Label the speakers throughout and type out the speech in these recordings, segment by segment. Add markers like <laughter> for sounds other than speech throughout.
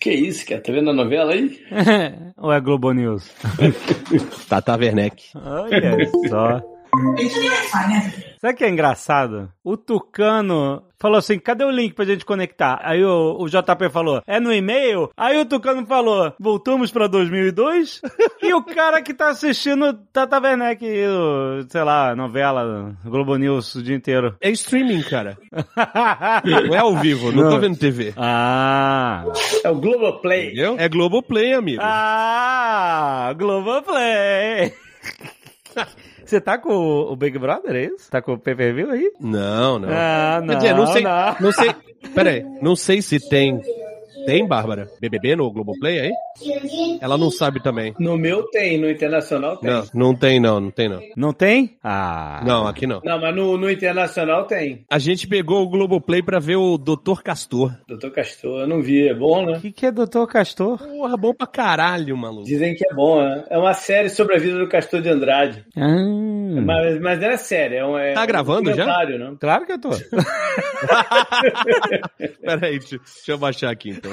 Speaker 1: Que isso, cara? Tá vendo a novela aí?
Speaker 2: <laughs> Ou é Globo News?
Speaker 3: Tata Werneck.
Speaker 2: Olha só. Sabe o que é engraçado? O Tucano falou assim: cadê o link pra gente conectar? Aí o, o JP falou: é no e-mail? Aí o Tucano falou: voltamos pra 2002? <laughs> e o cara que tá assistindo Tata Werneck, e o, sei lá, novela, Globo News o dia inteiro. <laughs>
Speaker 3: É streaming, cara. Não é ao vivo, não, tô vendo TV.
Speaker 2: ah!
Speaker 1: É o Globoplay.
Speaker 3: Entendeu? É Globoplay, amigo.
Speaker 2: Ah! Globoplay! Você tá com o o Big Brother, é isso? Tá com o PPV aí?
Speaker 3: Não, não.
Speaker 2: Ah, não.
Speaker 3: Quer dizer, não sei.
Speaker 2: não.
Speaker 3: Não, sei. Pera aí. Não sei se tem. Tem, Bárbara? BBB no Globoplay aí? Ela não sabe também.
Speaker 1: No meu tem, no internacional tem.
Speaker 3: Não, não tem não, não tem não.
Speaker 2: Não tem? Ah.
Speaker 3: Não, aqui não.
Speaker 1: Não, mas no, no internacional tem.
Speaker 3: A gente pegou o Globoplay pra ver o Dr. Castor.
Speaker 1: Doutor Castor, eu não vi. É bom, né?
Speaker 2: O que, que é Doutor Castor?
Speaker 3: Porra, bom pra caralho, <laughs> maluco.
Speaker 1: Dizem que é bom, né? É uma série sobre a vida do Castor de Andrade.
Speaker 2: Ah.
Speaker 1: Mas, mas não é série. É um, é
Speaker 3: Tá gravando já?
Speaker 1: um documentário, Né?
Speaker 2: Claro que eu tô.
Speaker 3: Pera aí, deixa, deixa eu baixar aqui então.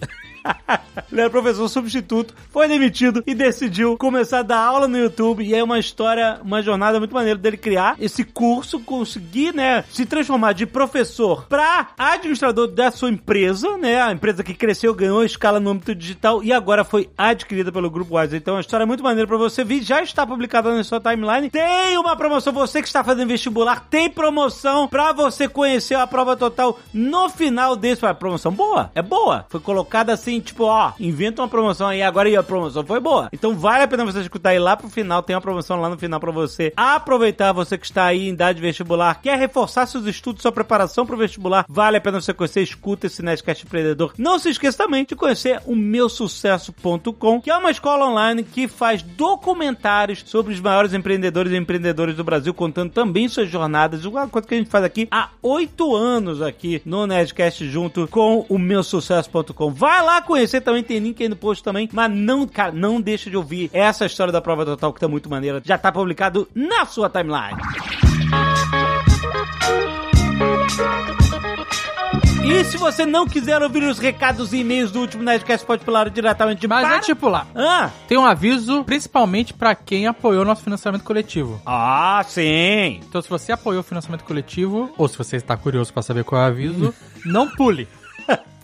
Speaker 2: Ele era professor substituto, foi demitido e decidiu começar a dar aula no YouTube. E é uma história, uma jornada muito maneira dele criar esse curso, conseguir, né, se transformar de professor pra administrador da sua empresa, né? A empresa que cresceu, ganhou escala no âmbito digital e agora foi adquirida pelo Grupo Wise. Então é uma história muito maneira pra você vir. Já está publicada na sua timeline. Tem uma promoção, você que está fazendo vestibular, tem promoção pra você conhecer a prova total no final desse. Foi uma promoção boa, é boa. Foi colocada assim, tipo, ó, inventa uma promoção aí agora e a promoção foi boa. Então vale a pena você escutar aí lá pro final, tem uma promoção lá no final pra você aproveitar. Você que está aí em idade vestibular, quer reforçar seus estudos, sua preparação pro vestibular, vale a pena você conhecer, escuta esse Nerdcast Empreendedor. Não se esqueça também de conhecer o meusucesso.com, que é uma escola online que faz documentários sobre os maiores empreendedores e empreendedoras do Brasil, contando também suas jornadas, uma coisa que a gente faz aqui há oito anos aqui no Nerdcast junto com o meusucesso.com. Vai lá conhecer também, tem link aí no post também, mas não, cara, não deixa de ouvir essa história da prova total que tá muito maneira, já tá publicado na sua timeline. E se você não quiser ouvir os recados e e-mails do último Nerdcast, pode pular diretamente
Speaker 4: Mas
Speaker 2: para...
Speaker 4: é tipo lá.
Speaker 2: Ah,
Speaker 4: Tem um aviso, principalmente pra quem apoiou nosso financiamento coletivo.
Speaker 5: Ah, sim.
Speaker 4: Então, se você apoiou o financiamento coletivo, ou se você está curioso pra saber qual é o aviso, <laughs> não pule.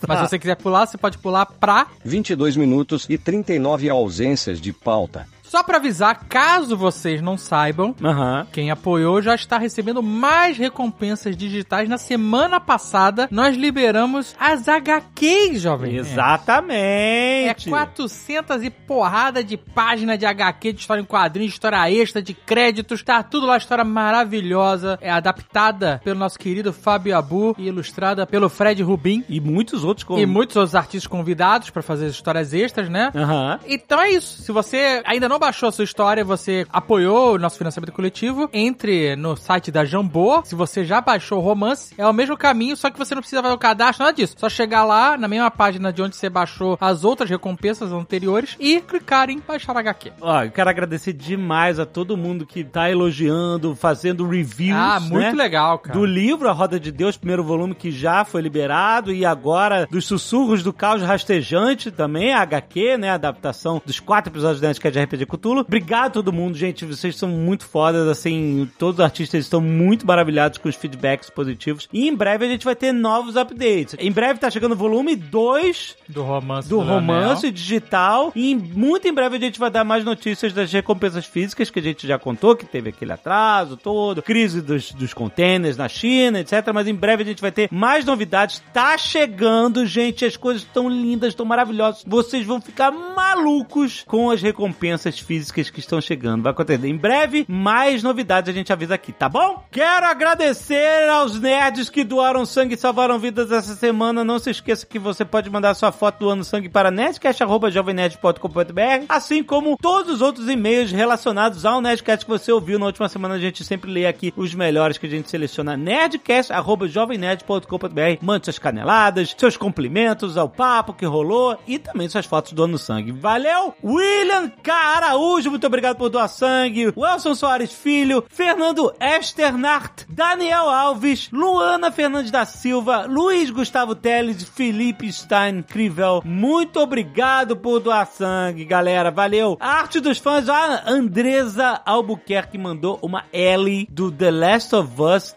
Speaker 4: Mas se você quiser pular, você pode pular pra
Speaker 1: 22 minutos e 39 ausências de pauta.
Speaker 4: Só pra avisar, caso vocês não saibam,
Speaker 2: Aham.
Speaker 4: quem apoiou já está recebendo mais recompensas digitais. Na semana passada, nós liberamos as HQs, jovem. É
Speaker 2: Exatamente.
Speaker 4: 400 e porrada de página de HQ, de história em quadrinhos, de história extra, de créditos. Tá tudo lá, história maravilhosa. É adaptada pelo nosso querido Fábio Abu e ilustrada pelo Fred Rubin.
Speaker 2: E muitos outros com.
Speaker 4: E muitos outros artistas convidados pra fazer as histórias extras, né?
Speaker 2: Aham.
Speaker 4: Então é isso. Se você ainda não baixou a sua história, você apoiou o nosso financiamento coletivo, entre no site da Jambô. Se você já baixou o romance, é o mesmo caminho, só que você não precisa fazer o cadastro, nada disso. Só chegar lá na mesma página de onde você baixou as outras recompensas anteriores e clicar em baixar HQ.
Speaker 2: Ó, eu quero agradecer demais a todo mundo que tá elogiando, fazendo reviews.
Speaker 4: ah,
Speaker 2: né?
Speaker 4: muito legal, cara.
Speaker 2: Do livro A Roda de Deus, primeiro volume que já foi liberado, e agora dos Sussurros do Caos Rastejante, também a HQ, né? A adaptação dos quatro episódios da Antica de RPG Cthulhu. Obrigado a todo mundo, gente. Vocês são muito fodas, assim. Todos os artistas estão muito maravilhados com os feedbacks positivos. E em breve a gente vai ter novos updates. Em breve tá chegando o volume 2
Speaker 4: Do romance.
Speaker 2: do
Speaker 4: Leonel.
Speaker 2: romance digital. E em- muito em breve a gente vai dar mais notícias das recompensas físicas que a gente já contou, que teve aquele atraso todo, crise dos, dos containers na China, etc. Mas em breve a gente vai ter mais novidades. Tá chegando, gente. As coisas estão lindas, estão maravilhosas. Vocês vão ficar malucos com as recompensas físicas que estão chegando. Vai acontecer em breve, mais novidades a gente avisa aqui, tá bom? Quero agradecer aos nerds que doaram sangue e salvaram vidas essa semana. Não se esqueça que você pode mandar sua foto doando sangue para nerdcast.jovemnerd.com.br, assim como todos os outros e-mails relacionados ao Nerdcast que você ouviu na última semana. A gente sempre lê aqui os melhores que a gente seleciona. nerdcast.jovemnerd.com.br. Mande suas caneladas, seus cumprimentos ao papo que rolou e também suas fotos doando sangue. Valeu! William K. Araújo, muito obrigado por doar sangue. Welson Soares Filho, Fernando Esternart, Daniel Alves, Luana Fernandes da Silva, Luiz Gustavo Teles, Felipe Stein Crivel. Muito obrigado por doar sangue, galera. Valeu. A arte dos fãs, a Andresa Albuquerque mandou uma L do The Last of Us.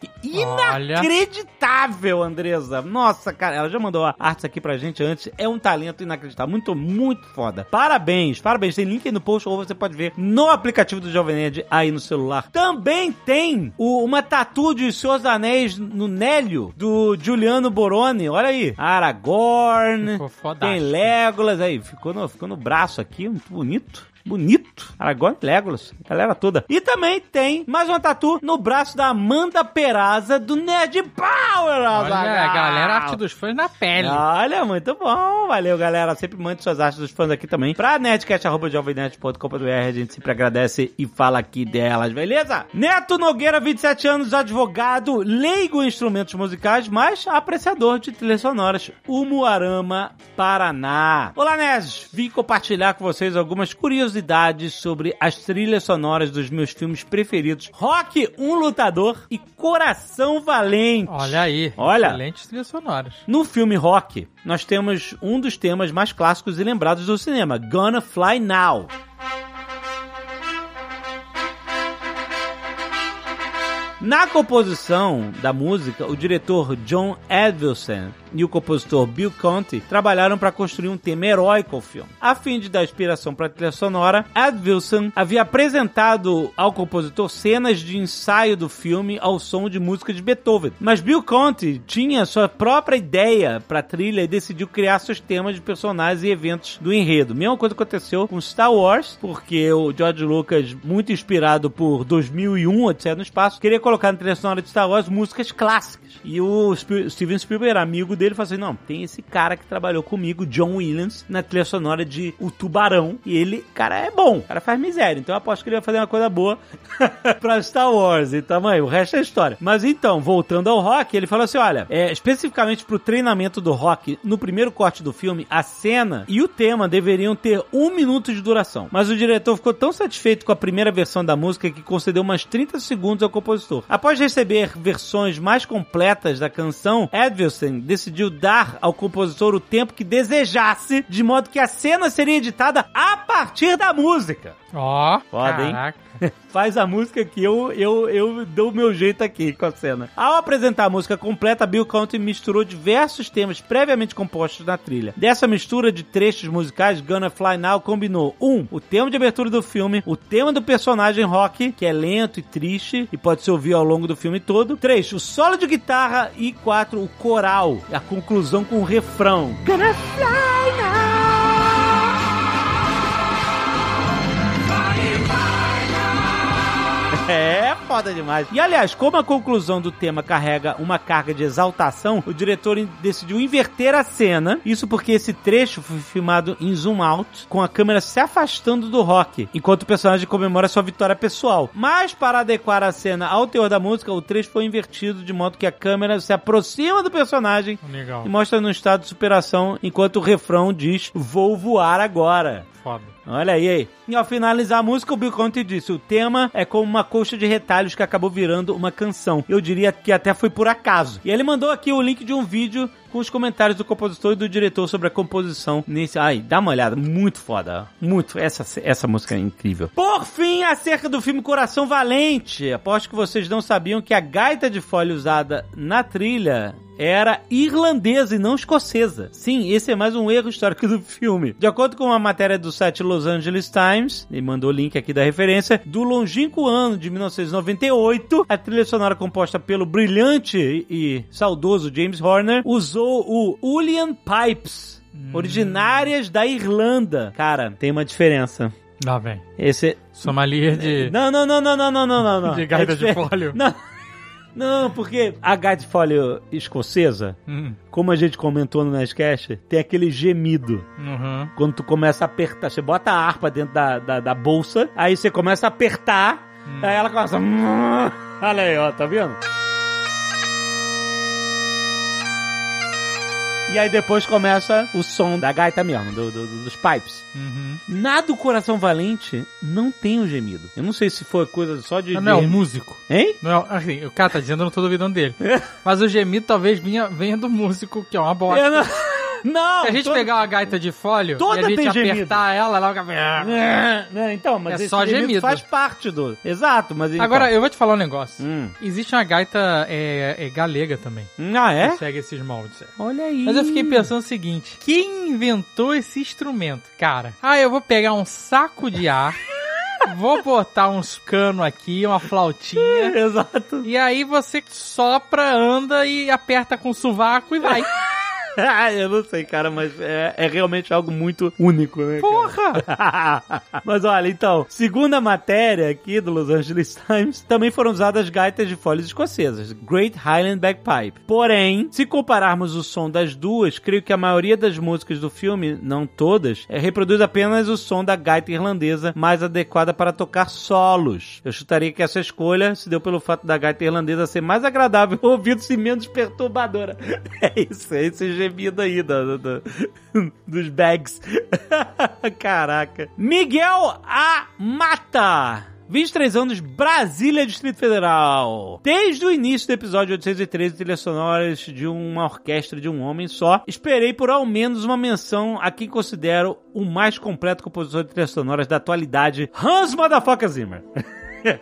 Speaker 4: Olha.
Speaker 2: Inacreditável, Andresa. Nossa, cara, ela já mandou a artes aqui pra gente antes. É um talento inacreditável. Muito, muito foda. Parabéns, parabéns. Tem link aí no post ou você pode ver no aplicativo do Jovem Nerd aí no celular. Também tem o- uma tatu de Os Seus Anéis no Nélio, do Giuliano Boroni. Olha aí. Aragorn.
Speaker 4: Ficou
Speaker 2: Tem
Speaker 4: fodástico.
Speaker 2: Legolas aí, ficou no, ficou no braço aqui, muito bonito. Bonito. Aragorn e Legolas, galera toda. E também tem mais uma tatu no braço da Amanda Peraza do Nerd Power.
Speaker 4: Olha, a
Speaker 2: Azaghal.
Speaker 4: galera, arte dos fãs na pele.
Speaker 2: Olha, muito bom. Valeu, galera. Sempre mande suas artes dos fãs aqui também. Pra nerdcast.jovemnerd.com.br a gente sempre agradece e fala aqui delas, beleza? Neto Nogueira, 27 anos, advogado, leigo em instrumentos musicais, mas apreciador de trilhas sonoras. Umuarama, Paraná. Olá, nerds. Vim compartilhar com vocês algumas curiosidades sobre as trilhas sonoras dos meus filmes preferidos. Rock, Um Lutador e Coração Valente.
Speaker 4: Olha aí.
Speaker 2: Olha.
Speaker 4: Excelentes trilhas sonoras.
Speaker 2: No filme Rock, nós temos um dos temas mais clássicos e lembrados do cinema, Gonna Fly Now. Na composição da música, o diretor John Edwilson e o compositor Bill Conti trabalharam para construir um tema heróico ao filme. A fim de dar inspiração para a trilha sonora, Edwilson havia apresentado ao compositor cenas de ensaio do filme ao som de música de Beethoven. Mas Bill Conti tinha sua própria ideia para a trilha e decidiu criar seus temas de personagens e eventos do enredo. Mesma coisa aconteceu com Star Wars, porque o George Lucas, muito inspirado por 2001, Odisseia no Espaço, queria colocar na trilha sonora de Star Wars músicas clássicas. E o Spi- Steven Spielberg, era amigo dele, falou assim, não, tem esse cara que trabalhou comigo, John Williams, na trilha sonora de O Tubarão, e ele, cara, é bom, o cara faz miséria, então eu aposto que ele vai fazer uma coisa boa <laughs> pra Star Wars, então, mãe, o resto é história. Mas então, voltando ao rock, ele falou assim, olha, é, especificamente pro treinamento do rock, no primeiro corte do filme, a cena e o tema deveriam ter um minuto de duração. Mas o diretor ficou tão satisfeito com a primeira versão da música que concedeu umas 30 segundos ao compositor. Após receber versões mais completas da canção, Edwilson decidiu dar ao compositor o tempo que desejasse, de modo que a cena seria editada a partir partir da música.
Speaker 4: Ó.
Speaker 3: Foda, hein?
Speaker 4: caraca.
Speaker 2: Faz a música que eu, eu, eu dou o meu jeito aqui com a cena. Ao apresentar a música completa, Bill Country misturou diversos temas previamente compostos na trilha. Dessa mistura de trechos musicais, Gonna Fly Now combinou um, o tema de abertura do filme, o tema do personagem rock, que é lento e triste e pode ser ouvido ao longo do filme todo. Três, o solo de guitarra e quatro, o coral, a conclusão com o refrão. Gonna fly now. É foda demais. E aliás, como a conclusão do tema carrega uma carga de exaltação, o diretor in- decidiu inverter a cena. Isso porque esse trecho foi filmado em zoom out, com a câmera se afastando do rock, enquanto o personagem comemora sua vitória pessoal. Mas para adequar a cena ao teor da música, o trecho foi invertido de modo que a câmera se aproxima do personagem
Speaker 4: Legal.
Speaker 2: e mostra no estado de superação, enquanto o refrão diz: "Vou voar agora".
Speaker 4: Foda.
Speaker 2: Olha aí. E ao finalizar a música, o Bill Conti disse: o tema é como uma colcha de retalhos que acabou virando uma canção. Eu diria que até foi por acaso. E ele mandou aqui o link de um vídeo com os comentários do compositor e do diretor sobre a composição nesse. Ai, dá uma olhada. Muito foda. Muito. Essa, essa música é incrível. Por fim, acerca do filme Coração Valente. Aposto que vocês não sabiam que a gaita de folha usada na trilha era irlandesa e não escocesa. Sim, esse é mais um erro histórico do filme. De acordo com uma matéria do site Los Angeles Times, ele mandou o link aqui da referência, do longínquo ano de 1998, a trilha sonora composta pelo brilhante e e saudoso James Horner usou o Ulian Pipes. Originárias da Irlanda. Cara, tem uma diferença.
Speaker 4: Lá vem.
Speaker 2: Esse.
Speaker 4: Somalia de.
Speaker 2: Não, não, não, não, não, não, não,
Speaker 3: <laughs>
Speaker 2: não, não.
Speaker 4: De gaita
Speaker 2: É
Speaker 4: de
Speaker 2: difer-
Speaker 4: folho.
Speaker 2: Não. Não, porque a gaita de folho escocesa
Speaker 4: Hum,
Speaker 2: como a gente comentou no Nerdcast, tem aquele gemido.
Speaker 4: Uhum.
Speaker 2: Quando tu começa a apertar, você bota a harpa dentro da, da, da bolsa, aí você começa a apertar,
Speaker 4: Hum.
Speaker 2: aí ela começa. <laughs> Olha aí, ó, tá vendo? E aí depois começa o som da gaita mesmo, do- do- do- dos pipes.
Speaker 4: Uhum.
Speaker 2: Na do Coração Valente não tem o gemido. Eu não sei se foi coisa só de.
Speaker 4: Não, não é o
Speaker 2: de-
Speaker 4: músico.
Speaker 2: Hein?
Speaker 4: Não é o- assim, o cara tá dizendo, eu não tô duvidando dele.
Speaker 2: É.
Speaker 4: Mas o gemido talvez vinha, venha do músico, que é uma bosta.
Speaker 2: Eu não... <laughs> É, não!
Speaker 4: Se a gente
Speaker 2: todo-
Speaker 4: pegar uma gaita de fólio
Speaker 2: Toda
Speaker 4: e a gente
Speaker 2: tem
Speaker 4: apertar
Speaker 2: gemido.
Speaker 4: ela, ela vai...
Speaker 2: Né, Então, mas
Speaker 4: É
Speaker 2: esse
Speaker 4: só
Speaker 2: gemido
Speaker 4: gemido.
Speaker 2: faz parte do. Exato, mas então-
Speaker 4: Agora, eu vou te falar um negócio.
Speaker 2: Hum.
Speaker 4: Existe uma gaita é, é galega também.
Speaker 2: Ah,
Speaker 4: que
Speaker 2: é?
Speaker 4: Segue esses moldes. é.
Speaker 2: Olha aí.
Speaker 4: Mas eu fiquei pensando o seguinte: quem inventou esse instrumento, cara? Ah, eu vou pegar um saco de <laughs> ar, vou botar uns cano aqui, uma
Speaker 2: <laughs>
Speaker 4: flautinha,
Speaker 2: Exato.
Speaker 4: e aí você sopra, anda e aperta com o sovaco e vai.
Speaker 2: Ah, <laughs> eu não sei, cara, mas é, é realmente algo muito único, né?
Speaker 4: Porra!
Speaker 2: cara? <laughs> mas olha, então, segundo a matéria aqui do Los Angeles Times, também foram usadas gaitas de folhas escocesas, Great Highland Bagpipe. Porém, se compararmos o som das duas, creio que a maioria das músicas do filme, não todas, é, reproduz apenas o som da gaita irlandesa, mais adequada para tocar solos. Eu chutaria que essa escolha se deu pelo fato da gaita irlandesa ser mais agradável <laughs> ao ouvido e menos perturbadora. <laughs> É isso, é esse gemido aí do- do- do- <laughs> dos bags. <laughs> Caraca. Miguel A. Mata. 23 anos, Brasília, Distrito Federal. Desde o início do episódio 813, trilhas sonoras de uma orquestra de um homem só, esperei por ao menos uma menção a quem considero o mais completo compositor de trilhas sonoras da atualidade, Hans Motherfucker Zimmer. <laughs>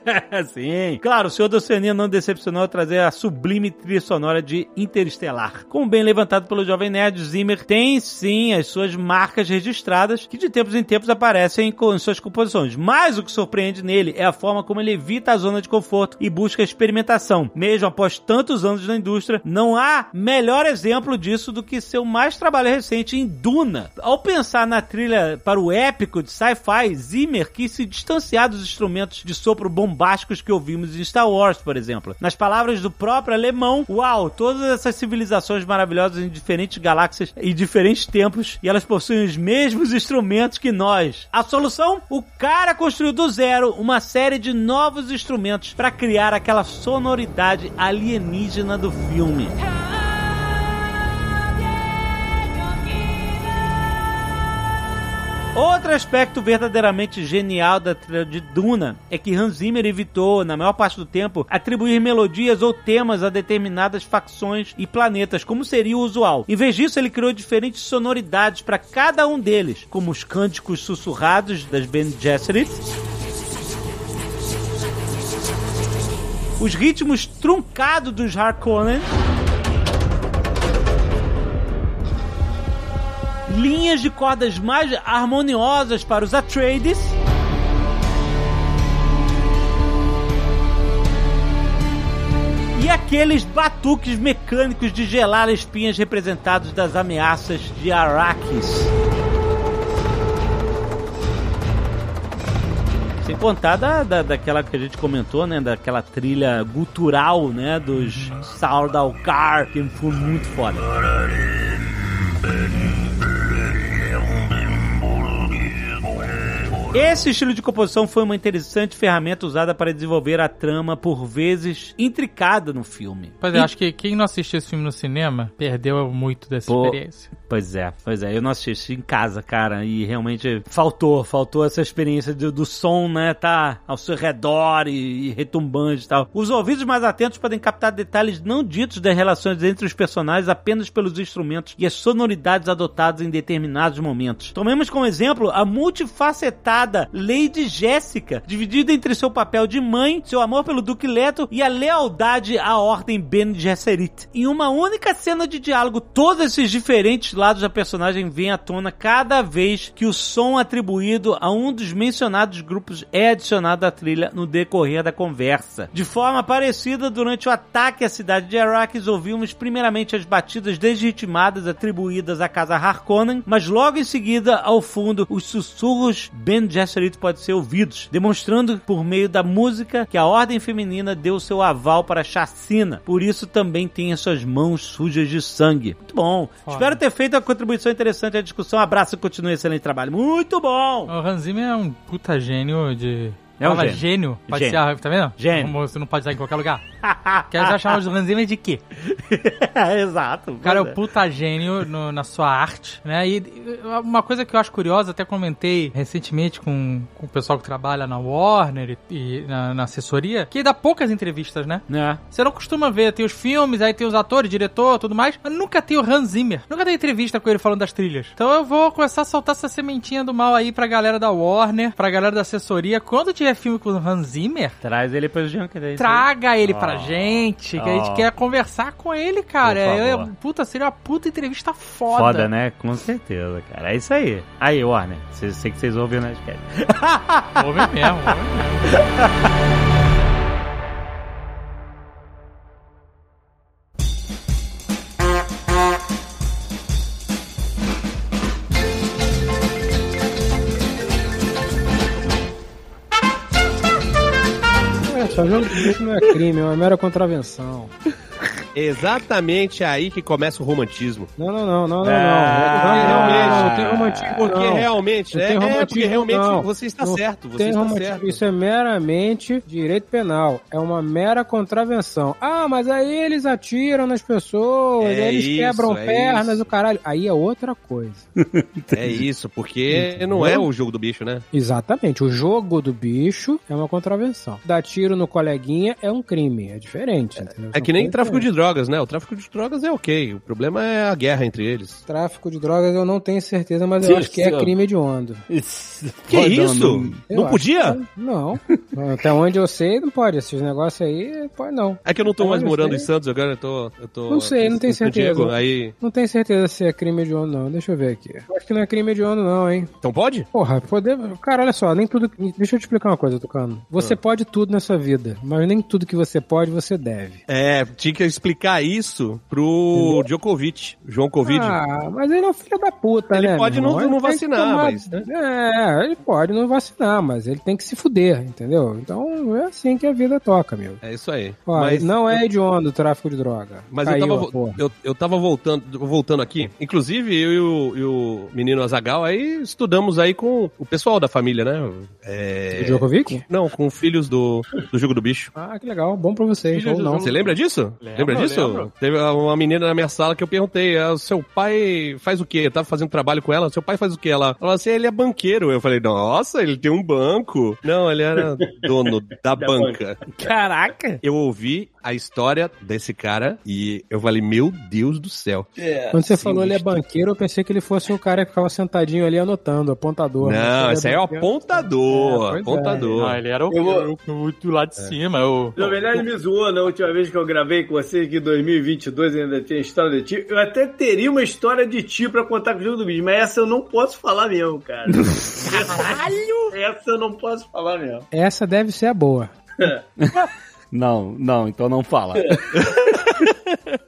Speaker 2: Sim. Claro, o Senhor da Oceania não decepcionou ao trazer a sublime trilha sonora de Interestelar. Como bem levantado pelo Jovem Nerd, Zimmer tem sim as suas marcas registradas que de tempos em tempos aparecem com- em suas composições. Mas o que surpreende nele é a forma como ele evita a zona de conforto e busca a experimentação. Mesmo após tantos anos na indústria, não há melhor exemplo disso do que seu mais trabalho recente em Duna. Ao pensar na trilha para o épico de sci-fi, Zimmer quis se distanciar dos instrumentos de sopro bombásticos que ouvimos em Star Wars, por exemplo. Nas palavras do próprio alemão, uau, todas essas civilizações maravilhosas em diferentes galáxias e diferentes tempos, e elas possuem os mesmos instrumentos que nós. A solução? O cara construiu do zero uma série de novos instrumentos para criar aquela sonoridade alienígena do filme. Outro aspecto verdadeiramente genial da trilha de Duna é que Hans Zimmer evitou, na maior parte do tempo, atribuir melodias ou temas a determinadas facções e planetas, como seria o usual. Em vez disso, ele criou diferentes sonoridades para cada um deles, como os cânticos sussurrados das Ben Gesserit, os ritmos truncados dos Harkonnen, linhas de cordas mais harmoniosas para os Atreides. E aqueles batuques mecânicos de gelar espinhas representados das ameaças de Arrakis. Sem contar da, da, daquela que a gente comentou, né? Daquela trilha gutural, né? Dos
Speaker 4: Uhum.
Speaker 2: Sardaukar, que foi muito foda. Esse estilo de composição foi uma interessante ferramenta usada para desenvolver a trama, por vezes intricada no filme.
Speaker 4: Pois é, acho que quem não assistiu esse filme no cinema perdeu muito dessa
Speaker 2: Pô.
Speaker 4: experiência.
Speaker 2: Pois é, pois é. Eu não assisti isso em casa, cara, e realmente faltou, faltou essa experiência do, do som, né? Tá ao seu redor e, e retumbante e tal. Os ouvidos mais atentos podem captar detalhes não ditos das relações entre os personagens apenas pelos instrumentos e as sonoridades adotadas em determinados momentos. Tomemos como exemplo a multifacetada Lady Jéssica, dividida entre seu papel de mãe, seu amor pelo Duque Leto e a lealdade à Ordem Ben Gesserit. Em uma única cena de diálogo, todos esses diferentes lados da personagem vêm à tona cada vez que o som atribuído a um dos mencionados grupos é adicionado à trilha no decorrer da conversa. De forma parecida, durante o ataque à cidade de Arrakis, ouvimos primeiramente as batidas desritimadas atribuídas à casa Harkonnen, mas logo em seguida, ao fundo, os sussurros Ben Gesserit podem ser ouvidos, demonstrando por meio da música que a ordem feminina deu seu aval para a chacina. Por isso também tem as suas mãos sujas de sangue. Muito bom.
Speaker 4: Foda.
Speaker 2: Espero ter feito uma contribuição interessante à discussão. Abraço e continue excelente trabalho. Muito
Speaker 4: O
Speaker 2: bom. <laughs>
Speaker 4: Hans Zimmer é um puta gênio de...
Speaker 2: É um
Speaker 4: Fala
Speaker 2: gênio.
Speaker 4: Pode
Speaker 2: Gênio.
Speaker 4: ser, tá vendo?
Speaker 2: Gênio.
Speaker 4: Como você não pode usar em qualquer lugar. Quer já chamar os Hans Zimmer de quê?
Speaker 2: Exato.
Speaker 4: O cara é o puta gênio no- na sua arte, né? E e, uma coisa que eu acho curiosa, até comentei recentemente com, com o pessoal que trabalha na Warner e, e na, na assessoria, que dá poucas entrevistas, né?
Speaker 2: É.
Speaker 4: Você não costuma ver, tem os filmes, aí tem os atores, diretor, tudo mais, mas nunca tem o Hans Zimmer. Nunca tem entrevista com ele falando das trilhas. Então eu vou começar a soltar essa sementinha do mal aí pra galera da Warner, pra galera da assessoria. Quando tiver filme com o Hans Zimmer,
Speaker 2: Traz ele para o Junker.
Speaker 4: Traga ele pra
Speaker 2: Ah.
Speaker 4: gente, que a gente
Speaker 2: Ah.
Speaker 4: quer conversar com ele,
Speaker 2: Por
Speaker 4: cara. É,
Speaker 2: favor.
Speaker 4: é- puta, seria uma puta entrevista foda.
Speaker 2: Foda, né? Com certeza, cara. É isso aí. Aí, Warner. cê- Sei que vocês ouviram o Nerdcast. né?
Speaker 4: <laughs> Ouve mesmo, ouve mesmo.
Speaker 6: É, só jogo de bicho não é crime, é uma mera contravenção.
Speaker 3: Exatamente aí que começa o romantismo.
Speaker 6: Não, não, não, não, não, não.
Speaker 3: realmente.
Speaker 6: Ah, Não, não, não
Speaker 4: Ah,
Speaker 6: tem romantismo,
Speaker 3: Ah, Porque
Speaker 6: não.
Speaker 3: realmente,
Speaker 6: Não
Speaker 3: é,
Speaker 6: tem
Speaker 3: é,
Speaker 6: romantismo,
Speaker 3: porque realmente
Speaker 6: não.
Speaker 3: você está
Speaker 6: Não
Speaker 3: certo. Você
Speaker 6: Tem
Speaker 3: está
Speaker 6: romantismo.
Speaker 3: certo.
Speaker 6: Isso é meramente direito penal. É uma mera contravenção. Ah, mas aí eles atiram nas pessoas,
Speaker 3: É
Speaker 6: eles
Speaker 3: isso,
Speaker 6: quebram
Speaker 3: é
Speaker 6: pernas,
Speaker 3: isso.
Speaker 6: o caralho. Aí é outra coisa.
Speaker 3: É isso, porque não é o jogo do bicho, né?
Speaker 6: Exatamente. O jogo do bicho é uma contravenção. Dar tiro no coleguinha é um crime. É diferente. entendeu?
Speaker 3: É
Speaker 6: São
Speaker 3: que nem
Speaker 6: coisas
Speaker 3: tráfico
Speaker 6: diferentes.
Speaker 3: de drogas, né? O tráfico de drogas é ok. O problema é a guerra entre eles.
Speaker 6: Tráfico de drogas eu não tenho certeza, mas eu
Speaker 2: Sim,
Speaker 6: acho que é
Speaker 2: sim.
Speaker 6: crime hediondo.
Speaker 3: Que isso?
Speaker 6: Eu
Speaker 3: Não
Speaker 6: acho
Speaker 3: podia?
Speaker 6: que- Não. <laughs> Até onde eu sei, não pode. Esses negócios aí, pode não.
Speaker 3: É que eu não tô
Speaker 6: Eu
Speaker 3: mais
Speaker 6: não
Speaker 3: morando
Speaker 6: sei.
Speaker 3: em Santos agora, eu tô. Eu tô
Speaker 6: Não sei, não tenho
Speaker 3: em São Diego,
Speaker 6: certeza.
Speaker 3: aí.
Speaker 6: Não tenho certeza se é crime hediondo, não. Deixa eu ver aqui. Eu Acho que não é crime hediondo, não, hein?
Speaker 3: Então pode?
Speaker 6: Porra, poder. Cara, olha só, nem tudo. Deixa eu te explicar uma coisa, Tucano. Você
Speaker 3: Ah.
Speaker 6: pode tudo nessa vida, mas nem tudo que você pode, você deve.
Speaker 3: É, tinha que explicar isso pro Djokovic, João Covid.
Speaker 6: Ah, mas ele é um filho da puta,
Speaker 3: Ele
Speaker 6: né?
Speaker 3: pode
Speaker 6: meu
Speaker 3: não-
Speaker 6: irmão?
Speaker 3: não
Speaker 6: tem que
Speaker 3: vacinar, mas, né?
Speaker 6: É, ele pode não vacinar, mas ele tem que se fuder, entendeu? Então é assim que a vida toca, meu.
Speaker 3: É isso aí.
Speaker 6: Ó, não é hediondo o tráfico de droga.
Speaker 3: Mas eu,
Speaker 6: Caiu, ó,
Speaker 3: tava, vo-
Speaker 6: porra.
Speaker 3: eu, eu tava voltando, voltando aqui. Inclusive, eu e o, e o menino Azagal aí estudamos aí com o pessoal da família, né? É,
Speaker 6: O Djokovic?
Speaker 3: Não, com filhos do, do Jogo do Bicho.
Speaker 6: Ah, que legal. Bom pra vocês. Ou não.
Speaker 3: Você lembra disso? Lembra disso?
Speaker 1: lembro.
Speaker 3: Teve uma menina na minha sala que eu perguntei: ah, seu pai faz o quê? Eu tava fazendo trabalho com ela, seu pai faz o quê? Ela falou assim: ele é banqueiro. Eu falei: nossa, ele tem um banco. Não, ele era dono da banca.
Speaker 2: Caraca!
Speaker 3: Eu ouvi a história desse cara e eu falei: meu Deus do céu.
Speaker 1: É.
Speaker 6: Quando você falou ele é banqueiro, eu pensei que ele fosse um cara que ficava sentadinho ali anotando, apontador. né?
Speaker 3: Não, esse aí é o
Speaker 6: apontador. É,
Speaker 3: apontador.
Speaker 6: pois é.
Speaker 3: apontador.
Speaker 4: Ah, ele era o,
Speaker 1: Eu vou-
Speaker 4: o, o do lado de cima. O...
Speaker 1: Na verdade, me zoou na última vez que eu gravei com você, que em 2022 ainda tinha história de ti. Eu até teria uma história de ti pra contar com o jogo do bicho, mas essa eu não posso falar mesmo, cara. Caralho! Essa eu não posso falar mesmo.
Speaker 6: Essa deve ser a boa.
Speaker 2: Não, não, então não fala.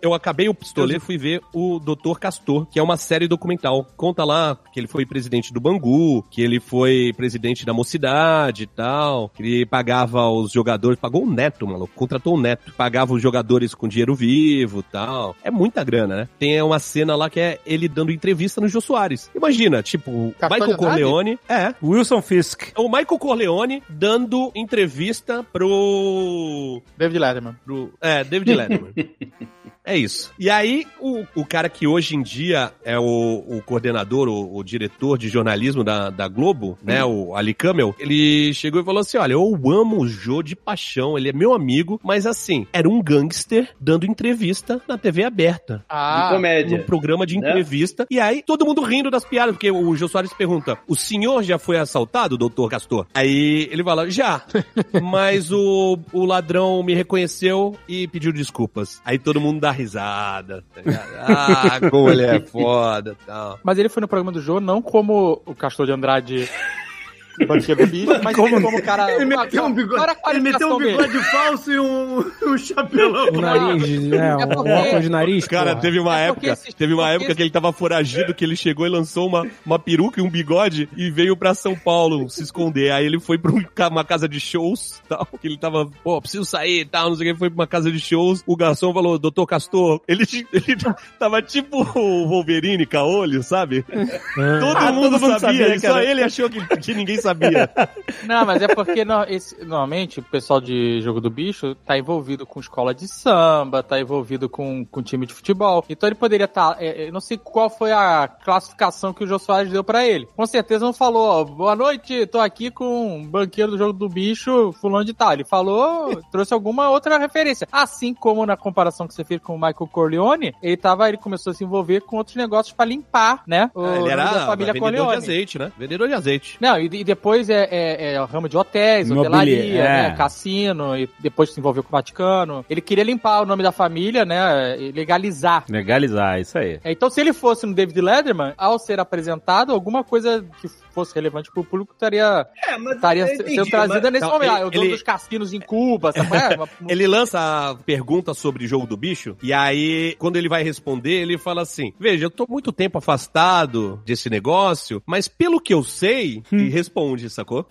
Speaker 3: Eu acabei o pistoleiro e fui ver o Dr. Castor, que é uma série documental. Conta lá que ele foi presidente do Bangu, que ele foi presidente da mocidade e tal, que ele pagava os jogadores, pagou o neto, maluco, contratou o neto, pagava os jogadores com dinheiro vivo e tal. É muita grana, né? Tem uma cena lá que é ele dando entrevista no Jô Soares. Imagina, tipo,
Speaker 7: Castor
Speaker 3: Michael
Speaker 7: de Andrade?
Speaker 3: Corleone. É,
Speaker 2: Wilson Fisk.
Speaker 3: o Michael Corleone dando entrevista pro
Speaker 7: David Letterman.
Speaker 3: pro- É, David Letterman. É isso. E aí, o, o cara que hoje em dia é o, o coordenador, o, o diretor de jornalismo da, da Globo, né, o Ali Camel, ele chegou e falou assim, olha, eu amo o Jô de paixão, ele é meu amigo, mas assim, era um gangster dando entrevista na TV aberta
Speaker 7: Ah,
Speaker 1: Comédia.
Speaker 3: num programa de
Speaker 1: né?
Speaker 3: entrevista. E aí, todo mundo rindo das piadas, porque o Jô Soares pergunta: o senhor já foi assaltado, doutor Castor? Aí ele fala, já. Mas o, o ladrão me reconheceu e pediu desculpas. Aí todo mundo dá risada, tá ligado? Ah, como ele é foda tal.
Speaker 7: mas ele foi no programa do Jô não como o Castor de
Speaker 4: <laughs>
Speaker 7: Andrade...
Speaker 4: é
Speaker 7: Banqueiro do bicho, mas como, como o cara.
Speaker 1: Ele meteu um
Speaker 7: Olha a
Speaker 1: bigode, ele meteu
Speaker 7: qualificação
Speaker 1: um
Speaker 7: dele.
Speaker 1: bigode falso e um, <laughs> um chapelão.
Speaker 6: O nariz,
Speaker 4: <laughs>
Speaker 6: né?
Speaker 4: É
Speaker 6: Um
Speaker 4: porque-
Speaker 6: óculos de nariz.
Speaker 3: Cara,
Speaker 6: porra.
Speaker 3: teve uma
Speaker 4: É porque
Speaker 3: época,
Speaker 4: esse-
Speaker 3: teve uma
Speaker 4: porque
Speaker 3: época
Speaker 4: esse-
Speaker 3: que ele tava foragido, que ele chegou e lançou uma, uma peruca e um bigode e veio pra São Paulo se esconder. Aí ele foi pra um ca- uma casa de shows, tal, que ele tava, pô, preciso sair, tal, não sei o que, foi pra uma casa de shows. O garçom falou, doutor Castor, ele, <laughs> ele tava tipo o Wolverine, caolho, sabe? É. Ah, Todo mundo
Speaker 2: todo mundo
Speaker 3: sabia,
Speaker 2: sabia,
Speaker 3: e só
Speaker 2: cara.
Speaker 3: ele achou que, que ninguém sabia.
Speaker 4: Não, mas é porque no- esse- normalmente o pessoal de Jogo do Bicho tá envolvido com escola de samba, tá envolvido com, com time de futebol. Então ele poderia estar. eu não sei qual foi a classificação que o Jô Soares deu pra ele. Com certeza não falou, ó, boa noite, tô aqui com um banqueiro do Jogo do Bicho, fulano de tal. Ele falou, trouxe alguma outra referência. Assim como na comparação que você fez com o Michael Corleone, ele tava, ele começou a se envolver com outros negócios pra limpar, né?
Speaker 3: <laughs>
Speaker 4: O
Speaker 3: Ah, ele
Speaker 4: nome
Speaker 3: era
Speaker 4: da família
Speaker 3: vendedor de
Speaker 4: Corleone.
Speaker 3: azeite, né? Vendedor de azeite.
Speaker 4: Não, e, e depois é, é, é o ramo de hotéis,
Speaker 2: Imobiliário,
Speaker 4: hotelaria,
Speaker 2: é.
Speaker 4: né, cassino, e depois se envolveu com o Vaticano. Ele queria limpar o nome da família, né, e legalizar.
Speaker 2: Legalizar, isso <laughs> aí.
Speaker 4: É, Então, se ele fosse no David Letterman, ao ser apresentado, alguma coisa que fosse relevante pro público estaria,
Speaker 1: É, mas
Speaker 4: estaria
Speaker 1: eu
Speaker 4: se-
Speaker 1: entendi,
Speaker 4: sendo trazida
Speaker 1: mas-
Speaker 4: nesse
Speaker 3: Não,
Speaker 4: momento.
Speaker 3: ele-
Speaker 4: Ah, o dono
Speaker 3: ele-
Speaker 4: dos cassinos em Cuba, sabe? qual é?
Speaker 3: <laughs>
Speaker 4: Uma- uma-
Speaker 3: Ele lança a pergunta sobre jogo do bicho, e aí, quando ele vai responder, ele fala assim: Veja, eu tô muito tempo afastado desse negócio, mas pelo que eu sei, e responde, sacou?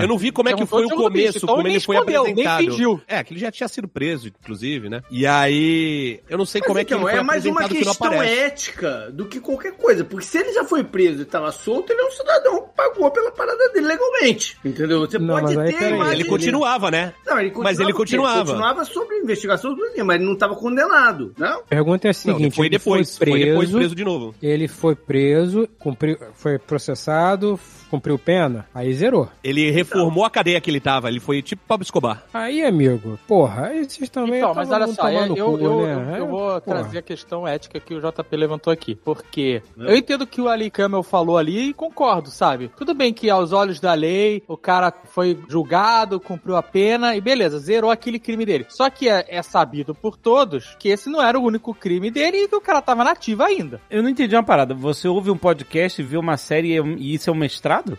Speaker 3: Eu não vi como Hum. é que
Speaker 4: Perguntou
Speaker 3: foi o
Speaker 4: do jogo do
Speaker 3: começo,
Speaker 4: bicho, então
Speaker 3: como
Speaker 4: nem
Speaker 3: ele foi
Speaker 4: escondeu, nem
Speaker 3: apresentado.
Speaker 4: fingiu.
Speaker 3: É, que ele já tinha sido preso, inclusive, né? E aí, eu não sei como é que
Speaker 1: então,
Speaker 3: ele foi
Speaker 1: é mais uma
Speaker 3: apresentado que não
Speaker 1: questão
Speaker 3: aparece.
Speaker 1: ética do que qualquer coisa. Porque se ele já foi preso e tava solto, ele é um cidadão que pagou pela parada dele legalmente. Entendeu? Você
Speaker 6: Não,
Speaker 1: pode
Speaker 6: mas
Speaker 1: ter
Speaker 6: aí, peraí,
Speaker 4: é
Speaker 1: a imagem
Speaker 3: Ele continuava, né?
Speaker 1: Não, ele
Speaker 3: Mas
Speaker 1: continuava,
Speaker 3: ele continuava.
Speaker 1: Ele continuava sob investigação, mas ele não estava condenado, não?
Speaker 6: A pergunta é a
Speaker 3: Não,
Speaker 6: seguinte:
Speaker 3: ele foi
Speaker 6: ele
Speaker 3: depois,
Speaker 6: foi
Speaker 3: foi depois
Speaker 6: preso,
Speaker 3: preso de novo.
Speaker 6: ele foi preso, cumpriu, foi processado, cumpriu pena, aí zerou.
Speaker 3: Ele reformou a cadeia que ele tava, ele foi tipo Pablo Escobar.
Speaker 6: Aí, amigo, porra, aí vocês também. tá
Speaker 4: Então,
Speaker 6: todo
Speaker 4: mas olha
Speaker 6: mundo
Speaker 4: só, eu,
Speaker 6: tomando
Speaker 4: eu,
Speaker 6: cu,
Speaker 4: eu,
Speaker 6: né?
Speaker 4: eu
Speaker 6: É,
Speaker 4: vou
Speaker 6: porra.
Speaker 4: trazer a questão ética que o JP levantou aqui. Porque
Speaker 3: É.
Speaker 4: eu entendo que o Ali Camel falou ali e concordo, sabe? Tudo bem que aos olhos da lei, o cara foi julgado, cumpriu a pena e beleza, zerou aquele crime dele. Só que é, é sabido por todos que esse não era o único crime dele e que o cara tava nativo ainda.
Speaker 2: Eu não entendi uma parada. Você ouve um podcast, vê uma série e- e isso é um <laughs> mestrado?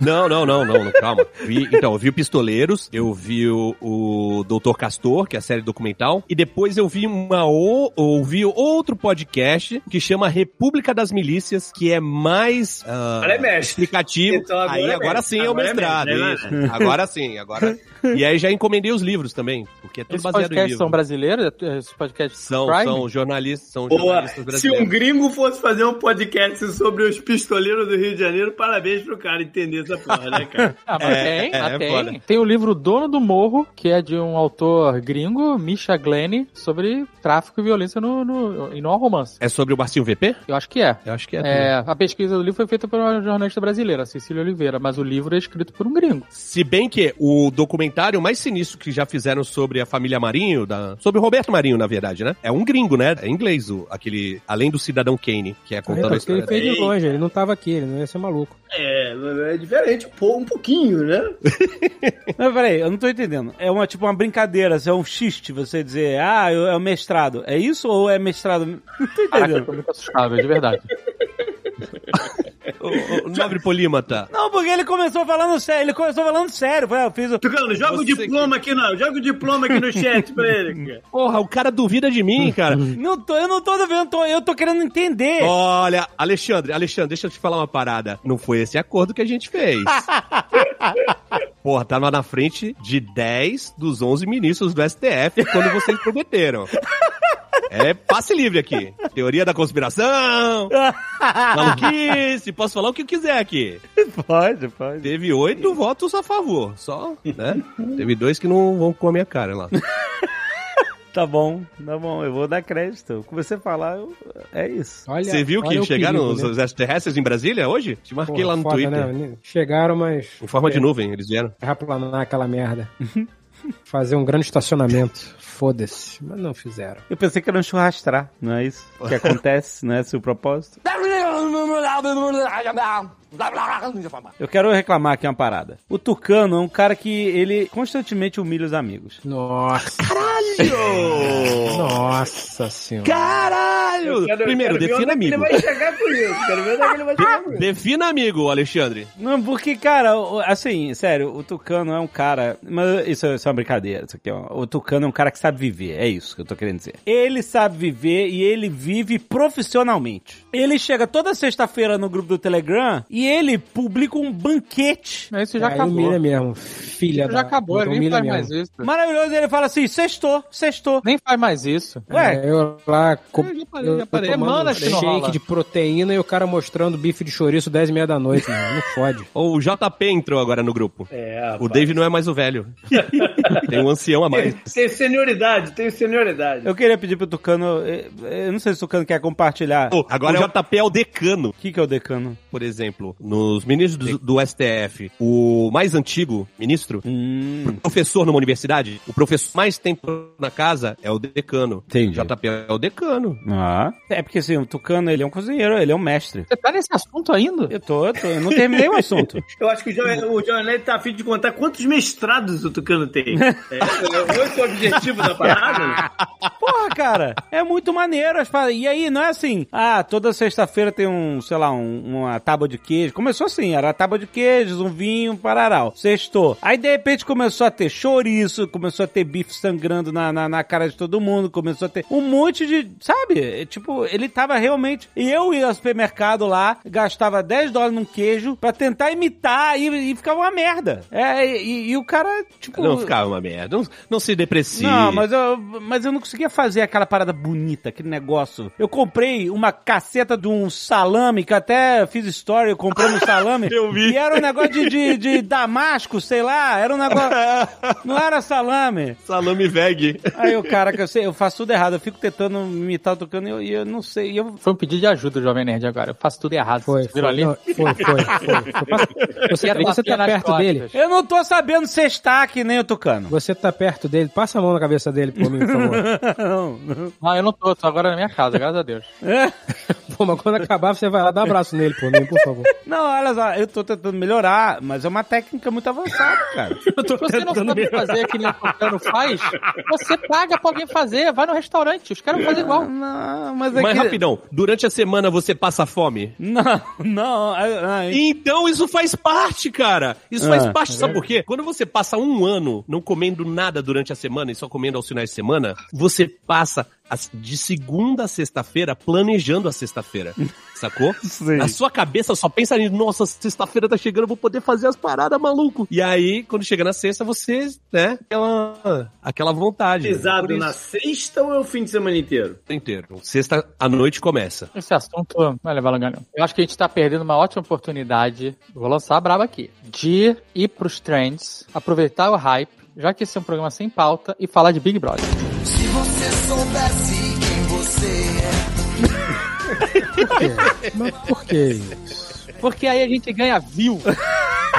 Speaker 3: Não, não, não, não, não, calma. Vi- então, eu vi o Pistoleiros, eu vi o, o Doutor Castor, que é a série documental, e depois eu vi uma o- ouvi outro podcast que chama República das Milícias, que é mais ah,
Speaker 1: Agora é mestre.
Speaker 3: explicativo.
Speaker 1: Então, agora
Speaker 3: aí
Speaker 1: é
Speaker 3: agora
Speaker 1: mestre.
Speaker 3: sim é o
Speaker 1: Agora é
Speaker 3: mestrado.
Speaker 1: mestre,
Speaker 3: isso. Agora sim, agora. E aí já encomendei os livros também, porque é tudo
Speaker 4: Esses
Speaker 3: baseado em
Speaker 4: podcasts
Speaker 3: livro.
Speaker 4: são brasileiros? Esses podcasts
Speaker 3: São,
Speaker 4: crime?
Speaker 3: são jornalistas, são
Speaker 1: Boa.
Speaker 3: jornalistas
Speaker 1: Se um
Speaker 3: brasileiros.
Speaker 1: gringo fosse fazer um podcast sobre os pistoleiros do Rio de Janeiro, parabéns pro cara. entender essa porra, né, cara?
Speaker 4: Ah, mas tem,
Speaker 3: é,
Speaker 4: mas
Speaker 3: é
Speaker 4: tem.
Speaker 3: foda.
Speaker 4: Tem o livro Dono do Morro, que é de um autor gringo, Misha Glenn, sobre tráfico e violência no, no, e não romance.
Speaker 3: É sobre o Marcinho VP?
Speaker 4: Eu acho que é.
Speaker 3: Eu acho que é. também.
Speaker 4: É, a pesquisa do livro foi feita por uma jornalista brasileira, Cecília Oliveira, mas o livro é escrito por um gringo.
Speaker 3: Se bem que o documentário mais sinistro que já fizeram sobre a família Marinho, da- sobre o Roberto Marinho, na verdade, né? É um gringo, né? É inglês, o- aquele. Além do Cidadão Kane, que é contando a
Speaker 6: Porque
Speaker 3: história
Speaker 6: ele
Speaker 3: dele.
Speaker 6: fez de longe, ele não tava aqui, ele não ia ser maluco.
Speaker 1: <laughs> É, é diferente um pouco- um pouquinho, né?
Speaker 2: Não, peraí, eu não tô entendendo. É uma tipo uma brincadeira, assim, é um xiste você dizer, ah, eu, é o mestrado. É isso ou é mestrado? Não tô
Speaker 4: Caraca, eu
Speaker 2: entendendo.
Speaker 4: tô muito assustado, é de
Speaker 6: <laughs>
Speaker 4: verdade.
Speaker 3: O, o nobre Polímata.
Speaker 2: Não, porque ele começou falando sério, ele começou falando sério. Foi, eu fiz o...
Speaker 1: Tucano, joga o
Speaker 3: Você
Speaker 1: diploma aqui, não. Joga o diploma aqui no chat pra ele, cara.
Speaker 3: Porra, o cara duvida de mim, cara.
Speaker 2: Não tô, eu não tô vendo, tô- eu tô querendo entender.
Speaker 3: Olha, Alexandre, Alexandre, deixa eu te falar uma parada. Não foi esse acordo que a gente
Speaker 6: <laughs>
Speaker 3: fez. Porra, tava na frente de 10 dos 11 ministros do STF quando vocês prometeram. É passe livre aqui. Teoria da conspiração, maluquice, posso falar o que eu quiser aqui.
Speaker 2: Pode, pode.
Speaker 3: Teve oito votos a favor, só, né? Teve dois que não vão com a minha cara lá.
Speaker 2: Tá bom, tá bom, eu vou dar crédito. O que você falar, eu- é isso.
Speaker 6: Olha,
Speaker 3: Você viu
Speaker 6: olha
Speaker 3: que
Speaker 6: o
Speaker 3: chegaram
Speaker 6: perigo,
Speaker 3: os
Speaker 6: né?
Speaker 3: os extraterrestres em Brasília hoje? Te marquei
Speaker 6: Porra,
Speaker 3: lá no
Speaker 6: foda,
Speaker 3: Twitter.
Speaker 6: né? É. Chegaram, mas
Speaker 3: Em forma de nuvem, eles vieram.
Speaker 6: raplanar aquela
Speaker 3: <laughs>
Speaker 6: merda. Fazer um grande estacionamento. Foda-se. Mas não fizeram.
Speaker 2: Eu pensei que era um churrastrar, não é isso? <laughs> Que acontece, não é esse o propósito? Eu quero reclamar aqui uma parada. O Tucano é um cara que ele constantemente humilha os amigos.
Speaker 6: Nossa. Caralho! <laughs> Nossa senhora.
Speaker 3: Caralho! Primeiro,
Speaker 1: é
Speaker 2: é
Speaker 3: defina amigo.
Speaker 1: chegar com isso. Quero ver onde é que ele vai chegar com
Speaker 3: Defina amigo, Alexandre.
Speaker 2: Não, porque, cara, o- assim, sério, o Tucano é um cara. Mas isso é só uma brincadeira. Isso aqui é uma- o Tucano é um cara que sabe viver. É isso que eu tô querendo dizer. Ele sabe viver e ele vive profissionalmente. Ele chega toda sexta-feira no grupo do Telegram e ele publica um banquete.
Speaker 4: Mas isso já
Speaker 6: Aí
Speaker 4: acabou.
Speaker 6: É, humilha mesmo. Filha
Speaker 4: Isso já
Speaker 6: da...
Speaker 4: acabou, ele nem
Speaker 6: humilha
Speaker 4: faz
Speaker 6: mesmo.
Speaker 4: mais isso.
Speaker 2: Maravilhoso, ele fala assim: sextou, sextou.
Speaker 4: Nem faz mais isso.
Speaker 2: Ué,
Speaker 6: É, eu lá. co-
Speaker 4: Eu já parei,
Speaker 6: eu
Speaker 4: já parei.
Speaker 6: tô tomando
Speaker 4: Semanas que não rola.
Speaker 6: shake de proteína e o cara mostrando bife de chouriço 10 e meia da noite, mano. Não fode.
Speaker 3: Ou o JP entrou agora no grupo.
Speaker 1: É, rapaz.
Speaker 3: O Dave não é mais
Speaker 2: <laughs>
Speaker 3: o velho. Tem um ancião a mais.
Speaker 2: É.
Speaker 1: Tem senioridade, tem senioridade.
Speaker 2: eu queria pedir pro Tucano. eh, eh, Eu não sei se o Tucano quer compartilhar.
Speaker 3: Pô, agora
Speaker 2: o
Speaker 3: o JP é o decano.
Speaker 2: que, que é o decano?
Speaker 3: Por exemplo, nos ministros do, do STF, o mais antigo ministro, Hum.
Speaker 2: Hum.
Speaker 3: professor numa universidade, o professor mais tempo na casa é o decano.
Speaker 2: Entendi.
Speaker 3: JP é o decano.
Speaker 2: Ah. É porque assim, o Tucano ele é um cozinheiro, ele é um mestre.
Speaker 4: Você tá nesse assunto ainda?
Speaker 2: Eu tô, eu tô, eu não terminei o assunto.
Speaker 1: Eu acho que o John, o John Lennon tá afim de contar quantos mestrados o Tucano <laughs> tem. É, é esse o objetivo da <laughs> parada? né?
Speaker 2: Porra, cara, é muito maneiro. as paradas. E aí, não é assim, ah, toda sexta-feira tem um, sei lá, um- uma tábua de queijo. Começou assim, era tábua de queijos, um vinho, um pararau. Sextou. Aí, de repente, começou a ter chouriço, começou a ter bife sangrando na, na, na cara de todo mundo, começou a ter um monte de, sabe? É, Tipo, ele tava realmente... E eu ia ao supermercado lá, gastava 10 dólares num queijo pra tentar imitar e, e ficava uma merda. É, e, e o cara, tipo...
Speaker 3: Não ficava uma merda. Não, não se deprecia.
Speaker 2: Não, mas eu, mas eu não conseguia fazer aquela parada bonita, aquele negócio. Eu comprei uma caceta de um salame, que até fiz story, eu comprei
Speaker 3: <laughs>
Speaker 2: um salame.
Speaker 3: Eu vi.
Speaker 2: E era um negócio de, de, de damasco, sei lá, era um
Speaker 3: <laughs>
Speaker 2: negócio... Não era salame.
Speaker 3: Salame veg.
Speaker 2: Aí o cara, que eu sei, eu faço tudo errado, eu fico tentando imitar tocando e eu, e eu não sei, e eu...
Speaker 4: Foi um pedido de ajuda do Jovem Nerd agora. Eu faço tudo errado.
Speaker 6: Foi,
Speaker 4: Vocês
Speaker 6: foi,
Speaker 4: viram ali?
Speaker 6: não, foi, foi, foi. Foi pra- Você,
Speaker 4: Quero
Speaker 6: você
Speaker 4: tapinha
Speaker 6: tá
Speaker 4: nas
Speaker 6: perto
Speaker 4: costas.
Speaker 6: dele?
Speaker 2: Eu não tô sabendo sextar que nem o
Speaker 3: <laughs>
Speaker 2: Tucano.
Speaker 6: Você tá perto dele? Passa a mão na cabeça dele por mim,
Speaker 2: <laughs>
Speaker 6: por favor.
Speaker 4: Ah, eu não tô, tô agora na minha casa, graças a Deus.
Speaker 6: Pô, mas quando acabar, você vai lá dar um abraço nele por mim, por favor.
Speaker 2: Não, olha só, eu tô tentando melhorar, mas é uma técnica muito avançada, cara.
Speaker 3: <laughs>
Speaker 4: você não sabe fazer que nem o Tucano faz, você paga pra alguém fazer, vai no restaurante, os caras fazem igual.
Speaker 2: Não, mas é
Speaker 3: Mas
Speaker 2: que...
Speaker 3: rapidão, durante a semana você passa fome?
Speaker 2: Não, não, ah, ah,
Speaker 3: Então isso faz parte, cara. Isso
Speaker 2: Ah,
Speaker 3: faz parte, sabe por quê? Quando você passa um ano não comendo nada durante a semana e só comendo aos finais de semana, você passa as- de segunda a sexta-feira planejando a sexta-feira. Sacou?
Speaker 8: Sei.
Speaker 3: A sua cabeça só pensa nisso, nossa, sexta-feira tá chegando, eu vou poder fazer as paradas, maluco. E aí, quando chega na sexta, você, né, aquela, aquela vontade. né?
Speaker 1: Pesado
Speaker 3: Por isso,
Speaker 1: na sexta ou é o fim de semana inteiro?
Speaker 3: inteiro. Sexta à noite começa.
Speaker 4: Esse assunto vai levar lugar nenhum. Eu acho que a gente tá perdendo uma ótima oportunidade, vou lançar a braba aqui, de ir pros trends, aproveitar o hype, já que esse é um programa sem pauta, e falar de Big Brother.
Speaker 6: Mas por que isso?
Speaker 4: Porque aí a gente ganha view.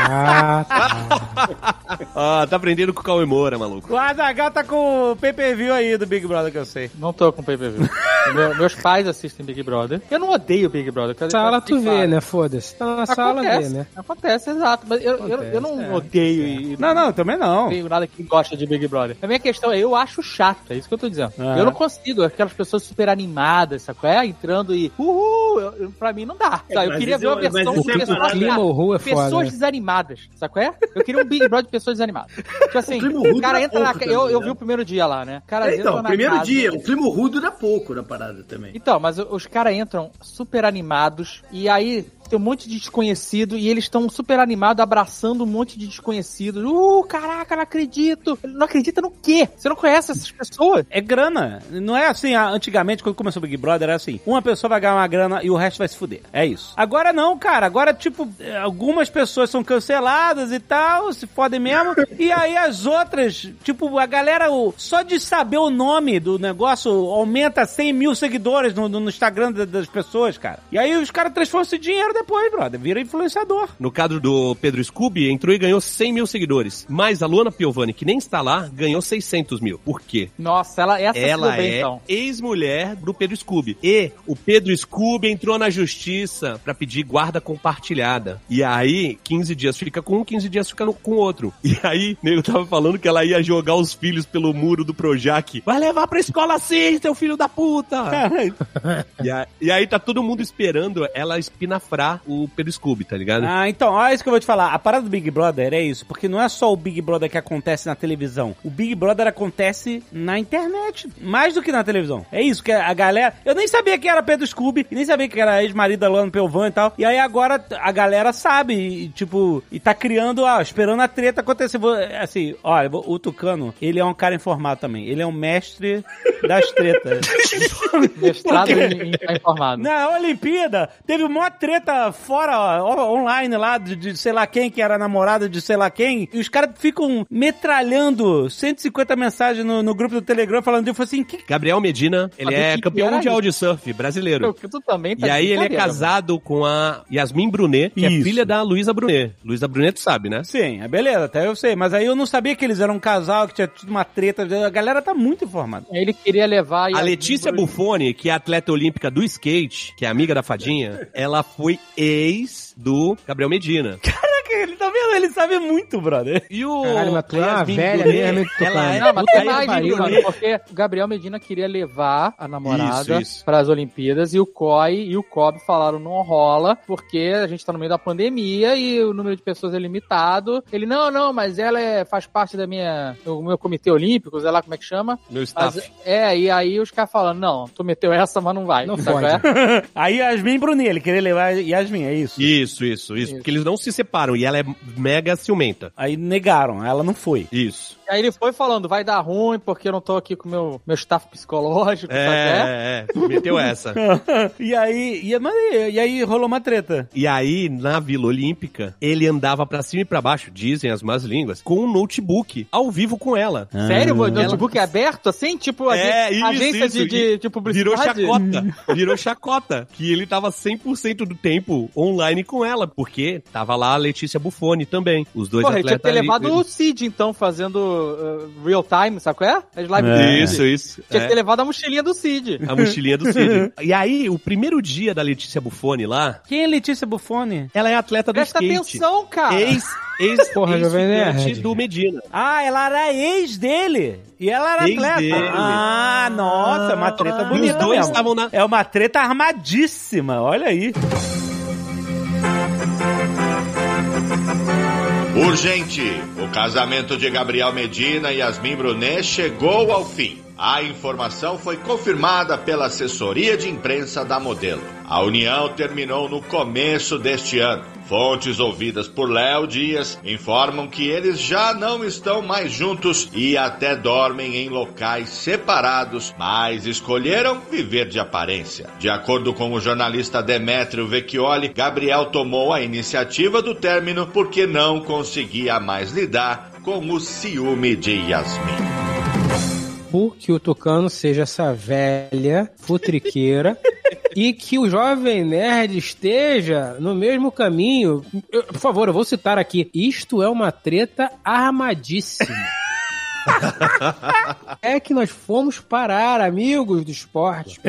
Speaker 6: Ah, tá.
Speaker 3: Ah, tá aprendendo com o Cauê Moura, maluco.
Speaker 2: O Azaghal tá com o pay-per-view aí do Big Brother que eu sei.
Speaker 4: Não tô com pay-per-view. Meu- meus pais assistem Big Brother. Eu não odeio Big Brother. cara.
Speaker 6: sala
Speaker 4: Eu
Speaker 6: tu vê,
Speaker 4: falo.
Speaker 6: né? Foda-se. Tá na sala vê,
Speaker 4: Acontece,
Speaker 6: né?
Speaker 4: acontece, exato. Mas eu, eu- eu, não
Speaker 6: Acontece, é.
Speaker 4: odeio e
Speaker 2: Não, não, também não.
Speaker 4: tenho nada que gosta de Big Brother. A minha questão é, eu acho chato, é isso que eu tô dizendo. Eu não consigo, aquelas pessoas super animadas, sabe? qual é? Entrando e uhul, eu, eu- pra mim não dá. sabe? eu
Speaker 1: mas
Speaker 4: queria
Speaker 1: isso
Speaker 4: ver uma
Speaker 1: é-
Speaker 4: versão
Speaker 1: mas
Speaker 4: de
Speaker 1: isso é
Speaker 4: pessoas,
Speaker 1: parada-
Speaker 6: Clima ou rua é foda.
Speaker 4: assim, pessoas
Speaker 6: né?
Speaker 4: desanimadas, sabe? qual é? Eu queria um Big Brother de pessoas desanimadas.
Speaker 1: <laughs>
Speaker 4: Tipo assim,
Speaker 1: clima ruim
Speaker 4: o cara
Speaker 1: dá
Speaker 4: entra na.
Speaker 1: pouco
Speaker 4: Eu,
Speaker 1: também,
Speaker 4: eu
Speaker 1: né?
Speaker 4: vi o primeiro dia lá, né? O cara
Speaker 1: É, então,
Speaker 4: entra na
Speaker 1: primeiro
Speaker 4: casa-
Speaker 1: dia, o clima rudo dá pouco na parada também.
Speaker 4: então, mas os caras entram super animados e aí tem um monte de desconhecido e eles estão super animados abraçando um monte de desconhecido. Uh, caraca, não acredito. Não acredita no quê? Você não conhece essas pessoas?
Speaker 2: É grana. Não é assim, ah, antigamente, quando começou o Big Brother, era assim: uma pessoa vai ganhar uma grana e o resto vai se fuder. É isso. Agora não, cara. Agora, tipo, eh, algumas pessoas são canceladas e tal, se fodem <laughs> mesmo. e aí as outras, tipo, a galera, o- só de saber o nome do negócio, aumenta 100 mil seguidores no, no- no Instagram da- das pessoas, cara. E aí os caras transformam esse dinheiro depois, brother. Vira influenciador.
Speaker 3: No caso do Pedro Scooby, entrou e ganhou 100 mil seguidores. Mas a Luana Piovani, que nem está lá, ganhou 600 mil. Por quê?
Speaker 4: Nossa, ela essa se deu
Speaker 3: Ela
Speaker 4: bem,
Speaker 3: é
Speaker 4: então.
Speaker 3: ex-mulher do Pedro Scooby. E o Pedro Scooby entrou na justiça pra pedir guarda compartilhada. E aí, 15 dias fica com um, 15 dias fica no- com o outro. <laughs> E aí, o nego tava falando que ela ia jogar os filhos pelo muro do Projac. Vai levar pra escola sim, seu filho da
Speaker 4: <laughs> É,
Speaker 3: puta! e, a- e aí tá todo mundo esperando ela espinafrar o Pedro Scooby, tá ligado?
Speaker 2: Ah, então, olha isso que eu vou te falar. A parada do Big Brother é isso, porque não é só o Big Brother que acontece na televisão. O Big Brother acontece na internet, mais do que na televisão. É isso que a galera. Eu nem sabia que era Pedro Scooby, e nem sabia que era ex-marido da Luana Pelvan e tal. E aí agora a galera sabe, e, tipo, e tá criando, ó, esperando a treta acontecer. Vou- Assim, olha, vou- o Tucano, ele é um cara informado também. Ele é um mestre das tretas.
Speaker 4: Mestrado em, em
Speaker 3: <laughs>
Speaker 4: tá informado.
Speaker 2: Na Olimpíada, teve uma treta fora, ó, ó, online lá, de, de sei lá quem, que era namorada de sei lá quem, e os caras ficam metralhando 150 mensagens no, no grupo do Telegram falando, eu falei assim, que...
Speaker 3: Gabriel Medina, ele
Speaker 4: Mas o
Speaker 3: é
Speaker 4: que
Speaker 3: campeão
Speaker 4: era
Speaker 3: mundial de surf brasileiro.
Speaker 4: Eu- tu também tá
Speaker 3: E aí
Speaker 4: de
Speaker 3: ele é
Speaker 4: brincadeira, mano.
Speaker 3: casado com a Yasmin Brunet, que é
Speaker 2: Isso.
Speaker 3: filha da Luísa Brunet. Luísa Brunet tu sabe, né?
Speaker 2: Sim, é beleza, até eu sei, mas aí eu não sabia que eles eram um casal, que tinha tido uma treta, a galera tá muito informada.
Speaker 4: Aí Ele queria levar...
Speaker 3: A Letícia Buffoni, que é atleta olímpica do skate, que é amiga da <laughs> Fadinha, ela foi ex do Gabriel Medina.
Speaker 2: Caraca, ele tá vendo? Ele sabe muito, brother.
Speaker 3: <laughs> E o
Speaker 6: Caralho, mas tu é uma
Speaker 3: Yasmin
Speaker 6: velha
Speaker 3: Brunet,
Speaker 6: mesmo, hein, que tu
Speaker 3: ela
Speaker 6: fala.
Speaker 3: é
Speaker 4: Não, mas tem
Speaker 3: a
Speaker 4: mais,
Speaker 3: Yasmin
Speaker 4: mano,
Speaker 3: Brunet.
Speaker 4: porque o Gabriel Medina queria levar a namorada
Speaker 3: Isso, isso.
Speaker 4: para as Olimpíadas e o COI e o COB falaram não rola porque a gente tá no meio da pandemia e o número de pessoas é limitado. Ele, não, não, mas ela é, faz parte da minha, do meu comitê olímpico, sei lá como é que chama.
Speaker 3: Meu staff.
Speaker 4: Mas, é, e aí os caras falam, não, tu meteu essa, mas não vai.
Speaker 6: Não
Speaker 4: Sabe
Speaker 6: pode.
Speaker 4: qual é?
Speaker 2: Aí Yasmin Bruni, ele queria levar Yasmin, é isso.
Speaker 3: Isso, isso, isso. Porque eles não se separam e ela é mega ciumenta.
Speaker 2: Aí negaram, ela não <laughs> foi.
Speaker 3: Isso.
Speaker 4: E aí ele foi falando, vai dar ruim porque eu não tô aqui com meu, meu staff psicológico, sabe qual é?
Speaker 3: É, é, é. Meteu essa.
Speaker 2: e aí, e, mas aí- e aí rolou uma treta.
Speaker 3: E aí, na Vila Olímpica, ele andava pra cima e pra baixo, dizem as más línguas, com um notebook, ao vivo com Ah. ela.
Speaker 4: Sério, mano? Notebook aberto assim? Tipo,
Speaker 3: É,
Speaker 4: agen-
Speaker 3: isso,
Speaker 4: agência
Speaker 3: isso.
Speaker 4: de, de, de
Speaker 3: Virou
Speaker 4: publicidade? <laughs>
Speaker 3: chacota. Virou chacota. Que ele tava 100% do tempo online com ela, porque tava lá a Letícia Buffoni também. Os dois
Speaker 4: Porra, ele tinha que
Speaker 3: atletas
Speaker 4: ter
Speaker 3: ali-
Speaker 4: levado o Cid, então, fazendo uh, real time, sabe qual é? As lives
Speaker 3: É.
Speaker 4: dele.
Speaker 3: Isso, isso.
Speaker 4: Tinha
Speaker 3: é.
Speaker 4: que ter levado a mochilinha do Cid.
Speaker 3: A mochilinha do
Speaker 4: <laughs>
Speaker 3: Cid. e aí, o primeiro dia da Letícia Buffoni lá,
Speaker 2: Quem é Letícia Buffoni?
Speaker 3: ela é atleta do
Speaker 4: Presta
Speaker 3: skate.
Speaker 4: atenção, cara.
Speaker 3: Ex, ex,
Speaker 6: Porra,
Speaker 2: é
Speaker 3: ex
Speaker 6: Jovem Nerd.
Speaker 3: do Medina.
Speaker 2: Ah, ela era ex dele. E ela era
Speaker 3: Ex
Speaker 2: atleta.
Speaker 3: dele.
Speaker 2: Ah, nossa, uma treta bonita
Speaker 3: Os dois
Speaker 2: mesmo.
Speaker 3: estavam na,
Speaker 2: É uma treta armadíssima, olha aí.
Speaker 9: Urgente! O casamento de Gabriel Medina e Yasmin Brunet chegou ao fim. A informação foi confirmada pela assessoria de imprensa da modelo. A união terminou no começo deste ano. Fontes ouvidas por Léo Dias informam que eles já não estão mais juntos e até dormem em locais separados, mas escolheram viver de aparência. De acordo com o jornalista Demetrio Vecchioli, Gabriel tomou a iniciativa do término porque não conseguia mais lidar com o ciúme de Yasmin.
Speaker 6: Por que o Tucano seja essa velha futriqueira e que o jovem nerd esteja no mesmo caminho. Eu, por favor, eu vou citar aqui. Isto é uma treta armadíssima. é que nós fomos parar, amigos do esporte.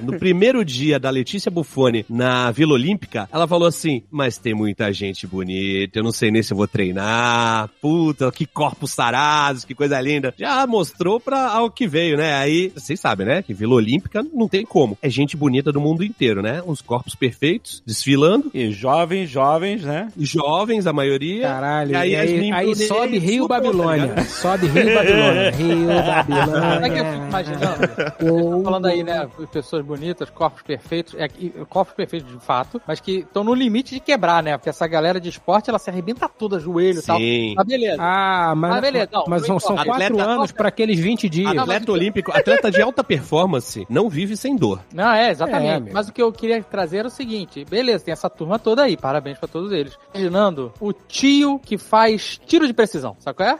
Speaker 3: No, no primeiro dia da Letícia Buffoni na Vila Olímpica, ela falou assim: Mas tem muita gente bonita, eu não sei nem se eu vou treinar. Puta, que corpos sarados, que coisa linda. Já mostrou pra ao que veio, né? Aí, vocês sabem, né? Que Vila Olímpica não tem como. É gente bonita do mundo inteiro, né? Uns corpos perfeitos, desfilando.
Speaker 2: E jovens, jovens, né?
Speaker 3: Jovens, a maioria.
Speaker 6: Caralho,
Speaker 3: E aí
Speaker 6: e aí,
Speaker 3: Yasmin
Speaker 6: aí
Speaker 3: Brunet
Speaker 6: sobe Rio
Speaker 3: surtou, tá
Speaker 6: Babilônia.
Speaker 3: ligado?
Speaker 6: sobe Rio
Speaker 3: <laughs>
Speaker 6: Babilônia. Rio
Speaker 4: Sabe o é que eu fico
Speaker 6: Babilônia.
Speaker 4: imaginando? Tô falando aí, né? Pessoas bonitas, corpos perfeitos, é, que- corpos perfeitos de fato, mas que estão no limite de quebrar, né? Porque essa galera de esporte, ela se arrebenta toda, joelho e tal.
Speaker 3: Sim.
Speaker 4: Mas beleza.
Speaker 6: Ah, mas,
Speaker 4: Ah, beleza, não,
Speaker 6: mas
Speaker 4: não
Speaker 6: são, são
Speaker 4: importa.
Speaker 6: quatro
Speaker 3: Atleta-
Speaker 6: anos para aqueles 20 dias.
Speaker 4: Ah, não,
Speaker 3: Atleta olímpico, atleta de alta performance, não vive sem dor.
Speaker 4: Não, é,
Speaker 6: É,
Speaker 4: exatamente.
Speaker 6: amigo.
Speaker 4: Mas o que eu queria trazer era o seguinte: beleza, tem essa turma toda aí, parabéns pra todos eles. Imaginando o tio que faz tiro de precisão, sabe
Speaker 2: <laughs>
Speaker 4: qual é?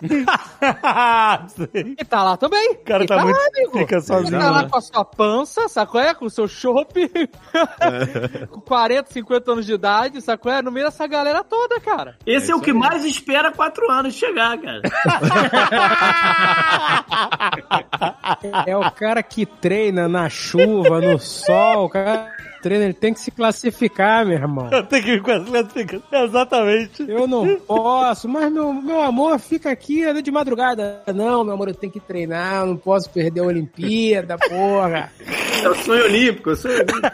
Speaker 4: Ele tá lá também. O
Speaker 2: cara tá muito- fica
Speaker 1: assim,
Speaker 4: Ele
Speaker 2: sozinho,
Speaker 4: tá lá
Speaker 2: né?
Speaker 4: com a sua pança, sabe qual é? Com o seu chope.
Speaker 2: É.
Speaker 4: <laughs> com 40, 50 anos de idade, sabe qual é? No meio dessa galera toda, cara.
Speaker 1: Esse é, o que mais espera quatro anos chegar, cara.
Speaker 6: É o cara que treina na chuva, no sol, o cara treina, ele tem que se classificar, meu irmão.
Speaker 2: Tem que ir com as classificações. Exatamente.
Speaker 6: Eu não posso, mas meu, meu amor fica aqui né, de madrugada. Não, meu amor, eu tenho que treinar, eu não posso perder a Olimpíada, porra.
Speaker 1: É o sonho olímpico, é o sonho olímpico.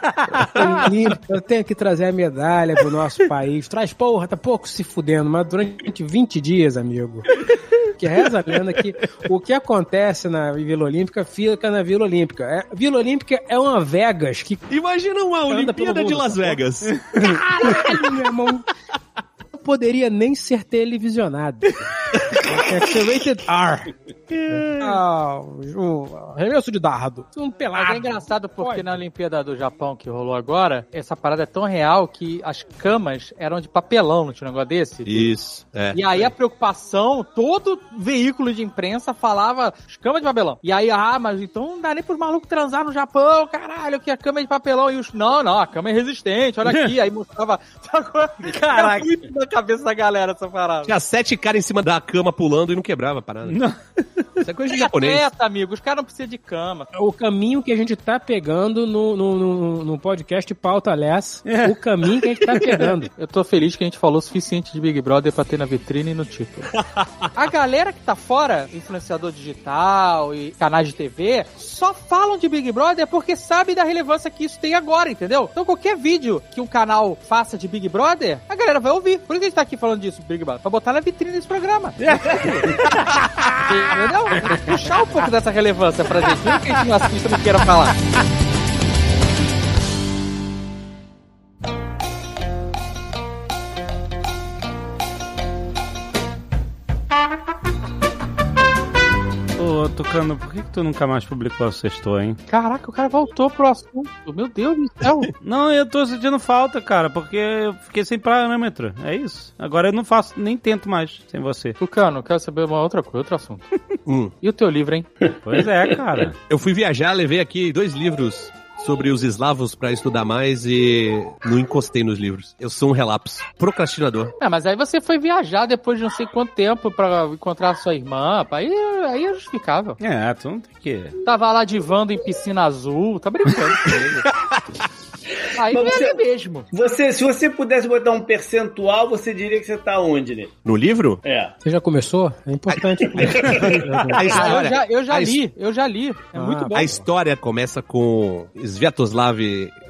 Speaker 6: Olímpica, Eu tenho que trazer a medalha pro nosso país. Traz porra, tá pouco se fudendo, mas durante 20 dias, amigo. Que reza a lenda que o que acontece na Vila Olímpica fica na Vila Olímpica. É, Vila Olímpica é uma Vegas que
Speaker 3: Imagina uma
Speaker 6: Anda pelo
Speaker 3: Olimpíada
Speaker 6: mundo,
Speaker 3: de Las
Speaker 6: sacou?
Speaker 3: Vegas.
Speaker 6: Caralho, meu irmão. Não poderia nem ser televisionado. É que ser rated R. Ah, o arremesso de dardo.
Speaker 4: Um pelado.
Speaker 2: Ah.
Speaker 4: Mas é engraçado porque na Olimpíada do Japão que rolou agora, essa parada é tão real que as camas eram de papelão, não tinha um negócio desse?
Speaker 3: Isso, é.
Speaker 4: E aí a preocupação, todo veículo de imprensa falava as camas de papelão. E aí, ah, mas então não dá nem pros malucos transar no Japão, caralho, que a cama é de papelão. E os, não, não, a cama é resistente, olha aqui. aí mostrava, <laughs> Caraca. muito na cabeça da galera essa parada.
Speaker 3: Tinha sete caras em cima da cama pulando e não quebrava a parada. Isso é coisa de japonês.
Speaker 4: Atleta, amigo, os caras não precisam de cama.
Speaker 6: O caminho que a gente tá pegando no, no, no, no podcast Pauta Less.
Speaker 2: É.
Speaker 6: O caminho que a gente tá pegando.
Speaker 4: Eu tô feliz que a gente falou o suficiente de Big Brother pra ter na vitrine e no título. <laughs> a galera que tá fora, influenciador digital e canais de TV, só falam de Big Brother porque sabe da relevância que isso tem agora, entendeu? Então qualquer vídeo que um canal faça de Big Brother, a galera vai ouvir. Por isso que a gente tá aqui falando disso, Big Brother, pra botar na vitrine desse programa. entendeu? Puxar um pouco dessa relevância pra gente. Mesmo que a gente não assista, não queira falar.
Speaker 2: Ô, Tucano, por que, que tu nunca mais publicou o sexto, hein?
Speaker 4: Caraca, o cara voltou pro assunto. Meu Deus do céu.
Speaker 2: Não, eu tô sentindo falta, cara, porque eu fiquei sem parâmetro. É isso. Agora eu não faço, nem tento mais sem você.
Speaker 4: Tucano, quero saber uma outra coisa, outro assunto.
Speaker 3: <laughs> Hum.
Speaker 4: E o teu livro, hein?
Speaker 2: Pois é, cara.
Speaker 3: Eu fui viajar, levei aqui dois livros sobre os eslavos pra estudar mais e não encostei nos livros. Eu sou um relapso. Procrastinador.
Speaker 4: Ah, mas aí você foi viajar depois de não sei quanto tempo pra encontrar sua irmã. pá, Aí, aí é justificável.
Speaker 2: <laughs> É, tu não tem que.
Speaker 4: Tava lá divando em piscina azul, tá brincando comigo. <laughs> Aí
Speaker 1: Mas
Speaker 4: viaja
Speaker 1: você-
Speaker 4: mesmo.
Speaker 1: Você, se você pudesse botar um percentual, você diria que você tá onde, né?
Speaker 3: No livro?
Speaker 1: É.
Speaker 6: Você já começou? É
Speaker 2: <laughs>
Speaker 6: importante.
Speaker 3: A
Speaker 4: Ah, eu
Speaker 3: história,
Speaker 4: já, eu já
Speaker 3: a
Speaker 4: li, eu já li. É
Speaker 6: Ah,
Speaker 4: muito bom.
Speaker 3: a história começa com Sviatoslav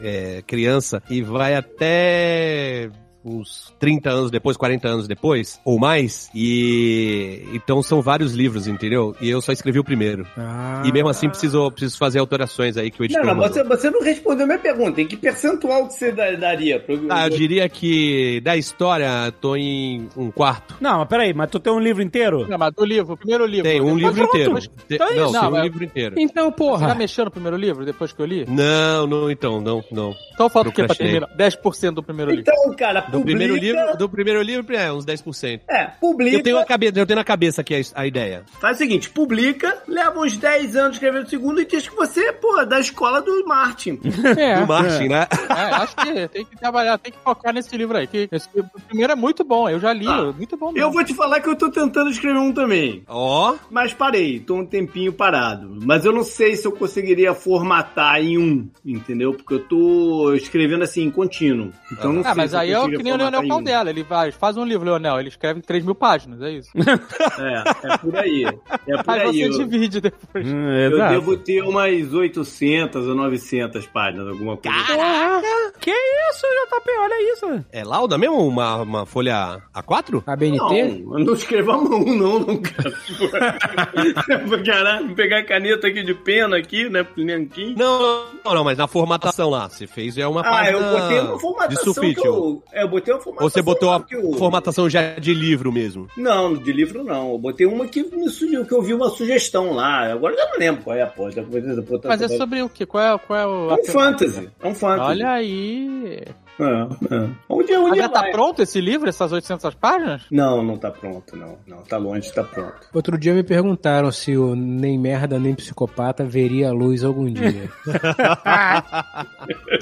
Speaker 3: é, criança e vai até uns 30 anos depois, 40 anos depois, ou mais. E então são vários livros, entendeu? E eu só escrevi o primeiro.
Speaker 6: Ah.
Speaker 3: E mesmo
Speaker 4: Ah.
Speaker 3: assim preciso, preciso fazer alterações aí que o editor.
Speaker 1: Não, não,
Speaker 3: mandou.
Speaker 1: você, você não respondeu minha pergunta. Em que percentual que você da- daria? Pro...
Speaker 3: Ah, eu diria que da história tô em um quarto.
Speaker 2: Não, mas peraí, mas tu tem um livro inteiro?
Speaker 4: Não, mas do livro, o primeiro livro.
Speaker 3: Tem um
Speaker 4: Depois-
Speaker 3: livro
Speaker 4: Mas pronto,
Speaker 3: inteiro.
Speaker 4: mas-
Speaker 3: Te-
Speaker 4: então é
Speaker 3: não,
Speaker 4: isso.
Speaker 3: tem um
Speaker 4: mas-
Speaker 3: livro inteiro.
Speaker 6: Então,
Speaker 4: Você já
Speaker 6: porra.
Speaker 4: mexeu no primeiro livro, depois que eu li?
Speaker 3: Não, não, então, não, não.
Speaker 4: Então falta o quê pra
Speaker 3: Procrastinei.
Speaker 4: terminar? 10% do primeiro livro.
Speaker 1: Então, cara,
Speaker 3: Do
Speaker 1: publica...
Speaker 3: primeiro livro, do primeiro livro é uns 10%.
Speaker 1: É, publica...
Speaker 3: Eu tenho, a cabeça, eu tenho na cabeça aqui a, a ideia.
Speaker 1: Faz o seguinte, publica, leva uns 10 anos escrevendo o segundo e diz que você, pô, é da escola do
Speaker 4: <laughs>
Speaker 1: Martin. É.
Speaker 3: do Martin, né?
Speaker 4: É, acho que tem que trabalhar, tem que focar nesse livro aí. Que esse- o primeiro é muito bom, eu já li,
Speaker 1: Ah,
Speaker 4: muito bom mesmo.
Speaker 1: Eu vou te falar que eu tô tentando escrever um também.
Speaker 3: Ó,
Speaker 1: Mas parei, tô um tempinho parado. Mas eu não sei se eu conseguiria formatar em um, entendeu? Porque eu tô escrevendo assim, em contínuo. Então não sei
Speaker 4: Ah, mas
Speaker 1: se eu
Speaker 4: aí é o que
Speaker 1: conseguiria
Speaker 4: nem o Leonel
Speaker 1: formatar em um.
Speaker 4: Caldela. Ele vai, faz um livro, Leonel. Ele escreve 3 mil páginas, é isso.
Speaker 1: É, é por aí.
Speaker 4: <laughs>
Speaker 1: É por
Speaker 4: Aí
Speaker 1: aí.
Speaker 4: você
Speaker 1: Eu-
Speaker 4: divide depois.
Speaker 2: Hum,
Speaker 1: Eu
Speaker 2: exato.
Speaker 1: devo ter umas 800 ou 900 páginas, alguma coisa.
Speaker 2: Que isso, JP? Olha isso.
Speaker 3: é lauda mesmo? Uma, uma folha A4?
Speaker 6: A BNT?
Speaker 1: Não, eu não escrevo a mão, não, não, cara. Pô. <laughs> Caralho, vou pegar a caneta aqui de pena aqui, né? Nanquim.
Speaker 3: Não, não, não, mas na formatação lá. Você fez é uma
Speaker 1: Ah, eu
Speaker 3: página
Speaker 1: botei uma
Speaker 3: de
Speaker 1: formatação que
Speaker 3: sulfite. Ou
Speaker 1: eu... é, Eu botei uma formatação
Speaker 3: você botou a
Speaker 1: que eu-
Speaker 3: formatação já de livro mesmo.
Speaker 1: Não, de livro não. Eu botei uma que me sugeriu, que eu vi uma sugestão lá. Agora eu não lembro qual é a porta.
Speaker 4: Mas é sobre o quê? Qual é, qual é o...
Speaker 1: É um fantasy. É um fantasy.
Speaker 4: Olha aí.
Speaker 1: É, é. Onde é,
Speaker 4: Mas
Speaker 1: onde
Speaker 4: já tá
Speaker 1: vai?
Speaker 4: pronto esse livro, essas 800 páginas?
Speaker 1: Não, não tá pronto, não. Não, tá longe de tá pronto.
Speaker 6: Outro dia me perguntaram se o nem merda nem psicopata veria a luz
Speaker 2: <laughs>
Speaker 6: algum dia.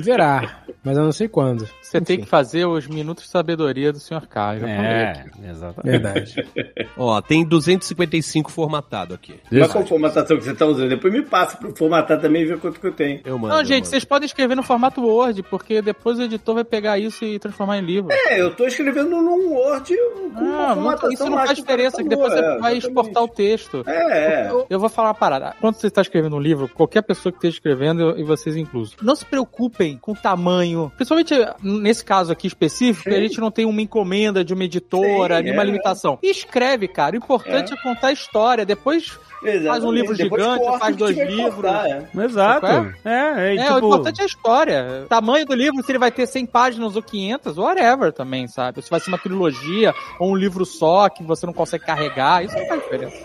Speaker 6: Verá, mas eu não sei quando.
Speaker 4: Você tem
Speaker 6: Enfim,
Speaker 4: que fazer os minutos de sabedoria do Sr. K. eu
Speaker 2: É.
Speaker 4: já falei aqui.
Speaker 2: exatamente.
Speaker 6: Verdade.
Speaker 3: Ó, tem 255 formatado aqui.
Speaker 1: Mas qual formatação que você tá usando? Depois me passa pra eu formatar também e ver quanto que eu tenho.
Speaker 3: Eu mando.
Speaker 4: Não,
Speaker 3: eu
Speaker 4: gente,
Speaker 3: mando.
Speaker 4: vocês podem escrever no formato Word, porque depois o editor vai pegar isso e transformar em livro.
Speaker 1: É, eu tô escrevendo num Word com
Speaker 4: Ah, não- isso não faz
Speaker 1: tá
Speaker 4: diferença, que depois você vai exportar o texto.
Speaker 1: É, é.
Speaker 4: Eu- Eu vou falar uma parada. Quando você está escrevendo um livro, qualquer pessoa que esteja escrevendo, eu- e vocês inclusos, não se preocupem com o tamanho. Principalmente eh, nesse caso aqui específico, a gente não tem uma encomenda de uma editora,
Speaker 1: Sim,
Speaker 4: nenhuma
Speaker 1: é.
Speaker 4: limitação. Escreve, cara. O importante é, contar a história. Depois. Faz um livro
Speaker 1: é, Depois
Speaker 4: gigante,
Speaker 1: corta
Speaker 4: faz
Speaker 1: o que
Speaker 4: dois
Speaker 1: tiver que
Speaker 4: livros.
Speaker 1: cortar, é. <laughs>
Speaker 2: Exato. É, é,
Speaker 4: É, o
Speaker 2: tipo...
Speaker 4: importante é a história. O tamanho do livro, se ele vai ter 100 páginas ou 500, whatever também, sabe? Se vai ser uma trilogia ou um livro só que você não consegue carregar, isso não faz diferença.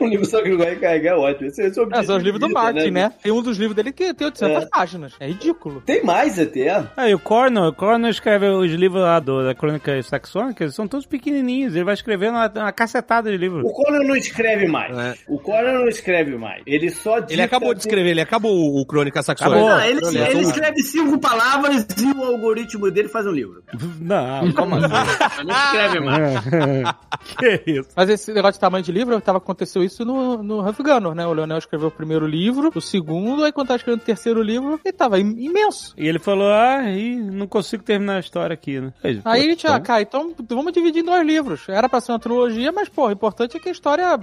Speaker 1: Um livro só que não vai carregar é ótimo. Esse é, o
Speaker 4: É,
Speaker 1: objetivo
Speaker 4: são os livros do
Speaker 1: de vida,
Speaker 4: Martin, né? Tem um dos livros dele que tem 800 páginas. É ridículo.
Speaker 1: Tem mais até.
Speaker 2: Aí Ah, o Cornel, o Cornel escreve os livros lá do, da crônica saxônica, eles são todos pequenininhos, ele vai escrevendo uma, uma cacetada de livro.
Speaker 1: O Conan não escreve mais.
Speaker 3: É.
Speaker 1: O Conan não escreve mais. Ele só
Speaker 3: Ele acabou de escrever, ele acabou o, o Crônica Saxônica.
Speaker 1: Não, ele,
Speaker 3: Crônica
Speaker 1: ele
Speaker 3: Saxônica.
Speaker 1: escreve cinco palavras e o algoritmo dele faz um livro.
Speaker 2: Não, como assim?
Speaker 1: Ele não escreve mais.
Speaker 2: <laughs> que isso?
Speaker 4: Mas esse negócio de tamanho de livro, tava, aconteceu isso no, no Huff Gunner, né? O Leonel escreveu o primeiro livro, o segundo, aí quando tava escrevendo o terceiro livro, ele tava im- imenso.
Speaker 2: E ele falou, ah, e não consigo terminar a história aqui, né? Aí,
Speaker 4: Aí a
Speaker 2: pô,
Speaker 4: gente, ah, cara, então vamos dividir em dois livros. Era pra ser uma trilogia, mas, pô, o importante é que a história,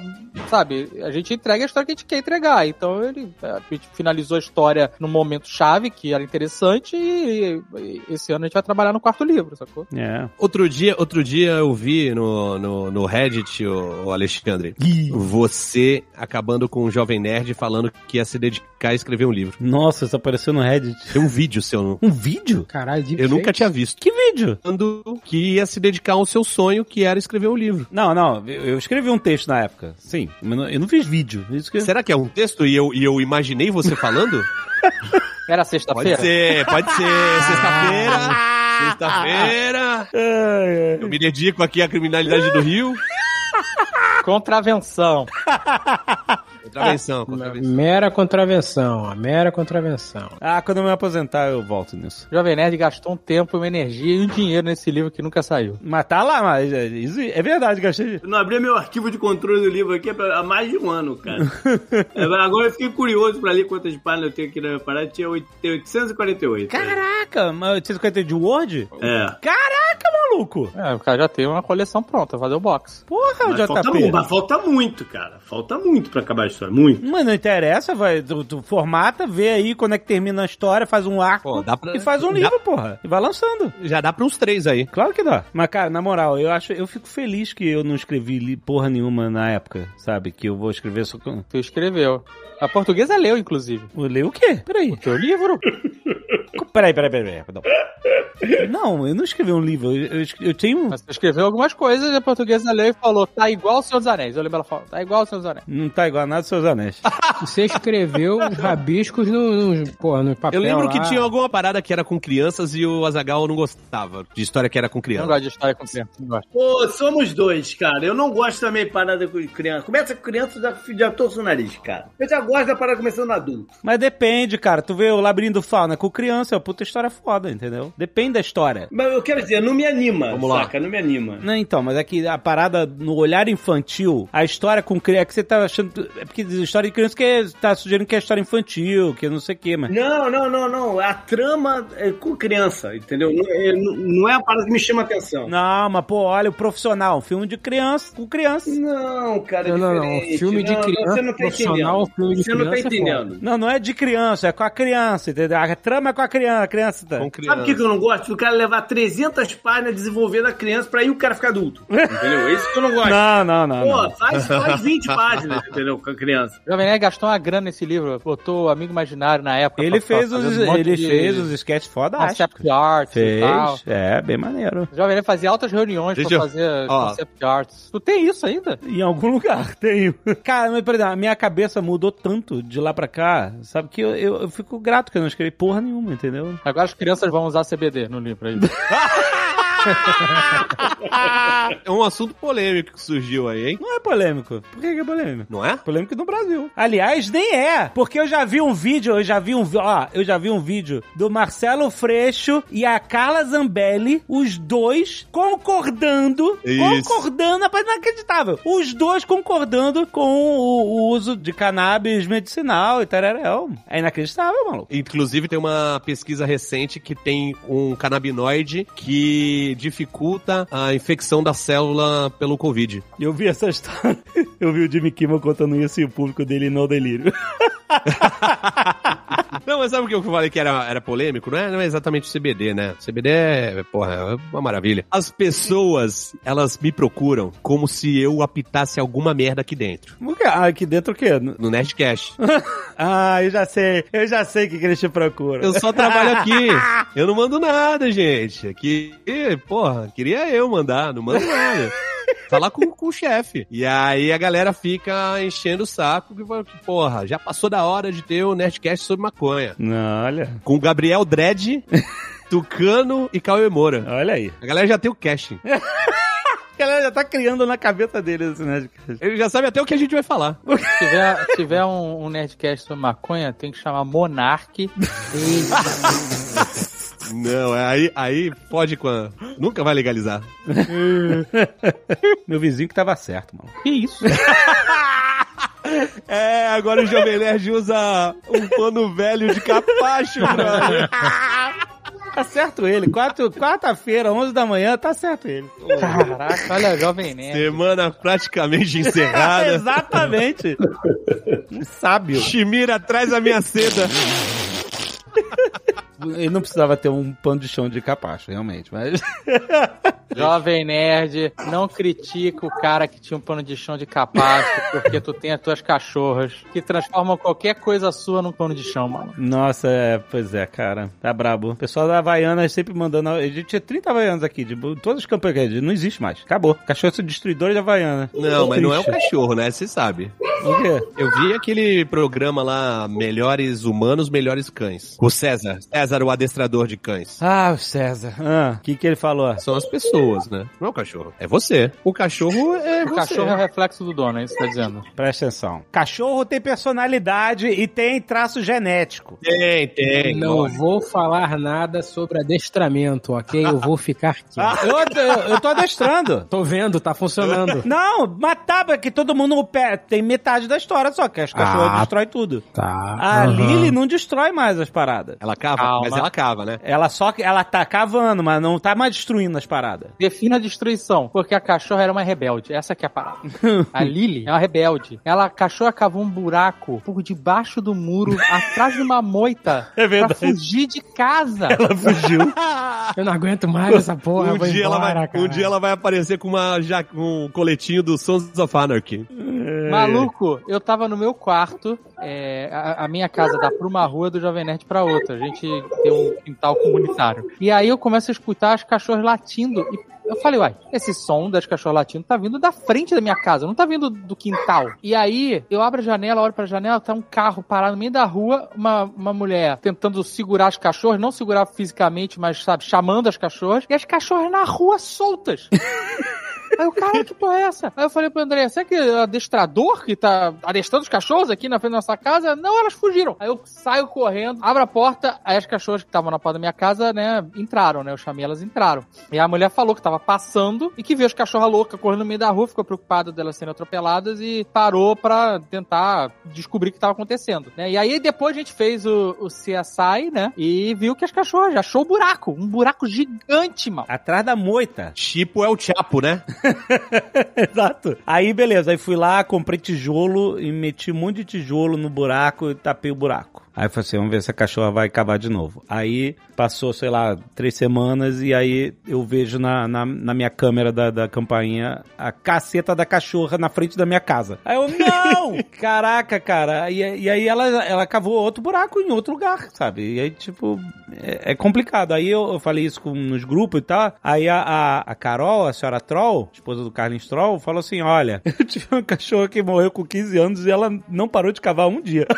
Speaker 4: sabe, a gente entrega a história que a gente quer entregar. Então ele a gente finalizou a história num momento chave, que era interessante, e, e esse ano a gente vai trabalhar no quarto livro, sacou?
Speaker 2: É.
Speaker 3: Outro dia, outro dia eu vi no, no, no Reddit, o, Alexandre, você acabando com o Jovem Nerd falando que ia se dedicar a escrever um livro.
Speaker 2: Nossa, isso apareceu no Reddit.
Speaker 3: Tem um vídeo seu, no-
Speaker 2: Um vídeo?
Speaker 6: Caralho, de
Speaker 3: eu nunca tinha visto.
Speaker 2: Que vídeo?
Speaker 3: Falando que ia se dedicar ao seu sonho, que era escrever um livro.
Speaker 2: Não, não, eu eu escrevi um texto na época, sim, mas não- eu não fiz vídeo. Isso que...
Speaker 3: Será que é um texto e eu, e eu imaginei você <laughs> falando?
Speaker 4: Era
Speaker 3: Pode
Speaker 4: sexta-feira?
Speaker 3: ser, pode ser. <laughs> Sexta-feira. Sexta-feira. Eu me dedico aqui à criminalidade do Rio.
Speaker 4: Contravenção.
Speaker 3: Contravenção, contravenção.
Speaker 6: Mera contravenção, a mera contravenção.
Speaker 2: Ah, quando eu me aposentar eu volto nisso.
Speaker 4: Jovem Nerd gastou um tempo, uma energia e um dinheiro nesse livro que nunca saiu.
Speaker 2: Mas tá lá, mas é- isso é verdade, gastei.
Speaker 1: Eu não abri meu arquivo de controle do livro aqui há mais de um ano,
Speaker 3: <laughs>
Speaker 1: cara. É, Agora eu fiquei curioso pra ler quantas páginas eu tenho aqui na minha parada. Tinha oito- tem 848.
Speaker 2: Caraca, mas 850 um de Word?
Speaker 1: É.
Speaker 2: Caraca, maluco.
Speaker 4: É, o cara já tem uma coleção pronta, fazer o box.
Speaker 2: Porra,
Speaker 1: Mas
Speaker 2: JP.
Speaker 3: tá
Speaker 1: falta,
Speaker 3: um
Speaker 1: mu- mas falta muito, cara. Falta muito pra acabar a história. Muito.
Speaker 2: Mas não interessa, vai, tu, tu formata, vê aí quando é que termina a história, faz um arco
Speaker 3: Pô, dá pra-
Speaker 2: e faz um
Speaker 3: dá-
Speaker 2: livro, porra. E vai lançando.
Speaker 3: Já dá pra uns três aí.
Speaker 2: Claro que dá. Mas, cara, na moral, eu acho, eu fico feliz que eu não escrevi li- porra nenhuma na época, sabe? Que eu vou escrever só com...
Speaker 4: Tu escreveu. A portuguesa leu, inclusive.
Speaker 2: Eu leio o quê? Peraí.
Speaker 4: O teu
Speaker 2: <laughs>
Speaker 4: livro?
Speaker 2: Peraí, peraí, peraí. peraí, peraí. Não, eu não escrevi um livro. Eu, eu, escre- eu tenho... um,
Speaker 4: Mas tu escreveu algumas coisas e a portuguesa leu e falou, tá igual o Senhor dos Anéis. Eu lembro ela falou, tá igual o Senhor dos Anéis.
Speaker 2: Não tá igual a nada dos seus anéis.
Speaker 6: Você escreveu os rabiscos no, no, porra, no papel
Speaker 3: Eu lembro que
Speaker 6: lá.
Speaker 3: tinha alguma parada que era com crianças e o Azagal não gostava de história que era com
Speaker 4: Eu não
Speaker 3: criança.
Speaker 4: gosto de história com criança, não gosto.
Speaker 1: Pô, somos dois, cara. Eu não gosto também de parada com criança. Começa com criança, já, já torço o nariz, cara. Eu já gosto da parada começando adulto.
Speaker 2: Mas depende, cara. Tu vê o Labirinto do Fauna com criança, é uma puta história foda, entendeu? Depende da história.
Speaker 1: Mas eu quero dizer, não me anima,
Speaker 3: Vamos lá.
Speaker 1: saca? Não me anima.
Speaker 2: Não, então, mas é que a parada no olhar infantil, a história com criança, é que você tá achando. É porque diz história de criança que é- tá sugerindo que é história infantil, que não sei o quê, mas.
Speaker 1: Não, não, não, não. A trama é com criança, entendeu? Não é, não- não é a parada que me chama atenção.
Speaker 2: Não, mas pô, olha, o profissional, um filme de criança, com criança.
Speaker 1: Não, cara, é
Speaker 6: Não, não, não.
Speaker 1: diferente.
Speaker 6: Filme de criança,
Speaker 1: Você não tá
Speaker 6: profissional,
Speaker 1: entendendo.
Speaker 6: filme de
Speaker 1: Você não tá
Speaker 6: criança é
Speaker 1: entendendo.
Speaker 2: Não, não é de criança, é com a criança, entendeu? A trama é com a criança, a criança tá.
Speaker 3: Com
Speaker 1: Sabe o que, que eu não gosto? Do cara levar 300 páginas desenvolvendo a criança pra aí o cara ficar adulto. Entendeu? É isso que eu não gosto.
Speaker 2: Não, não, não.
Speaker 1: Pô,
Speaker 2: não.
Speaker 1: faz, faz 20 páginas, entendeu? Com a criança.
Speaker 4: O Jovem Nerd gastou uma grana nesse livro, botou o Amigo Imaginário na época.
Speaker 2: Ele
Speaker 4: pra- pra
Speaker 2: fez
Speaker 4: fazer
Speaker 2: os,
Speaker 4: um monte
Speaker 2: ele
Speaker 4: de
Speaker 2: fez os sketches foda,
Speaker 4: Concept arts e tal.
Speaker 2: Fez, é, bem maneiro.
Speaker 4: O Jovem Nerd fazia altas reuniões
Speaker 3: Deixa eu-
Speaker 4: pra fazer
Speaker 3: ó.
Speaker 4: concept arts. Tu tem isso ainda?
Speaker 2: Em algum lugar, <laughs> tenho. Cara, mas, por exemplo, a minha cabeça mudou tanto de lá pra cá, sabe? Que eu, eu, eu fico grato que eu não escrevi porra nenhuma, entendeu?
Speaker 4: Agora as crianças vão usar CBD no livro aí.
Speaker 3: É um assunto polêmico que surgiu aí, hein?
Speaker 2: Não é polêmico. Por que que é polêmico?
Speaker 3: Não é?
Speaker 2: Polêmico no Brasil. Aliás, nem é, porque eu já vi um vídeo, eu já vi um, vi- ó, eu já vi um vídeo do Marcelo Freixo e a Carla Zambelli, os dois concordando,
Speaker 3: Isso.
Speaker 2: concordando, rapaz, inacreditável. Os dois concordando com o, o uso de cannabis medicinal e tal. É inacreditável, maluco.
Speaker 3: Inclusive, tem uma pesquisa recente que tem um canabinoide que dificulta a infecção da célula pelo Covid.
Speaker 2: Eu vi essa história. <laughs> Eu vi o Jimmy Kimmel contando isso e o público dele não delírio. <laughs>
Speaker 3: Não, mas sabe o que eu falei que era, era polêmico? Não é, não é exatamente o CBD, né? CBD é, porra, é uma maravilha. As pessoas, elas me procuram como se eu apitasse alguma merda aqui dentro.
Speaker 2: O quê? Ah, aqui dentro o quê?
Speaker 3: No Nerdcast.
Speaker 2: Ah, eu já sei. Eu já sei o que, que eles te procuram.
Speaker 3: Eu só trabalho aqui. Eu não mando nada, gente. Aqui, Ih, porra, queria eu mandar, não mando nada. Falar com, com o chefe. E aí a galera fica enchendo o saco que fala que, porra, já passou da hora de ter o Nerdcast sobre maconha.
Speaker 2: Não, olha.
Speaker 3: Com Gabriel Dredd, Tucano e Cauê Moura.
Speaker 2: Olha aí.
Speaker 3: A galera já tem o casting.
Speaker 2: A galera já tá criando na cabeça deles esse Nerdcast.
Speaker 3: Ele já sabe até o que a gente vai falar.
Speaker 4: Se tiver, se tiver um, um Nerdcast sobre maconha, tem que chamar Monark.
Speaker 3: Não, é aí, aí pode com a... Nunca vai legalizar.
Speaker 2: Meu vizinho que tava certo, mano.
Speaker 4: Que isso?
Speaker 3: <laughs> É, agora o Jovem Nerd usa um pano velho de
Speaker 4: <laughs>
Speaker 3: capacho, brother.
Speaker 2: Tá certo ele. Quatro- Quarta-feira, 11 da manhã, tá certo ele.
Speaker 4: Caraca, olha, Jovem Nerd.
Speaker 3: Semana praticamente
Speaker 2: Ah,
Speaker 4: <laughs>
Speaker 2: né?
Speaker 3: encerrada.
Speaker 2: Tá <laughs> Exatamente. Um Sábio.
Speaker 3: Shimira atrás da minha seda.
Speaker 2: Ele não precisava ter um pano de chão de capacho, realmente, mas...
Speaker 4: Jovem Nerd, não critica o cara que tinha um pano de chão de capacho, porque tu tem as tuas cachorras, que transformam qualquer coisa sua num pano de chão, mano.
Speaker 2: Nossa, é, pois é, cara. Tá brabo. O pessoal da Havaianas sempre mandando. A gente tinha 30 Havaianas aqui, de bo- todas as campanhas que a gente- Não existe mais. Acabou. Cachorro são destruidores de Havaiana.
Speaker 3: Não, mas não é um
Speaker 2: Triste.
Speaker 3: cachorro, né? Você sabe.
Speaker 2: O quê?
Speaker 3: Eu vi aquele programa lá, Melhores Humanos, Melhores Cães. O César. César, o adestrador de cães.
Speaker 2: Ah, o César. Ah, O que, que ele falou?
Speaker 3: São as pessoas, né? Não é o cachorro. É você. O cachorro é
Speaker 4: O
Speaker 3: você.
Speaker 4: cachorro é o reflexo do dono, é isso que tá dizendo?
Speaker 2: Presta atenção. Cachorro tem personalidade e tem traço genético.
Speaker 3: Tem, tem.
Speaker 6: Não vou falar nada sobre adestramento, ok? Eu
Speaker 3: <laughs>
Speaker 6: vou ficar
Speaker 3: Ah.
Speaker 6: quieto.
Speaker 2: Eu, eu, eu tô adestrando.
Speaker 6: Tô vendo, tá funcionando.
Speaker 2: Não, matava que todo mundo pe- tem metade da história só, que as cachorras
Speaker 6: Ah.
Speaker 2: destroem tudo.
Speaker 6: Tá.
Speaker 2: A Lily não destrói mais as paradas.
Speaker 3: Ela cava?
Speaker 2: Não,
Speaker 3: mas ela cava, né?
Speaker 2: Ela só ela tá cavando, mas não tá mais destruindo as paradas.
Speaker 4: Defina a destruição, porque a cachorra era uma rebelde. Essa que é
Speaker 2: <laughs>
Speaker 4: a parada. a Lily é uma rebelde. Ela, a cachorra cavou um buraco por debaixo do muro, atrás de uma moita,
Speaker 2: É
Speaker 4: pra
Speaker 2: verdade.
Speaker 4: fugir de casa.
Speaker 2: Ela fugiu.
Speaker 6: Eu não aguento mais essa porra.
Speaker 3: um,
Speaker 6: vou
Speaker 3: dia
Speaker 6: embora,
Speaker 3: ela vai,
Speaker 6: cara.
Speaker 3: um dia ela vai aparecer com uma ja- um coletinho do Sons of Anarchy.
Speaker 4: Maluco, eu tava no meu quarto, é, a, a minha casa dá pra uma rua do Jovem Nerd pra outra. A gente tem um quintal comunitário. E aí eu começo a escutar as cachorras latindo e eu falei, uai, esse som das cachorras latindo tá vindo da frente da minha casa, não tá vindo do quintal. E aí, eu abro a janela, olho pra janela, tá um carro parado no meio da rua, uma, uma mulher tentando segurar as cachorras, não segurar fisicamente, mas, sabe, chamando as cachorras, e as cachorras na rua soltas. Aí o cara, que porra é essa? Aí eu falei pro André, será que é o adestrador que tá adestrando os cachorros aqui na frente da nossa casa? Não, elas fugiram. Aí eu saio correndo, abro a porta, aí as cachorras que estavam na porta da minha casa, né, entraram, né? Eu chamei, elas entraram. E a mulher falou que tava passando e que viu as cachorras loucas correndo no meio da rua, ficou preocupada delas serem atropeladas e parou pra tentar descobrir o que tava acontecendo, né? E aí depois a gente fez o, o CSI, né? E viu que as cachorras achou o buraco, um buraco gigante, mano.
Speaker 2: Atrás da moita.
Speaker 3: Tipo é o Chapo, né?
Speaker 2: <laughs> Exato. Aí, beleza. Aí fui lá, comprei tijolo e meti um monte de tijolo no buraco e tapei o buraco. Aí eu falei assim, vamos ver se a cachorra vai cavar de novo. Aí passou, sei lá, três semanas e aí eu vejo na, na, na minha câmera da, da campainha a caceta da cachorra na frente da minha casa. Aí eu, não! Caraca, cara. E, e aí ela, ela cavou outro buraco em outro lugar, sabe? E aí, tipo, é, é complicado. Aí eu, eu falei isso com, nos grupos e tal. Aí a, a, a Carol, a senhora Troll, esposa do Carlinhos Troll, falou assim: olha, <laughs> eu tive uma cachorra que morreu com 15 anos e ela não parou de cavar um dia. <laughs>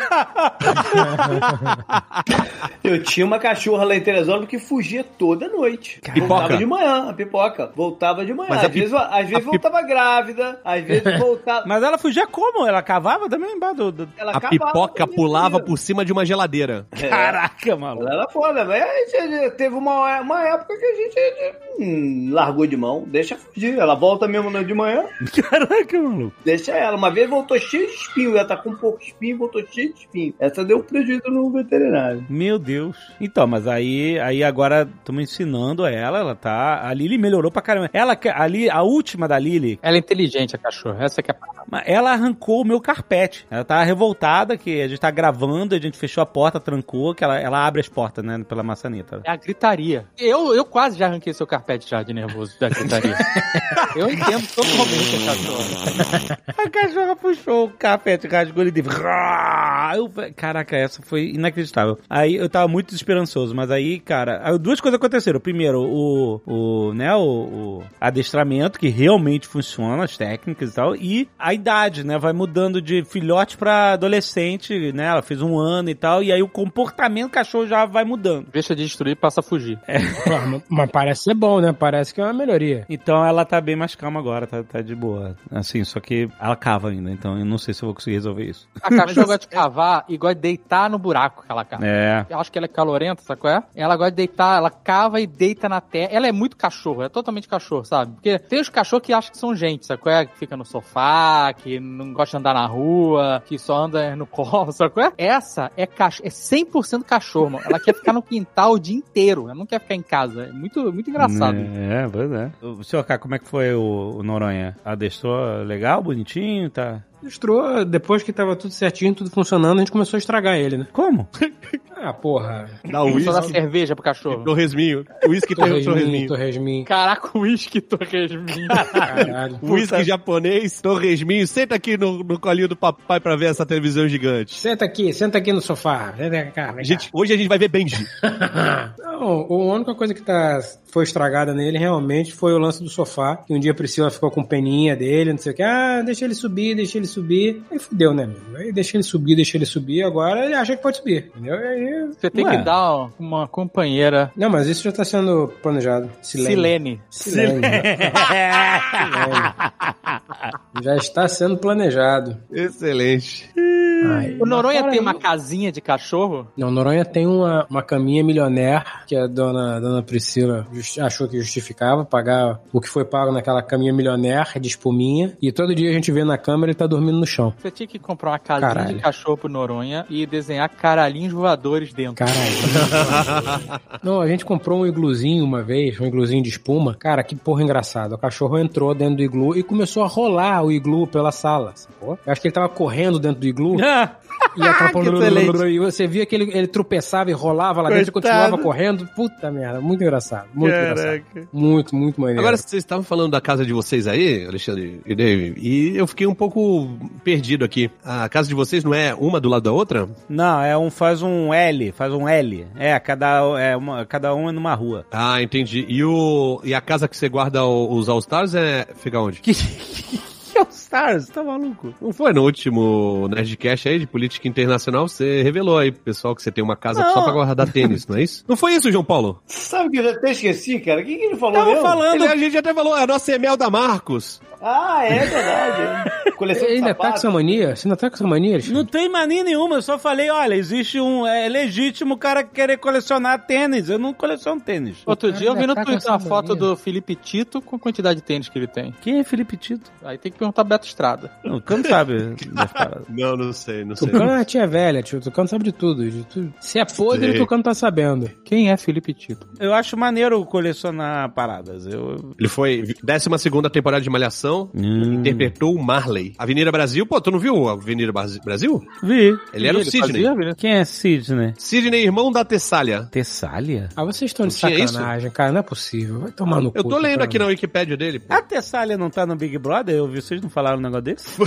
Speaker 1: Eu tinha uma cachorra lá em Teresópolis que fugia toda noite. Voltava de manhã, a pipoca. Voltava de manhã.
Speaker 3: Mas
Speaker 1: Às
Speaker 3: a pi-
Speaker 1: vezes, às vezes voltava grávida, às vezes
Speaker 3: <laughs>
Speaker 1: voltava.
Speaker 2: Mas ela fugia como? Ela cavava também embaixo do. do-
Speaker 1: Ela
Speaker 3: A
Speaker 1: cavava
Speaker 3: pipoca
Speaker 1: também,
Speaker 3: pulava
Speaker 1: né?
Speaker 3: por cima de uma geladeira.
Speaker 2: Caraca, maluco.
Speaker 1: Ela era foda, É. mas a gente- teve uma, uma época que a gente hum, largou de mão, deixa fugir. Ela volta mesmo no- de manhã,
Speaker 2: Caraca, maluco.
Speaker 1: deixa ela. Uma vez voltou cheia de espinho, ela tá com pouco espinho, voltou cheia de espinho. Essa deu prejuízo no veterinário.
Speaker 2: Meu Deus. Então, mas aí, aí agora estamos ensinando ela, ela tá. A Lily melhorou pra caramba. Ela, que- ali, a última da Lily,
Speaker 4: Ela é inteligente, a cachorra. Essa que é a
Speaker 2: Mas Ela arrancou o meu carpete. Ela tá revoltada que a gente tá gravando, a gente fechou a porta, trancou, que ela, ela abre as portas, né, pela maçaneta.
Speaker 4: É a gritaria. Eu, eu quase já arranquei seu carpete já de nervoso da gritaria. eu entendo totalmente a cachorra.
Speaker 2: A cachorra puxou o carpete, rasgou ele de... Rá! Eu falei, Caraca, essa foi inacreditável. Aí eu tava muito desesperançoso, mas aí, cara, aí duas coisas aconteceram. Primeiro, o, o né, o, o adestramento, que realmente funciona, as técnicas e tal, e a idade, né, vai mudando de filhote pra adolescente, né, ela fez um ano e tal, e aí o comportamento do cachorro já vai mudando.
Speaker 4: Deixa de destruir, passa a fugir.
Speaker 6: Pô, mas parece ser bom, né? Parece que é uma melhoria.
Speaker 2: Então ela tá bem mais calma agora, tá, tá de boa. Assim, só que ela cava ainda, então eu não sei se eu vou conseguir resolver isso.
Speaker 4: A cachorra gosta de cavar e gosta de deitar no buraco que ela cava.
Speaker 2: É.
Speaker 4: Eu acho que ela é calorenta, sabe qual é? Ela gosta de deitar, ela cava e deita na terra. Ela é muito cachorro, é totalmente cachorro, sabe? Porque tem os cachorros que acham que são gente, sabe qual é? Que fica no sofá, que não gosta de andar na rua, que só anda <laughs> no colo, sabe qual é? Essa é, cach... é 100% cachorro, mano. Ela quer ficar no quintal o dia inteiro, ela não quer ficar em casa. É muito, muito engraçado.
Speaker 2: É, pois é. O senhor K, como é que foi o, o Noronha? Adestrou legal, bonitinho, tá?
Speaker 6: Estrou, depois que tava tudo certinho, tudo funcionando, a gente começou a estragar ele, né?
Speaker 2: <laughs> Como?
Speaker 6: Ah, porra.
Speaker 3: Dá
Speaker 4: Só dá
Speaker 3: uísque
Speaker 4: cerveja pro cachorro.
Speaker 3: torresminho. Uísque torre-
Speaker 6: Torresmin,
Speaker 3: um torresminho. <laughs>
Speaker 6: torresmin.
Speaker 4: Caraca, uísque torresminho.
Speaker 6: Caralho.
Speaker 3: Uísque japonês, torresminho. Senta aqui no, no colinho do papai pra ver essa televisão gigante.
Speaker 6: Senta aqui, senta aqui no sofá. Senta cá, vem cá.
Speaker 3: Gente, hoje a gente vai ver Benji.
Speaker 6: Não, a única coisa que tá, foi estragada nele realmente foi o lance do sofá. Que um dia a Priscila ficou com peninha dele, não sei o que. Ah, deixa ele subir, deixa ele subir. Aí fudeu, né, amigo? Aí deixa ele subir, deixa ele subir. Agora ele acha que pode subir, entendeu? E aí...
Speaker 4: Você tem
Speaker 2: Ué.
Speaker 4: que dar ó, uma companheira.
Speaker 6: Não, mas isso já tá sendo planejado. Silêncio.
Speaker 4: Silene.
Speaker 6: Silêncio.
Speaker 2: <laughs>
Speaker 6: Já está sendo planejado.
Speaker 3: Excelente.
Speaker 4: O Noronha tem uma casinha de cachorro?
Speaker 6: Não, Noronha tem uma, uma caminha milionaire que a dona, dona Priscila jus- achou que justificava pagar o que foi pago naquela caminha milionaire de espuminha. E todo dia a gente vê na câmera ele tá dormindo no chão.
Speaker 4: Você tinha que comprar uma casinha
Speaker 6: Caralho.
Speaker 4: de cachorro pro Noronha e desenhar caralhinhos voadores dentro.
Speaker 6: Caralho. Não, a gente comprou um igluzinho uma vez, um igluzinho de espuma. Cara, que porra engraçada. O cachorro entrou dentro do iglu e começou a rolar o iglu pela sala. sacou? Eu acho que ele tava correndo dentro do iglu.
Speaker 2: <laughs>
Speaker 6: E atrapalhou. E você via que ele, ele tropeçava e rolava lá dentro e
Speaker 3: Coitado.
Speaker 6: continuava correndo. Puta merda, muito engraçado. Muito engraçado. Muito, muito maneiro.
Speaker 3: Agora, vocês estavam falando da casa de vocês aí, Alexandre e Dave, e eu fiquei um pouco perdido aqui. A casa de vocês não é uma do lado da outra?
Speaker 2: Não, é um faz um L, faz um L. É, cada, é uma, cada um é numa rua.
Speaker 3: Ah, entendi. E, o, e a casa que você guarda o- os All-Stars é, fica onde?
Speaker 2: <laughs> Que é o Stars, tá maluco?
Speaker 3: Não foi no último Nerdcast aí de política internacional, você revelou aí, pro pessoal, que você tem uma casa
Speaker 2: Não.
Speaker 3: só pra guardar tênis, não é isso? Não foi isso, João Paulo?
Speaker 1: Sabe o que eu até esqueci, cara? O que, que ele falou
Speaker 2: Tava
Speaker 1: mesmo?
Speaker 2: falando.
Speaker 3: Ele- é, a gente até falou, a nossa é Mel da Marcos.
Speaker 1: Ah, é
Speaker 2: <laughs>
Speaker 1: verdade. Coleção de
Speaker 2: tá
Speaker 6: Ainda é
Speaker 1: sapatos.
Speaker 6: taxomania? Você ainda é taxomania? Alexandre?
Speaker 2: Não tem mania nenhuma, eu só falei, olha, existe um. É legítimo o cara querer colecionar tênis. Eu não coleciono tênis.
Speaker 4: Outro dia eu vi no
Speaker 6: Cara, tá
Speaker 4: Twitter
Speaker 6: com
Speaker 4: uma
Speaker 6: essa
Speaker 4: foto
Speaker 6: mania.
Speaker 4: do Felipe Tito com a quantidade de tênis que ele tem.
Speaker 2: Quem é Felipe Tito?
Speaker 4: Aí tem que perguntar pro Beto Estrada.
Speaker 2: Não, tu não sabe. das paradas.
Speaker 3: Não, não sei, não sei.
Speaker 6: Tucano é tia velha, tio. Tucano sabe de tudo, de tudo. Se é podre,
Speaker 3: Sei.
Speaker 6: o Tucano tá sabendo.
Speaker 4: Quem é Felipe Tito?
Speaker 2: eu acho maneiro colecionar paradas. Eu.
Speaker 3: Ele foi 12 segunda temporada de Malhação, interpretou o Marley. Avenida Brasil, pô, tu não viu a Avenida Bras- Brasil?
Speaker 2: Vi.
Speaker 3: Ele era o Sidney.
Speaker 2: Quem é Sidney?
Speaker 3: Sidney, irmão da Tessália.
Speaker 2: Tessália?
Speaker 6: Ah, vocês estão de
Speaker 3: Não tinha
Speaker 6: sacanagem, cara. Não é possível. Vai tomar no cu.
Speaker 3: Eu tô lendo
Speaker 6: Tucano.
Speaker 3: aqui na Wikipédia dele. pô.
Speaker 2: A Tessália não tá no Big Brother? Eu vi, vocês não falaram um negócio desse?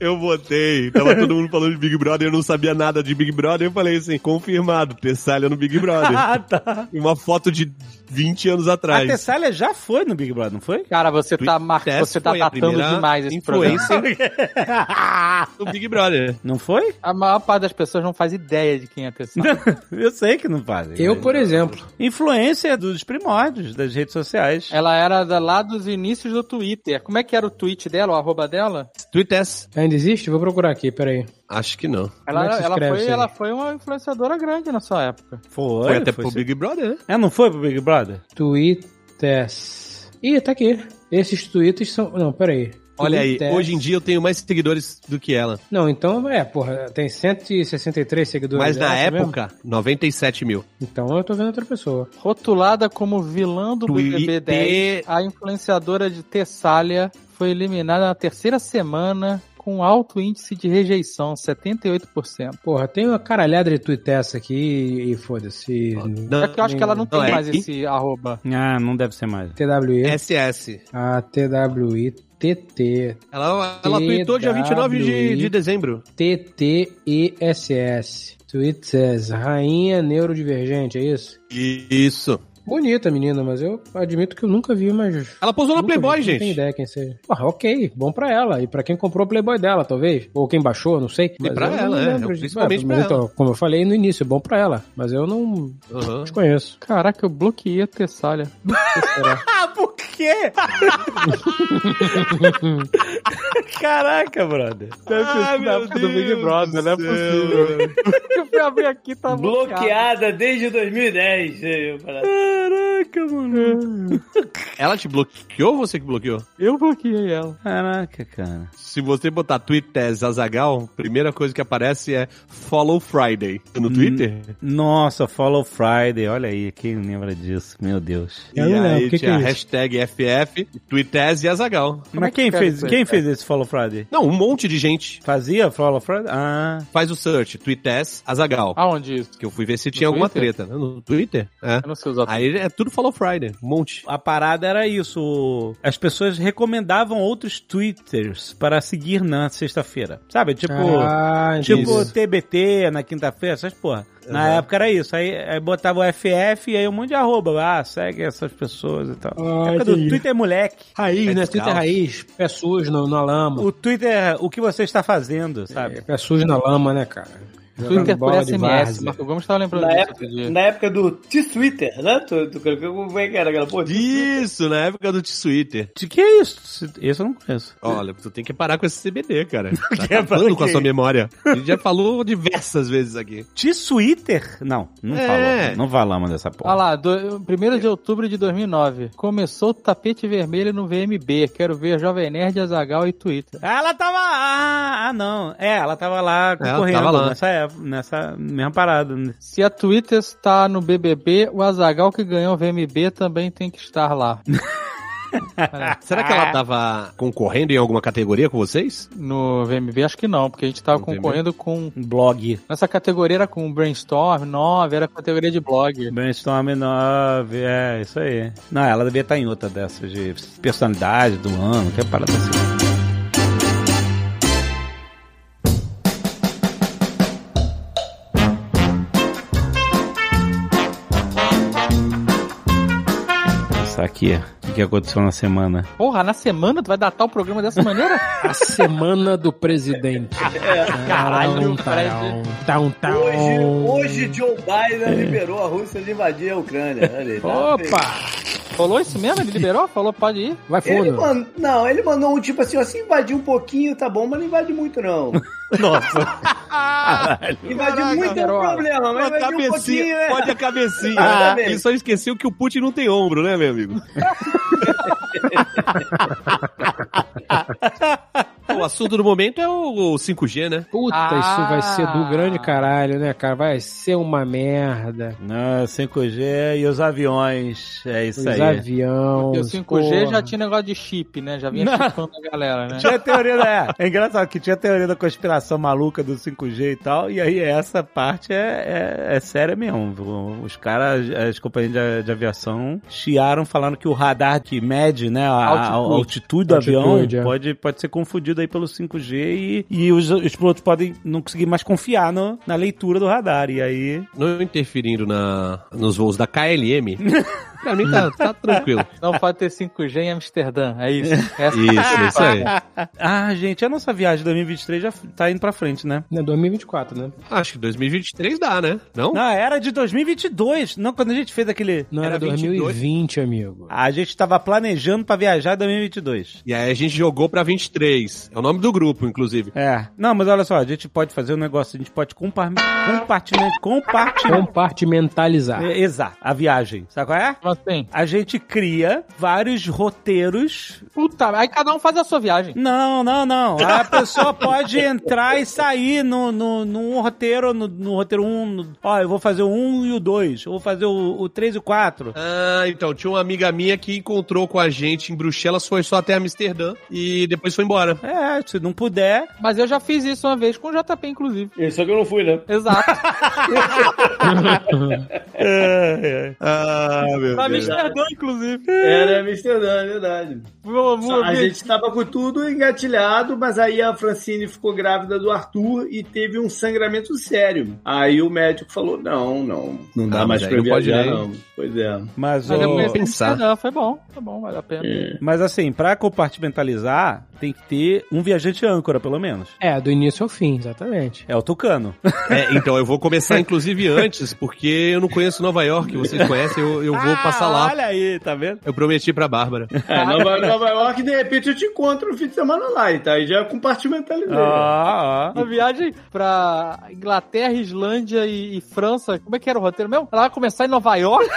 Speaker 3: Eu votei, tava todo mundo falando de Big Brother, eu não sabia nada de Big Brother, eu falei assim, confirmado, Tessália no
Speaker 2: <laughs>
Speaker 3: Big <laughs> Brother.
Speaker 2: tá.
Speaker 3: Uma foto de 20 anos
Speaker 2: A
Speaker 3: atrás.
Speaker 2: Tessália já foi no Big Brother, não foi?
Speaker 4: Cara, você tá, mar...
Speaker 3: Tess
Speaker 4: você tá
Speaker 3: foi a
Speaker 4: datando
Speaker 3: primeira
Speaker 4: demais esse programa.
Speaker 3: influencer do Big Brother.
Speaker 2: Não foi?
Speaker 4: A maior parte das pessoas não faz ideia de quem é
Speaker 3: <laughs>
Speaker 4: Tessara.
Speaker 2: Eu sei que não fazem.
Speaker 6: Eu, por exemplo.
Speaker 2: Influência dos primórdios das redes sociais.
Speaker 4: Ela era da- lá dos inícios do Twitter. Como é que era o tweet dela, o arroba dela?
Speaker 3: Twitter?
Speaker 6: Ainda existe? Vou procurar aqui, peraí.
Speaker 3: Acho que não.
Speaker 4: Ela,
Speaker 6: Como é que
Speaker 4: era-
Speaker 6: se
Speaker 4: ela,
Speaker 6: escreve
Speaker 4: foi,
Speaker 6: isso aí?
Speaker 4: ela foi uma influenciadora grande na sua época.
Speaker 2: Foi,
Speaker 3: Foi até pro
Speaker 2: sim.
Speaker 3: Big Brother, né?
Speaker 2: É, não foi pro Big Brother?
Speaker 6: Twitters. Ih, tá aqui. Esses tweets são. Não, peraí.
Speaker 3: Olha aí,
Speaker 6: Twitters.
Speaker 3: hoje em dia eu tenho mais seguidores do que ela.
Speaker 6: Não, então é, porra, tem 163 seguidores.
Speaker 3: Mas na
Speaker 6: É essa mesmo?
Speaker 3: época, 97 mil.
Speaker 6: Então eu tô vendo outra pessoa.
Speaker 4: Rotulada como vilã do
Speaker 3: Twitter.
Speaker 4: BBB 10, a influenciadora de Tessália foi eliminada na terceira semana com alto índice de rejeição, 78%.
Speaker 6: Porra, tem uma caralhada de tweets aqui e, e foda-se.
Speaker 3: Não,
Speaker 4: É que eu acho que ela não tem
Speaker 3: é
Speaker 4: mais
Speaker 3: aqui?
Speaker 4: esse arroba.
Speaker 2: Ah, não deve ser mais.
Speaker 3: É.
Speaker 6: TWI.
Speaker 3: SS.
Speaker 6: A TWI. TT.
Speaker 3: Ela, ela tweetou dia 29 de, de dezembro.
Speaker 6: TTESS. Tweets. Rainha neurodivergente, é isso?
Speaker 3: Isso.
Speaker 6: Bonita menina, mas eu admito que eu nunca vi, mas
Speaker 3: Ela posou na
Speaker 6: Nunca
Speaker 3: Playboy,
Speaker 6: vi, Não tenho
Speaker 3: gente.
Speaker 6: ideia quem seja. Ah, ok, bom pra ela. E pra quem comprou o Playboy dela, talvez. Ou quem baixou, não sei. Mas
Speaker 3: pra
Speaker 6: eu não
Speaker 3: ela, é.
Speaker 6: lembro de-
Speaker 3: Principalmente
Speaker 6: mas
Speaker 3: pra
Speaker 6: então, Como eu falei no início, é bom pra ela. Mas eu não
Speaker 3: Aham.
Speaker 6: desconheço.
Speaker 4: Caraca, eu bloqueei a Tessália. <laughs>
Speaker 2: Ah, por quê? Caraca, brother.
Speaker 3: Ah, meu Deus do céu, mano.
Speaker 4: Eu fui abrir aqui, tá
Speaker 1: Bloqueada desde 2010. eh, parada.
Speaker 2: É. Caraca, mano.
Speaker 3: Ela te bloqueou ou você que bloqueou?
Speaker 4: Eu bloqueei ela.
Speaker 2: Caraca, cara.
Speaker 3: Se você botar Twitter é Zazagal, primeira coisa que aparece é Follow Friday no Twitter.
Speaker 2: Nossa, Follow Friday, olha aí, quem lembra disso? Meu Deus.
Speaker 6: Eu
Speaker 3: e
Speaker 6: não lembro,
Speaker 3: aí
Speaker 6: o que que
Speaker 3: tinha
Speaker 6: é
Speaker 3: a
Speaker 6: isso?
Speaker 3: hashtag FF, Twitters e Azagal.
Speaker 2: Mas quem
Speaker 4: que
Speaker 2: fez,
Speaker 4: escreve
Speaker 2: quem fez esse Follow Friday?
Speaker 3: é Não, um monte de gente
Speaker 2: Fazia Follow Friday? Ah,
Speaker 3: faz o search, Twitters, Azagal.
Speaker 6: Ah,
Speaker 4: Aonde isso?
Speaker 3: Que eu fui ver se tinha alguma
Speaker 4: Twitter?
Speaker 3: treta. né? No Twitter? É.
Speaker 4: Eu não sei usar
Speaker 3: Aí é tudo Follow Friday, um monte.
Speaker 2: a parada era isso. o- As pessoas recomendavam outros twitters para seguir na sexta-feira. Sabe? Tipo.
Speaker 6: ah,
Speaker 2: Tipo
Speaker 6: entendi.
Speaker 2: TBT na quinta-feira, essas porra. Na época era isso. Aí, aí botava o FF e aí um monte de arroba. Ah, segue essas pessoas e tal.
Speaker 6: Ah,
Speaker 2: Na época do
Speaker 6: entendi.
Speaker 2: Twitter é moleque.
Speaker 6: Raiz, né?
Speaker 3: Pé
Speaker 6: Twitter
Speaker 3: descalço.
Speaker 6: raiz. Pé sujo no- na lama.
Speaker 2: é O Twitter, o que você está fazendo, sabe?
Speaker 6: Pé sujo na lama, né, cara?
Speaker 4: Twitter por
Speaker 6: bola de
Speaker 4: SMS.
Speaker 6: várzea.
Speaker 4: Marco Gomes tava lembrando
Speaker 1: Na
Speaker 4: disso
Speaker 1: época,
Speaker 4: outro dia.
Speaker 1: na época do T-Twitter, né? Tu, tu, como é que era aquela porra?
Speaker 3: Isso, na época do T-Twitter.
Speaker 2: De que é isso? Isso eu não conheço.
Speaker 3: Olha, tu tem que parar com esse CBD, <laughs> cara. Tá acabando com a sua memória. A gente já falou diversas vezes aqui.
Speaker 2: T-Twitter? Não, não
Speaker 3: É.
Speaker 2: falou. Não falamos dessa porra.
Speaker 4: Olha lá, 1 de outubro de 2009. Começou o tapete vermelho no VMB. Quero ver Jovem Nerd, Azagal e Twitter.
Speaker 2: Ela tava. Ah, ah, não. É, ela tava lá concorrendo
Speaker 3: tava lá.
Speaker 2: nessa época, nessa mesma parada. né?
Speaker 4: Se a Twitter está no BBB, o Azagal que ganhou o VMB também tem que estar lá.
Speaker 3: Será que <laughs> ela tava concorrendo em alguma categoria com vocês?
Speaker 4: No VMB, acho que não, porque a gente tava
Speaker 3: No VMB?
Speaker 4: concorrendo com.
Speaker 2: Um blog.
Speaker 4: Nessa categoria era com Brainstorm 9, era categoria de blog.
Speaker 2: Brainstorm 9, é, isso aí. Não, ela devia estar em outra dessas de personalidade do ano, que é parada assim. Isso aqui, o que aconteceu na semana?
Speaker 4: Porra, na semana tu vai datar o programa dessa maneira?
Speaker 6: A semana
Speaker 4: <laughs>
Speaker 6: do presidente.
Speaker 4: É, Caralho,
Speaker 6: Tarão, tarão, tarão.
Speaker 1: Hoje,
Speaker 3: Então-
Speaker 1: hoje Joe Biden liberou a Rússia de invadir a Ucrânia. Olha aí, tá feito.
Speaker 4: Opa! Falou isso mesmo? Ele liberou? Falou, pode ir?
Speaker 6: Vai
Speaker 1: Ele
Speaker 6: fundo.
Speaker 1: mandou, não, ele mandou um tipo assim, ó, se invadir um pouquinho, tá bom, mas não invade muito,
Speaker 3: <laughs>
Speaker 1: não.
Speaker 2: Nossa,
Speaker 1: Invadir muito é um
Speaker 4: Perola.
Speaker 1: problema, mas
Speaker 3: a
Speaker 1: invadir um
Speaker 3: cabecinha,
Speaker 1: pouquinho, né?
Speaker 3: pode a cabecinha.
Speaker 1: Exatamente.
Speaker 3: Ele só esqueceu que o Putin não tem ombro, né, meu <laughs> amigo? o assunto do momento é o, o 5G, né?
Speaker 6: Puta,
Speaker 4: Ah.
Speaker 6: isso vai ser do grande caralho, né, cara? Vai ser uma merda.
Speaker 2: não, 5G e os aviões, é isso
Speaker 6: Os
Speaker 2: aí.
Speaker 4: Porque o
Speaker 6: aviões.
Speaker 4: 5G
Speaker 6: porra.
Speaker 4: já tinha negócio de chip, né? Já vinha chipando a galera, né?
Speaker 2: Tinha a teoria <laughs> da. É engraçado que tinha a teoria da conspiração maluca do 5G e tal, e aí essa parte é, é, é séria mesmo. viu? Os caras, as companhias de, de aviação, chiaram falando que o radar que mede, né, a a- a altitude, do
Speaker 6: Altitude,
Speaker 2: avião
Speaker 6: é.
Speaker 2: pode, pode ser confundido aí pelo 5G e, e os, os pilotos podem não conseguir mais confiar no- na leitura do radar. E aí.
Speaker 3: Não interferindo na, nos voos da KLM. <laughs> pra mim tá, tá tranquilo.
Speaker 4: Não pode ter 5G em Amsterdã, é isso. Essa
Speaker 3: Isso, é isso aí.
Speaker 2: Ah, gente, a nossa viagem de 2023 já f- tá indo pra frente, né?
Speaker 6: Não, é 2024, né?
Speaker 3: Acho que 2023 dá, né? Não?
Speaker 2: Não, era de 2022. Não, quando a gente fez aquele.
Speaker 6: Não era, 2020, amigo.
Speaker 4: Ah.
Speaker 2: A gente tava planejando pra viajar em 2022.
Speaker 3: E aí a gente jogou pra 23. É o nome do grupo, inclusive.
Speaker 2: É. Não, mas olha só, a gente pode fazer um negócio, a gente pode compar... compartilhar. Compartilhar.
Speaker 6: Compartimentalizar.
Speaker 2: É, Exato, a viagem. Sabe qual é?
Speaker 4: Como assim?
Speaker 2: A gente cria vários roteiros.
Speaker 4: Puta, aí cada um faz a sua viagem.
Speaker 2: Não, não, não. <laughs> A pessoa pode entrar e sair no, no, num roteiro, no, no roteiro 1. Um, no- Ó, eu vou fazer o 1 um e o 2. Eu vou fazer o, o 3 e o 4.
Speaker 3: Ah, então, tinha uma amiga minha que encontrou com a gente em Bruxelas, foi só até Amsterdã e depois foi embora.
Speaker 2: É, se não puder.
Speaker 4: Mas eu já fiz isso uma vez com o JP, inclusive.
Speaker 1: Isso que eu não fui, né?
Speaker 4: Exato.
Speaker 2: É,
Speaker 3: Ah, meu
Speaker 4: Pra Amsterdã, inclusive.
Speaker 1: Era Amsterdã, é verdade.
Speaker 4: Meu
Speaker 1: Só-
Speaker 4: amor,
Speaker 1: A gente tava com tudo engatilhado, mas aí a Francine ficou grávida do Arthur e teve um sangramento sério. Aí o médico falou: não, não, não dá
Speaker 3: Ah,
Speaker 1: mais
Speaker 3: mas aí
Speaker 1: pra
Speaker 3: não pode
Speaker 1: viajar,
Speaker 3: nem.
Speaker 1: não. Pois é.
Speaker 2: Mas
Speaker 4: Mas eu
Speaker 2: o...
Speaker 4: conheci
Speaker 3: pensar.
Speaker 4: Amsterdã, foi bom, foi bom, vale a pena.
Speaker 2: Mas assim, pra compartimentalizar, tem que ter um viajante âncora, pelo menos.
Speaker 6: É, do início ao fim, exatamente.
Speaker 2: É o Tucano.
Speaker 3: É, então, eu vou começar, inclusive, antes, porque eu não conheço Nova York, vocês conhecem, eu, eu vou passar lá.
Speaker 2: Olha aí, tá vendo?
Speaker 3: Eu prometi pra Bárbara.
Speaker 1: É, Nova, Nova York, de repente eu te encontro no fim de semana lá, e tá? Aí já compartimentalizei.
Speaker 2: Ah, ah.
Speaker 4: Uma viagem pra Inglaterra, Islândia e, e França. Como é que era o roteiro mesmo? Ela vai começar em Nova York?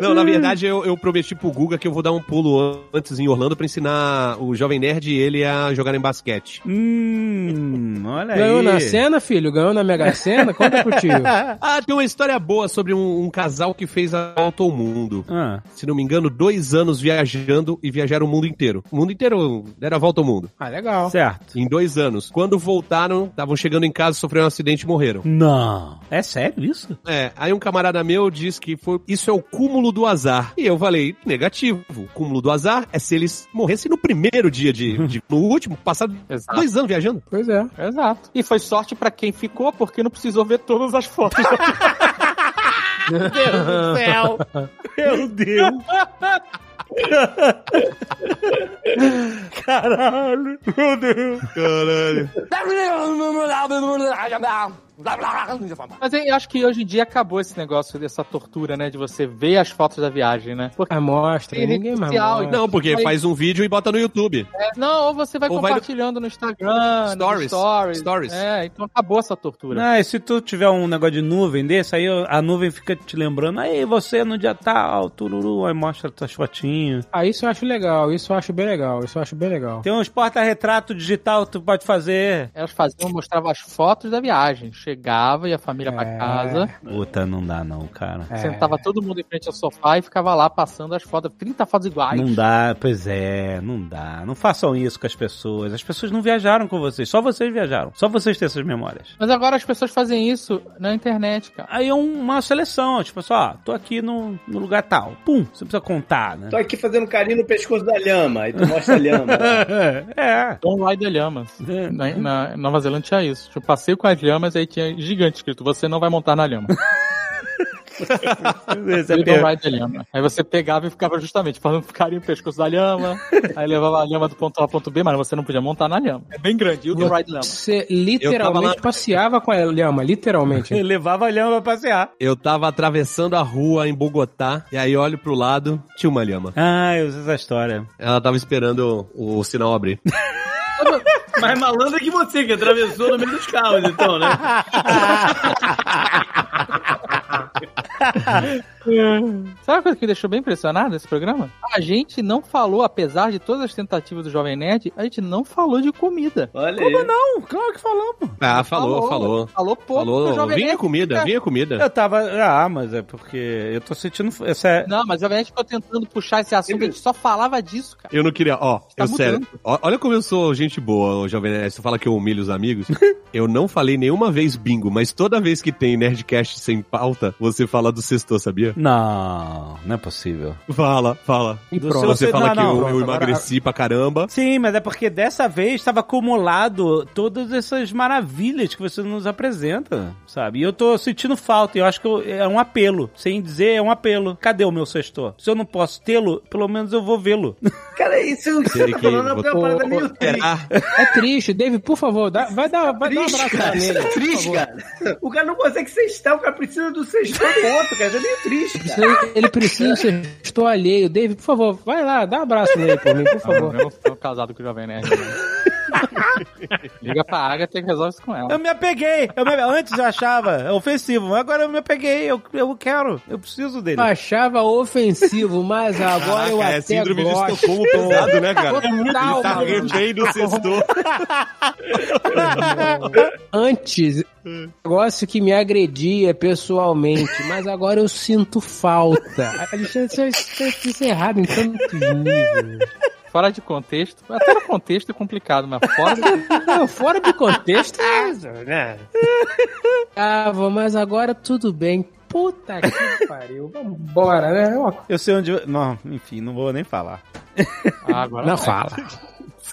Speaker 3: Não, na verdade, eu, eu prometi pro Guga que eu vou dar um pulo antes em Orlando pra ensinar o Jovem Nerd e ele a jogar em basquete.
Speaker 2: Hum, olha
Speaker 6: É, Ganhou
Speaker 2: aí.
Speaker 6: na cena, filho? Ganhou na Mega Sena? Conta pro tio.
Speaker 3: Ah, tem uma história boa sobre um, um casal que fez a volta ao mundo.
Speaker 2: Ah,
Speaker 3: Se não me engano, dois anos viajando e viajaram o mundo inteiro. O mundo inteiro deram a volta ao mundo.
Speaker 6: Ah, legal.
Speaker 2: certo.
Speaker 3: Em dois anos. Quando voltaram, estavam chegando em casa, sofreram um acidente e morreram.
Speaker 2: Não. É sério isso?
Speaker 3: É, aí um camarada meu disse que foi, isso é o cúmulo do azar. E eu falei, negativo. O cúmulo do azar é se eles morressem no primeiro dia de. de- no último, passado
Speaker 4: Exato.
Speaker 3: dois anos viajando.
Speaker 6: Pois é.
Speaker 4: Exato. E foi sorte pra quem ficou, porque não precisou ver todas
Speaker 2: <laughs>
Speaker 4: as fotos.
Speaker 2: Meu Deus. Caralho, meu Deus.
Speaker 3: Caralho.
Speaker 4: Mas eu acho que hoje em dia acabou esse negócio dessa tortura, né? De você ver as fotos da viagem, né? Porque
Speaker 6: Ah, mostra,
Speaker 4: Tem
Speaker 6: ninguém
Speaker 4: rede
Speaker 6: mais
Speaker 4: social, então.
Speaker 6: mostra.
Speaker 3: Não, porque faz um vídeo e bota no YouTube.
Speaker 4: É, Não, ou você vai
Speaker 3: Ou vai no-
Speaker 4: compartilhando no Instagram,
Speaker 3: Stories,
Speaker 4: stories, stories.
Speaker 3: stories.
Speaker 4: É, então acabou essa tortura.
Speaker 2: Não, e se tu tiver um negócio de nuvem desse, aí a nuvem fica te lembrando, aí você no dia tal, tururu, aí mostra tuas fotinhas.
Speaker 6: Ah, isso eu acho legal, isso eu acho bem legal, isso eu acho bem legal.
Speaker 2: Tem uns porta-retrato digital que tu pode fazer.
Speaker 4: Elas faziam, mostravam as fotos da viagem. Chegava e a família pra
Speaker 6: É.
Speaker 4: casa,
Speaker 2: Puta, não dá não, cara.
Speaker 6: É.
Speaker 4: sentava todo mundo em frente ao sofá e ficava lá passando as fotos, 30 fotos iguais.
Speaker 2: Não dá, pois é, não dá. Não façam isso com as pessoas. As pessoas não viajaram com vocês, só vocês viajaram. Só vocês têm essas memórias.
Speaker 4: Mas agora as pessoas fazem isso na internet, cara.
Speaker 2: Aí é um- uma seleção, tipo assim, ó, tô aqui no, no lugar tal. Pum, você precisa contar, né? <laughs>
Speaker 1: Tô aqui fazendo carinho no pescoço da lhama. Aí tu mostra a lhama. <laughs>
Speaker 2: é.
Speaker 4: Don't ride the llamas. Na, na Nova Zelândia tinha isso. Tipo, passeio com as llamas, aí tinha gigante escrito, você não vai montar na lhama. <laughs>
Speaker 2: Essa
Speaker 4: Você
Speaker 2: é per-
Speaker 4: don't ride the llama. Aí você pegava e ficava justamente fazendo carinho no pescoço da lhama, aí levava a lhama do ponto A ao ponto B, mas você não podia montar na lhama. É bem grande, you don't ride lhama.
Speaker 6: Você
Speaker 3: Eu tava
Speaker 6: literalmente
Speaker 3: lá-
Speaker 6: passeava com a lhama, literalmente.
Speaker 2: Ele <laughs> levava a lhama pra passear.
Speaker 3: Eu tava atravessando a rua em Bogotá, e aí olho pro lado, tinha uma lhama.
Speaker 2: Ah, eu uso essa história.
Speaker 3: Ela tava esperando o, o sinal abrir.
Speaker 1: Mais malandro é que você, que atravessou no meio dos carros, então, né?
Speaker 4: Sabe uma coisa que me deixou bem impressionado nesse programa? A gente não falou, apesar de todas as tentativas do Jovem Nerd, a gente não falou de comida.
Speaker 1: Olha aí.
Speaker 2: Não, claro que falamos.
Speaker 3: Ah, falou,
Speaker 4: Falou,
Speaker 3: falou.
Speaker 4: pouco. porque o
Speaker 3: Falou,
Speaker 4: Jovem
Speaker 3: vinha
Speaker 4: Nerd
Speaker 3: comida,
Speaker 4: fica-
Speaker 3: vinha comida.
Speaker 2: Eu tava. Ah, mas é porque eu tô sentindo. Essa é...
Speaker 4: Não, mas o Jovem Nerd ficou tentando puxar esse assunto, a gente só falava disso, cara.
Speaker 3: Eu não queria, ó,
Speaker 4: Tá
Speaker 3: eu
Speaker 4: mudando.
Speaker 3: sério. ó- olha como eu sou gente boa, ô Jovem Nerd. Você fala que eu humilho os amigos. eu não falei nenhuma vez bingo, mas toda vez que tem Nerdcast sem pauta, você fala do sexto, sabia?
Speaker 2: Não, não é possível.
Speaker 3: Fala, fala.
Speaker 6: E
Speaker 2: Do
Speaker 6: pronto.
Speaker 2: seu-
Speaker 3: Você fala
Speaker 2: não,
Speaker 3: que
Speaker 2: não,
Speaker 3: eu,
Speaker 2: pronto,
Speaker 3: eu
Speaker 2: agora-
Speaker 3: emagreci pra caramba.
Speaker 2: Sim, mas é porque dessa vez estava acumulado todas essas maravilhas que você nos apresenta, sabe? E eu tô sentindo falta, e eu acho que eu- é um apelo. Sem dizer, é um apelo. Cadê o meu sextor? Se eu não posso tê-lo, pelo menos eu vou vê-lo.
Speaker 1: Cara, isso que você
Speaker 3: Ele
Speaker 1: tá
Speaker 3: que
Speaker 1: falando é uma
Speaker 3: botou-
Speaker 1: parada meio triste.
Speaker 6: É triste, Dave, por favor, dá- vai dar, vai dar um
Speaker 1: Triste,
Speaker 6: abraço
Speaker 1: cara.
Speaker 6: nele.
Speaker 1: Isso é
Speaker 6: por
Speaker 1: triste,
Speaker 6: favor.
Speaker 1: cara. O cara não consegue sextar, o cara precisa do sextor do outro, cara. Isso é meio triste, cara.
Speaker 6: Isso aí, Ele precisa ser estou alheio. Dave, por favor, vai lá, dá um abraço nele por mim, por favor.
Speaker 4: Eu não sou um casado com o Jovem Nerd. né? <laughs> Liga pra Agatha e resolve isso com ela.
Speaker 2: Eu me apeguei. Eu me- Antes eu achava é ofensivo, mas agora eu me apeguei. Eu, eu quero, eu preciso dele.
Speaker 6: Eu achava ofensivo, mas agora eu
Speaker 3: Caraca, é
Speaker 6: até
Speaker 3: síndrome de
Speaker 6: gosto.
Speaker 3: Estocolmo pesado, né, cara? Ele
Speaker 6: Total,
Speaker 3: tá
Speaker 6: maluco.
Speaker 3: refém do sexto.
Speaker 6: Antes, negócio que me agredia pessoalmente, mas agora eu sinto falta. Alexandre, você- você disse errado em tantos níveis.
Speaker 4: Fora de contexto, até no contexto é complicado, mas fora do
Speaker 6: Não, fora de contexto, né? Ah, vô, mas agora tudo bem. Puta que pariu. Vambora, né? É uma
Speaker 2: Eu sei onde. eu- Não, enfim, não vou nem falar.
Speaker 4: Ah, agora
Speaker 6: Não,
Speaker 4: vai.
Speaker 6: fala.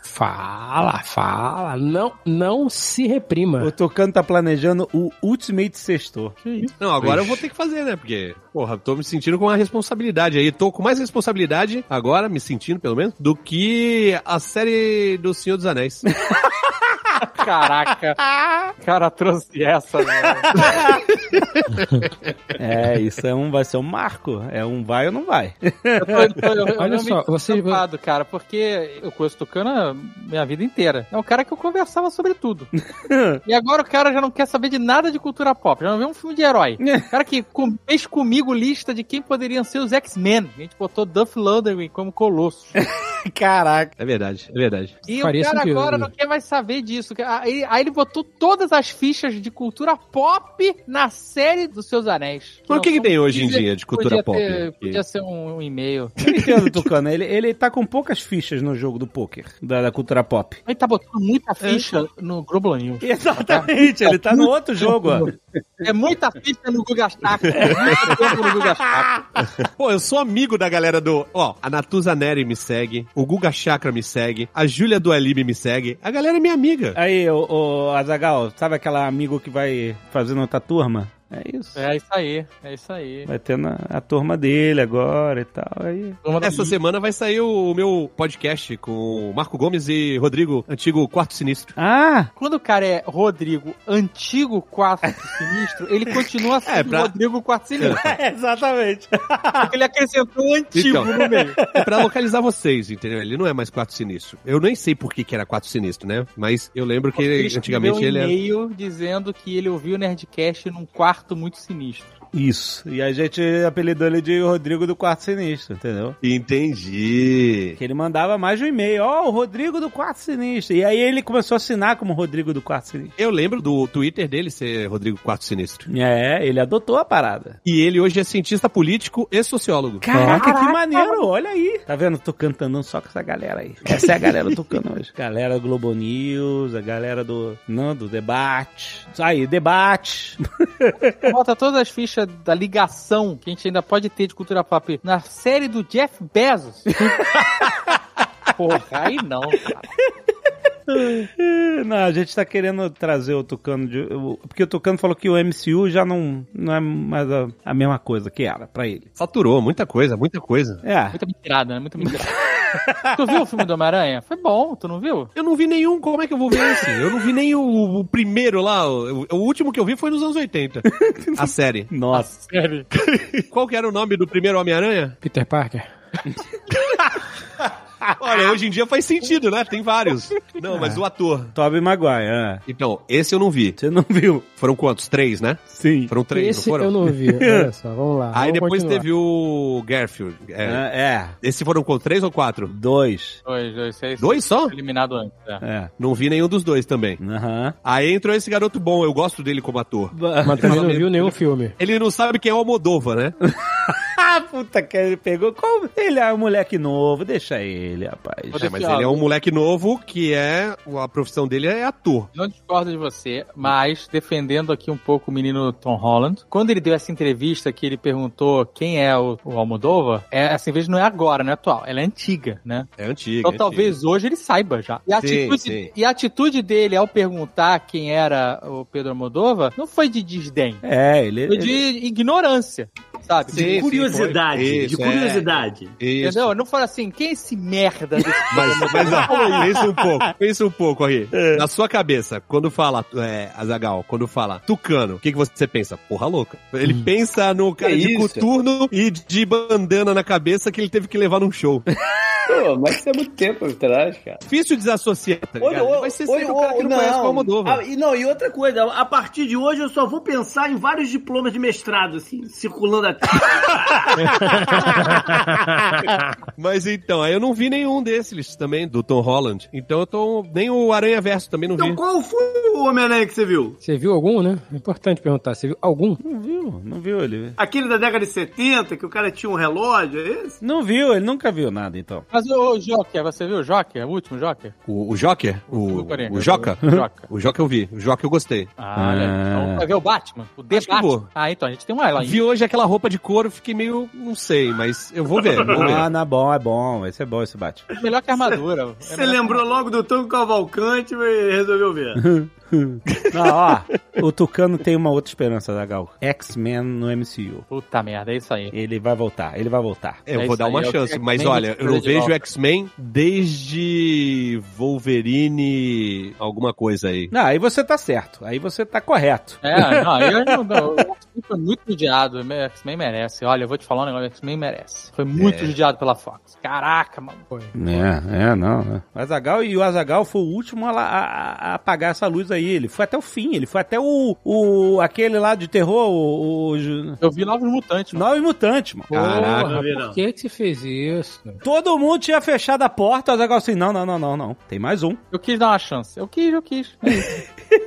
Speaker 6: Fala, fala. Não, não se reprima.
Speaker 2: O Tocano tá planejando o Ultimate Sextor.
Speaker 3: Não, agora eu vou ter que fazer, né? Porque, porra, tô me sentindo com uma responsabilidade aí. Tô com mais responsabilidade agora, me sentindo pelo menos, do que a série do Senhor dos Anéis.
Speaker 4: Caraca. <laughs> O cara trouxe essa, né?
Speaker 2: É, isso é um, vai ser um marco. É um vai ou não vai.
Speaker 4: Eu tô, eu tô, eu, eu
Speaker 6: Olha
Speaker 4: realmente
Speaker 6: só,
Speaker 4: tô
Speaker 6: você-
Speaker 4: preocupado, cara, porque eu conheço o Tucano a minha vida inteira. É um cara que eu conversava sobre
Speaker 3: <laughs>
Speaker 4: tudo. e agora o cara já não quer saber de nada de cultura pop, já não vê um filme de herói.
Speaker 3: É.
Speaker 4: O cara que com- fez comigo lista de quem poderiam ser os X-Men. A gente botou Duff Lundgren como Colosso.
Speaker 2: Caraca.
Speaker 3: É verdade, é verdade.
Speaker 4: E
Speaker 6: Faria
Speaker 4: o cara
Speaker 6: sentido,
Speaker 4: agora
Speaker 6: né?
Speaker 4: não quer mais saber disso. Aí, aí ele botou todas as fichas de cultura pop na série dos seus anéis.
Speaker 3: Mas o que, que
Speaker 4: não
Speaker 3: tem
Speaker 4: são-
Speaker 3: hoje em
Speaker 4: podia-
Speaker 3: dia de cultura
Speaker 4: podia
Speaker 3: pop? né?
Speaker 4: ter-
Speaker 3: Que-
Speaker 4: podia ser um, um e-mail.
Speaker 2: Eu não entendo, Tucano. Ele, ele tá com poucas fichas no jogo do poker, da, da cultura pop.
Speaker 4: Ele tá botando muita ficha no Globo News.
Speaker 2: Exatamente, ele tá no outro jogo, ó.
Speaker 4: É muita ficha no Guga Stack. É muito tempo no Guga Stack.
Speaker 3: Pô, eu sou amigo da galera do. Ó, a Natuza Neri me segue, o Guga Chakra me segue, a Júlia do Alibi me segue. A galera é minha amiga.
Speaker 2: Aí, o, Azagal, sabe aquela amigo que vai fazer na outra turma? É isso.
Speaker 4: É isso aí, é isso aí.
Speaker 2: Vai ter na, a turma dele agora e tal. Aí.
Speaker 3: Essa semana vai sair o meu podcast com o Marco Gomes e Rodrigo, antigo Quarto Sinistro.
Speaker 2: Ah!
Speaker 4: Quando o cara é Rodrigo, antigo quarto sinistro, ele continua sendo
Speaker 3: É, pra- É,
Speaker 4: Rodrigo quarto sinistro.
Speaker 3: <laughs>
Speaker 2: exatamente.
Speaker 4: Porque ele acrescentou o antigo
Speaker 3: Então.
Speaker 4: no meio.
Speaker 3: É pra localizar vocês, entendeu? Ele não é mais Quarto Sinistro. Eu nem sei por que, que era Quarto Sinistro, né? Mas eu lembro que
Speaker 4: Ele
Speaker 3: antigamente
Speaker 4: escreveu
Speaker 3: ele é-
Speaker 4: um
Speaker 3: era.
Speaker 4: e-mail dizendo que ele ouviu o Nerdcast num quarto muito sinistro.
Speaker 2: Isso. E a gente apelidou ele de Rodrigo do Quarto Sinistro, entendeu?
Speaker 3: Entendi.
Speaker 2: Que ele mandava mais de um e-mail. Ó, o Rodrigo do Quarto Sinistro. E aí ele começou a assinar como Rodrigo do Quarto Sinistro.
Speaker 3: Eu lembro do Twitter dele ser Rodrigo Quarto Sinistro.
Speaker 2: É, ele adotou a parada.
Speaker 3: E ele hoje é cientista político e sociólogo.
Speaker 2: Caraca, que maneiro, olha aí. Tá vendo? Tô cantando só com essa galera aí. Essa é a galera do Tucano hoje. <laughs> Galera Globo News, a galera do. Não, do debate. Aí, debate. <laughs>
Speaker 4: Bota todas as fichas da ligação que a gente ainda pode ter de cultura pop na série do Jeff
Speaker 3: <laughs>
Speaker 4: Bezos. Porra, aí não, cara.
Speaker 2: Não, a gente tá querendo trazer o Tucano de. o- Porque o Tucano falou que o MCU já não, não é mais a, a mesma coisa que era pra ele.
Speaker 3: Saturou muita coisa, muita coisa.
Speaker 2: É.
Speaker 4: Muita mentirada, né? Muita mentirada. tu viu o filme do Homem-Aranha? Foi bom, tu não viu?
Speaker 3: Eu não vi nenhum, como é que eu vou ver esse? Eu não vi nem o, o primeiro lá, o, o último que eu vi foi nos anos 80, a série.
Speaker 2: Nossa.
Speaker 4: Sério.
Speaker 3: Qual que era o nome do primeiro Homem-Aranha?
Speaker 6: Peter Parker.
Speaker 3: <laughs> Olha, hoje em dia faz sentido, né? Tem vários. Não, mas o ator.
Speaker 2: Tobey Maguire, é.
Speaker 3: Então, esse eu não vi.
Speaker 2: Você não viu?
Speaker 3: Foram quantos? Três, né?
Speaker 2: Sim.
Speaker 3: Foram três,
Speaker 6: Esse
Speaker 3: não foram?
Speaker 6: eu não vi. Olha só, vamos lá.
Speaker 3: Aí
Speaker 6: vamos
Speaker 3: depois
Speaker 6: continuar.
Speaker 3: teve o Garfield. É.
Speaker 2: É. é.
Speaker 3: Esse foram com três ou quatro?
Speaker 2: Dois.
Speaker 4: Dois, dois, seis.
Speaker 3: Dois só?
Speaker 4: Eliminado antes. é.
Speaker 2: É.
Speaker 3: Não vi nenhum dos dois também.
Speaker 2: Aham. <laughs>
Speaker 3: Aí entrou esse garoto bom, eu gosto dele como ator.
Speaker 6: Mas também não viu nenhum filme.
Speaker 3: Ele não sabe quem é o Almodova, né?
Speaker 2: Ah, puta que ele pegou. Como? Ele é um moleque novo, deixa ele, rapaz.
Speaker 4: Vou
Speaker 3: É, mas
Speaker 4: deixar-
Speaker 3: ele é um moleque novo que é. A profissão dele é ator.
Speaker 4: Não discordo de você, mas defendendo aqui um pouco o menino Tom Holland, quando ele deu essa entrevista que ele perguntou quem é o, o Almodóvar, é, essa entrevista não é agora, não é atual, ela é antiga, né?
Speaker 3: É antigo. é
Speaker 4: Então
Speaker 3: antigo.
Speaker 4: talvez hoje ele saiba já. E a,
Speaker 3: Sim,
Speaker 4: atitude,
Speaker 3: sim.
Speaker 4: e a atitude dele ao perguntar quem era o Pedro Almodóvar não foi de desdém,
Speaker 2: É, ele.
Speaker 4: foi
Speaker 2: ele-
Speaker 4: de ignorância, sabe? Tipo,
Speaker 3: Sim, sim,
Speaker 1: curiosidade,
Speaker 3: foi. Isso, é,
Speaker 1: de curiosidade.
Speaker 3: Isso.
Speaker 10: <laughs>
Speaker 4: Entendeu? Não foi assim, quem é esse merda desse
Speaker 3: <laughs> Mas, mas ó, pensa um pouco, pensa um pouco aí.
Speaker 10: É.
Speaker 3: Na sua cabeça, quando fala, é, Azagal, quando fala tucano, o que, que você pensa? Porra louca. Ele pensa no cara
Speaker 10: Hum. Que
Speaker 3: de
Speaker 10: isso?
Speaker 3: coturno e de bandana na cabeça que ele teve que levar
Speaker 10: <laughs>
Speaker 3: num show.
Speaker 10: Pô, mas isso é muito tempo atrás, cara.
Speaker 3: Difícil desassociar, tá ligado?
Speaker 10: Olha,
Speaker 3: Vai ser
Speaker 10: olha,
Speaker 3: sempre o cara que não,
Speaker 10: olha,
Speaker 3: conhece
Speaker 10: não.
Speaker 3: o Almodóvar.
Speaker 1: Ah, e não, e outra coisa, a partir de hoje eu só vou pensar em vários diplomas de mestrado, assim, circulando até.
Speaker 3: Mas então, aí eu não vi nenhum desses também, do Tom Holland. Então eu tô. Nem o Aranha Verso também não vi.
Speaker 1: Então, qual foi o Homem-Aranha que você viu?
Speaker 6: Você viu algum, né? É importante perguntar. Você viu algum?
Speaker 2: Não viu, não viu ele.
Speaker 1: Aquele da década de 70, que o cara tinha um relógio, é esse?
Speaker 2: Não viu, ele nunca viu nada, então.
Speaker 4: Mas o, o Joker, você viu o Joker? O último Joker?
Speaker 3: O, o Joker? O,
Speaker 4: O Coringa.
Speaker 3: o Joca?
Speaker 4: O Joca.
Speaker 3: O Joca eu vi. O Joca eu gostei.
Speaker 4: Ah, olha. aí. Então, vai ver o Batman? O The
Speaker 3: Acho que eu
Speaker 4: Batman.
Speaker 3: vou.
Speaker 4: Ah, então, a gente tem um ela aí.
Speaker 3: Vi hoje aquela roupa de couro, fiquei meio. não sei, mas eu vou ver. Vou ver.
Speaker 2: Ah, na bom, é bom. Esse é bom, esse bate.
Speaker 4: Melhor que a armadura.
Speaker 3: <laughs>
Speaker 1: Você lembrou logo do Tom Cavalcante e resolveu <laughs> ver.
Speaker 2: <laughs> Não, ó, o Tucano tem uma outra esperança, Zagal. X-Men no MCU.
Speaker 4: Puta merda, é isso aí.
Speaker 2: Ele vai voltar, ele vai voltar.
Speaker 3: É, eu
Speaker 4: É
Speaker 3: vou
Speaker 4: isso
Speaker 3: dar uma
Speaker 4: aí, é o
Speaker 3: chance,
Speaker 4: X-Men
Speaker 3: mas olha, eu não
Speaker 4: de
Speaker 3: vejo
Speaker 4: volta.
Speaker 3: X-Men desde Wolverine alguma coisa aí.
Speaker 2: Não, aí você tá certo, aí você tá correto.
Speaker 4: É, não, eu não, não, o X-Men foi muito judiado, o X-Men merece. Olha, eu vou te falar um negócio, o X-Men merece. Foi muito judiado pela Fox. Caraca, mano.
Speaker 2: É, é, não. O Azagal e o Azagal foi o último a, lá- a- a apagar essa luz aí. Ele foi até o fim, ele foi até o. o aquele lá de terror, o. o Ju-
Speaker 4: Eu vi Novos Mutantes, mano.
Speaker 2: Nove Mutantes, mano.
Speaker 3: Caraca.
Speaker 1: Não vi, não.
Speaker 6: Por que, que você fez isso?
Speaker 2: Todo mundo tinha fechado a porta, o Azagal assim: não, não, não, não, não. Tem mais um.
Speaker 4: Eu quis dar uma chance. Eu quis, eu quis.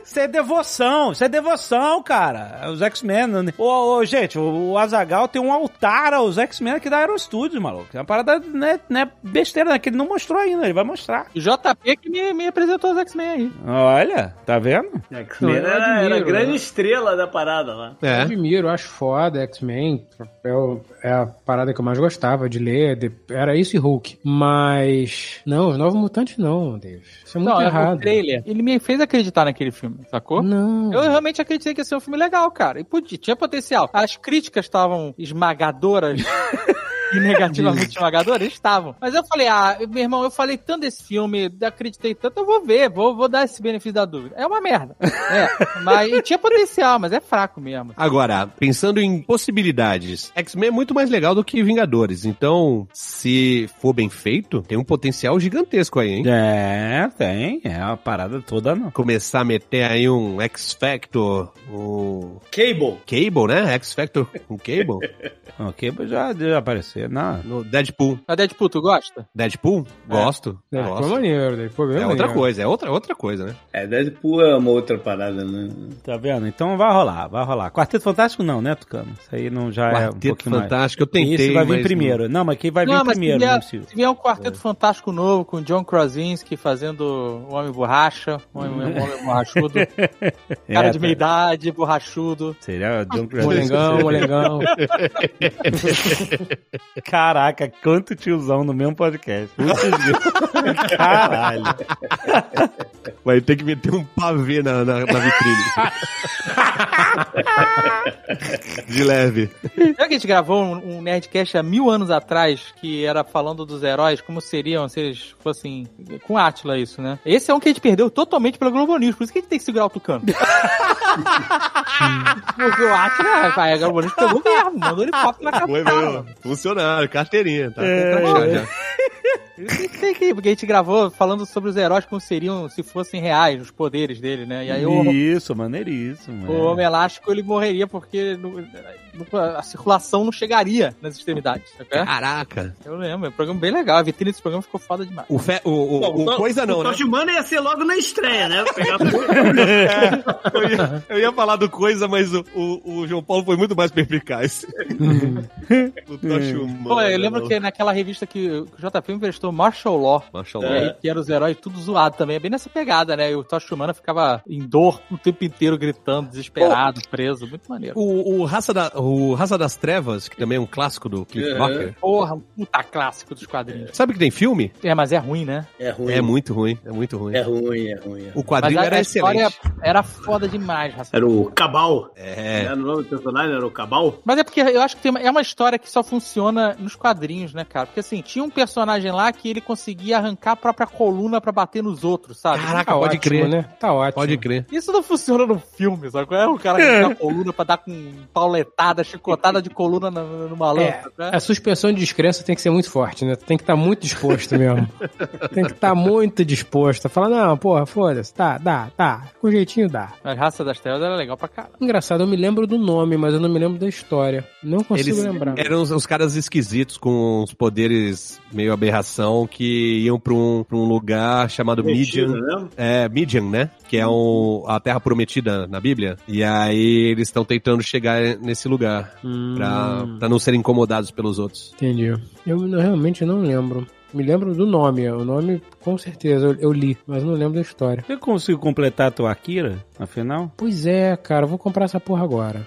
Speaker 2: Isso é devoção, isso é devoção, cara. Os X-Men. né? Ô, ô, gente, o, o Azagal tem um altar aos X-Men aqui da Aero Studios, maluco. É uma parada, né, né, besteira, né? Que ele não mostrou ainda, ele vai mostrar.
Speaker 4: O JP que me, me apresentou os X-Men aí.
Speaker 2: Olha, tá vendo?
Speaker 1: X-Men
Speaker 6: Eu
Speaker 1: era, era a
Speaker 6: admiro,
Speaker 1: grande
Speaker 6: né?
Speaker 1: estrela da parada lá.
Speaker 6: Eu
Speaker 3: É.
Speaker 6: admiro, acho foda, X-Men. É, o- é a parada que eu mais gostava de ler. de- era isso e Hulk. Mas. Não, os Novos Mutantes não, David. Isso é muito
Speaker 4: Não, um. é o
Speaker 6: errado.
Speaker 4: trailer. Ele me fez acreditar naquele filme. Sacou? Não.
Speaker 2: Uhum.
Speaker 4: Eu realmente acreditei que ia ser um filme legal, cara. E podia, tinha potencial. As críticas estavam
Speaker 2: <laughs>
Speaker 4: esmagadoras. e negativamente esmagadores? Estavam. Mas eu falei, ah, meu irmão, eu falei tanto desse filme, acreditei tanto, eu vou ver, vou, vou dar esse benefício da dúvida. É uma merda. É, mas e tinha potencial, mas é fraco mesmo.
Speaker 3: Agora, pensando em possibilidades, X-Men é muito mais legal do que Vingadores. Então, se for bem feito, tem um potencial gigantesco aí, hein?
Speaker 2: É, tem. É uma parada toda, não.
Speaker 3: Começar a meter aí um X-Factor, o...
Speaker 1: Cable.
Speaker 3: Cable, né? X-Factor com Cable.
Speaker 2: o Cable já, já apareceu. Não.
Speaker 3: No Deadpool.
Speaker 4: A Deadpool, tu gosta?
Speaker 3: Deadpool? Gosto.
Speaker 6: É,
Speaker 3: gosto.
Speaker 6: Foi maneiro, Deadpool
Speaker 3: É outra coisa, é outra, outra coisa, né?
Speaker 1: É, Deadpool é uma outra parada, né?
Speaker 2: Tá vendo? Então vai rolar, vai rolar. Quarteto Fantástico não, né, Tucano? Isso aí não já é um
Speaker 3: Quarteto
Speaker 2: pouquinho mais.
Speaker 3: Fantástico, eu tentei,
Speaker 2: Esse vai vir
Speaker 3: mas
Speaker 2: primeiro. Não, mas quem vai vir
Speaker 4: mas
Speaker 2: primeiro, É.
Speaker 4: se
Speaker 2: não é
Speaker 4: vier,
Speaker 2: possível.
Speaker 4: se vier um quarteto fantástico novo com John Krasinski fazendo o Homem Borracha, o Homem, o
Speaker 2: <laughs>
Speaker 4: homem Borrachudo, cara
Speaker 2: É,
Speaker 4: de meia
Speaker 2: tá.
Speaker 4: idade, borrachudo.
Speaker 2: Seria o John Krasinski.
Speaker 6: Molengão, molengão.
Speaker 2: Caraca, quanto tiozão no mesmo podcast. Putz, Deus. <laughs> Caralho.
Speaker 3: Vai ter que meter um pavê na, na, na
Speaker 2: <laughs>
Speaker 3: vitrine. De leve.
Speaker 4: Será que a gente gravou um, um Nerdcast há mil anos atrás que era falando dos heróis, como seriam se eles fossem com Átila isso, né? Esse é um que a gente perdeu totalmente pela Globo News, por isso que a gente tem que segurar o Tucano. Porque o Átila, vai, a Globo News pegou mesmo, mandou ele pop na
Speaker 3: Foi
Speaker 4: capital.
Speaker 3: meu funcionário, carteirinha, tá?
Speaker 2: Tá É.
Speaker 3: Com crachá já.
Speaker 4: Tem que, porque a gente gravou falando sobre os heróis como seriam se fossem reais, os poderes dele, né? E aí o,
Speaker 2: Isso, maneiríssimo.
Speaker 4: o
Speaker 2: é.
Speaker 4: Homem Elástico ele morreria porque não- não- a circulação não chegaria nas extremidades, tá sabe?
Speaker 3: Caraca.
Speaker 4: Eu lembro, é um programa bem legal. A vitrine desse programa ficou foda demais.
Speaker 3: O, fe, o, o,
Speaker 1: Bom,
Speaker 3: o
Speaker 1: Tom-
Speaker 3: coisa não,
Speaker 1: o
Speaker 3: né?
Speaker 1: Tosh Humana Então, ia ser logo na estreia, né? Pegava-
Speaker 3: Eu ia, eu ia falar do coisa, mas o, o, o João Paulo foi muito
Speaker 2: <laughs>
Speaker 3: mais perpicaz. o
Speaker 2: É.
Speaker 3: Tosh humano.
Speaker 4: Pô, eu lembro que naquela revista que que o JP emprestou Martial Law,
Speaker 3: Marshall
Speaker 4: e aí que eram os heróis tudo zoado também, é bem nessa pegada, né? E o Tocha Humana ficava em dor o tempo inteiro, gritando, desesperado, preso. Muito maneiro.
Speaker 3: O, o, Raça da, o Raça das Trevas, que também é um clássico do Cliff Barker.
Speaker 4: Porra, um puta clássico dos quadrinhos.
Speaker 3: Sabe que tem filme?
Speaker 4: É, mas é ruim, né?
Speaker 1: <laughs> É ruim.
Speaker 3: É muito ruim, é muito ruim.
Speaker 1: É ruim, é ruim. é ruim.
Speaker 3: O quadrinho
Speaker 4: mas
Speaker 3: era excelente.
Speaker 1: é
Speaker 4: era foda demais, Raça.
Speaker 1: Era o Cabal.
Speaker 3: É.
Speaker 1: Era o nome do personagem, era o Cabal.
Speaker 4: Mas é porque eu acho que tem uma- é uma história que só funciona nos quadrinhos, né, cara? Porque assim, tinha um personagem lá que ele conseguia arrancar a própria coluna pra bater nos outros, sabe?
Speaker 3: Caraca, pode
Speaker 6: Ótimo,
Speaker 3: crer.
Speaker 6: né? Tá ótimo.
Speaker 3: Pode crer.
Speaker 4: Isso não funciona no filme, sabe? É um cara que tem a coluna pra dar com pauletada, chicotada de coluna na- na- numa lança, né?
Speaker 6: É, A suspensão de descrença tem que ser muito forte, né? Tem que estar muito disposto mesmo.
Speaker 3: <laughs>
Speaker 6: tem que estar muito disposto. Falar, não, porra, foda-se. Tá, dá, tá. Com jeitinho dá.
Speaker 4: Mas Raça das Trevas era legal pra caralho.
Speaker 6: Engraçado, eu me lembro do nome, mas eu não me lembro da história. Não consigo
Speaker 3: Eles é
Speaker 6: lembrar.
Speaker 3: eram os, os caras esquisitos com os poderes meio aberração que iam pra um, pra um lugar chamado Midian.
Speaker 1: né?
Speaker 3: É, Midian, né? Que é um, a terra prometida na Bíblia. E aí eles estão tentando chegar nesse lugar
Speaker 1: Hum.
Speaker 3: pra, pra não serem incomodados pelos outros.
Speaker 6: Entendi. Eu não- realmente não lembro. Me lembro do nome. O nome, com certeza, eu, eu li, mas não lembro da história.
Speaker 2: Eu consigo completar a tua Akira, afinal?
Speaker 6: Pois é, cara, eu vou comprar essa porra agora.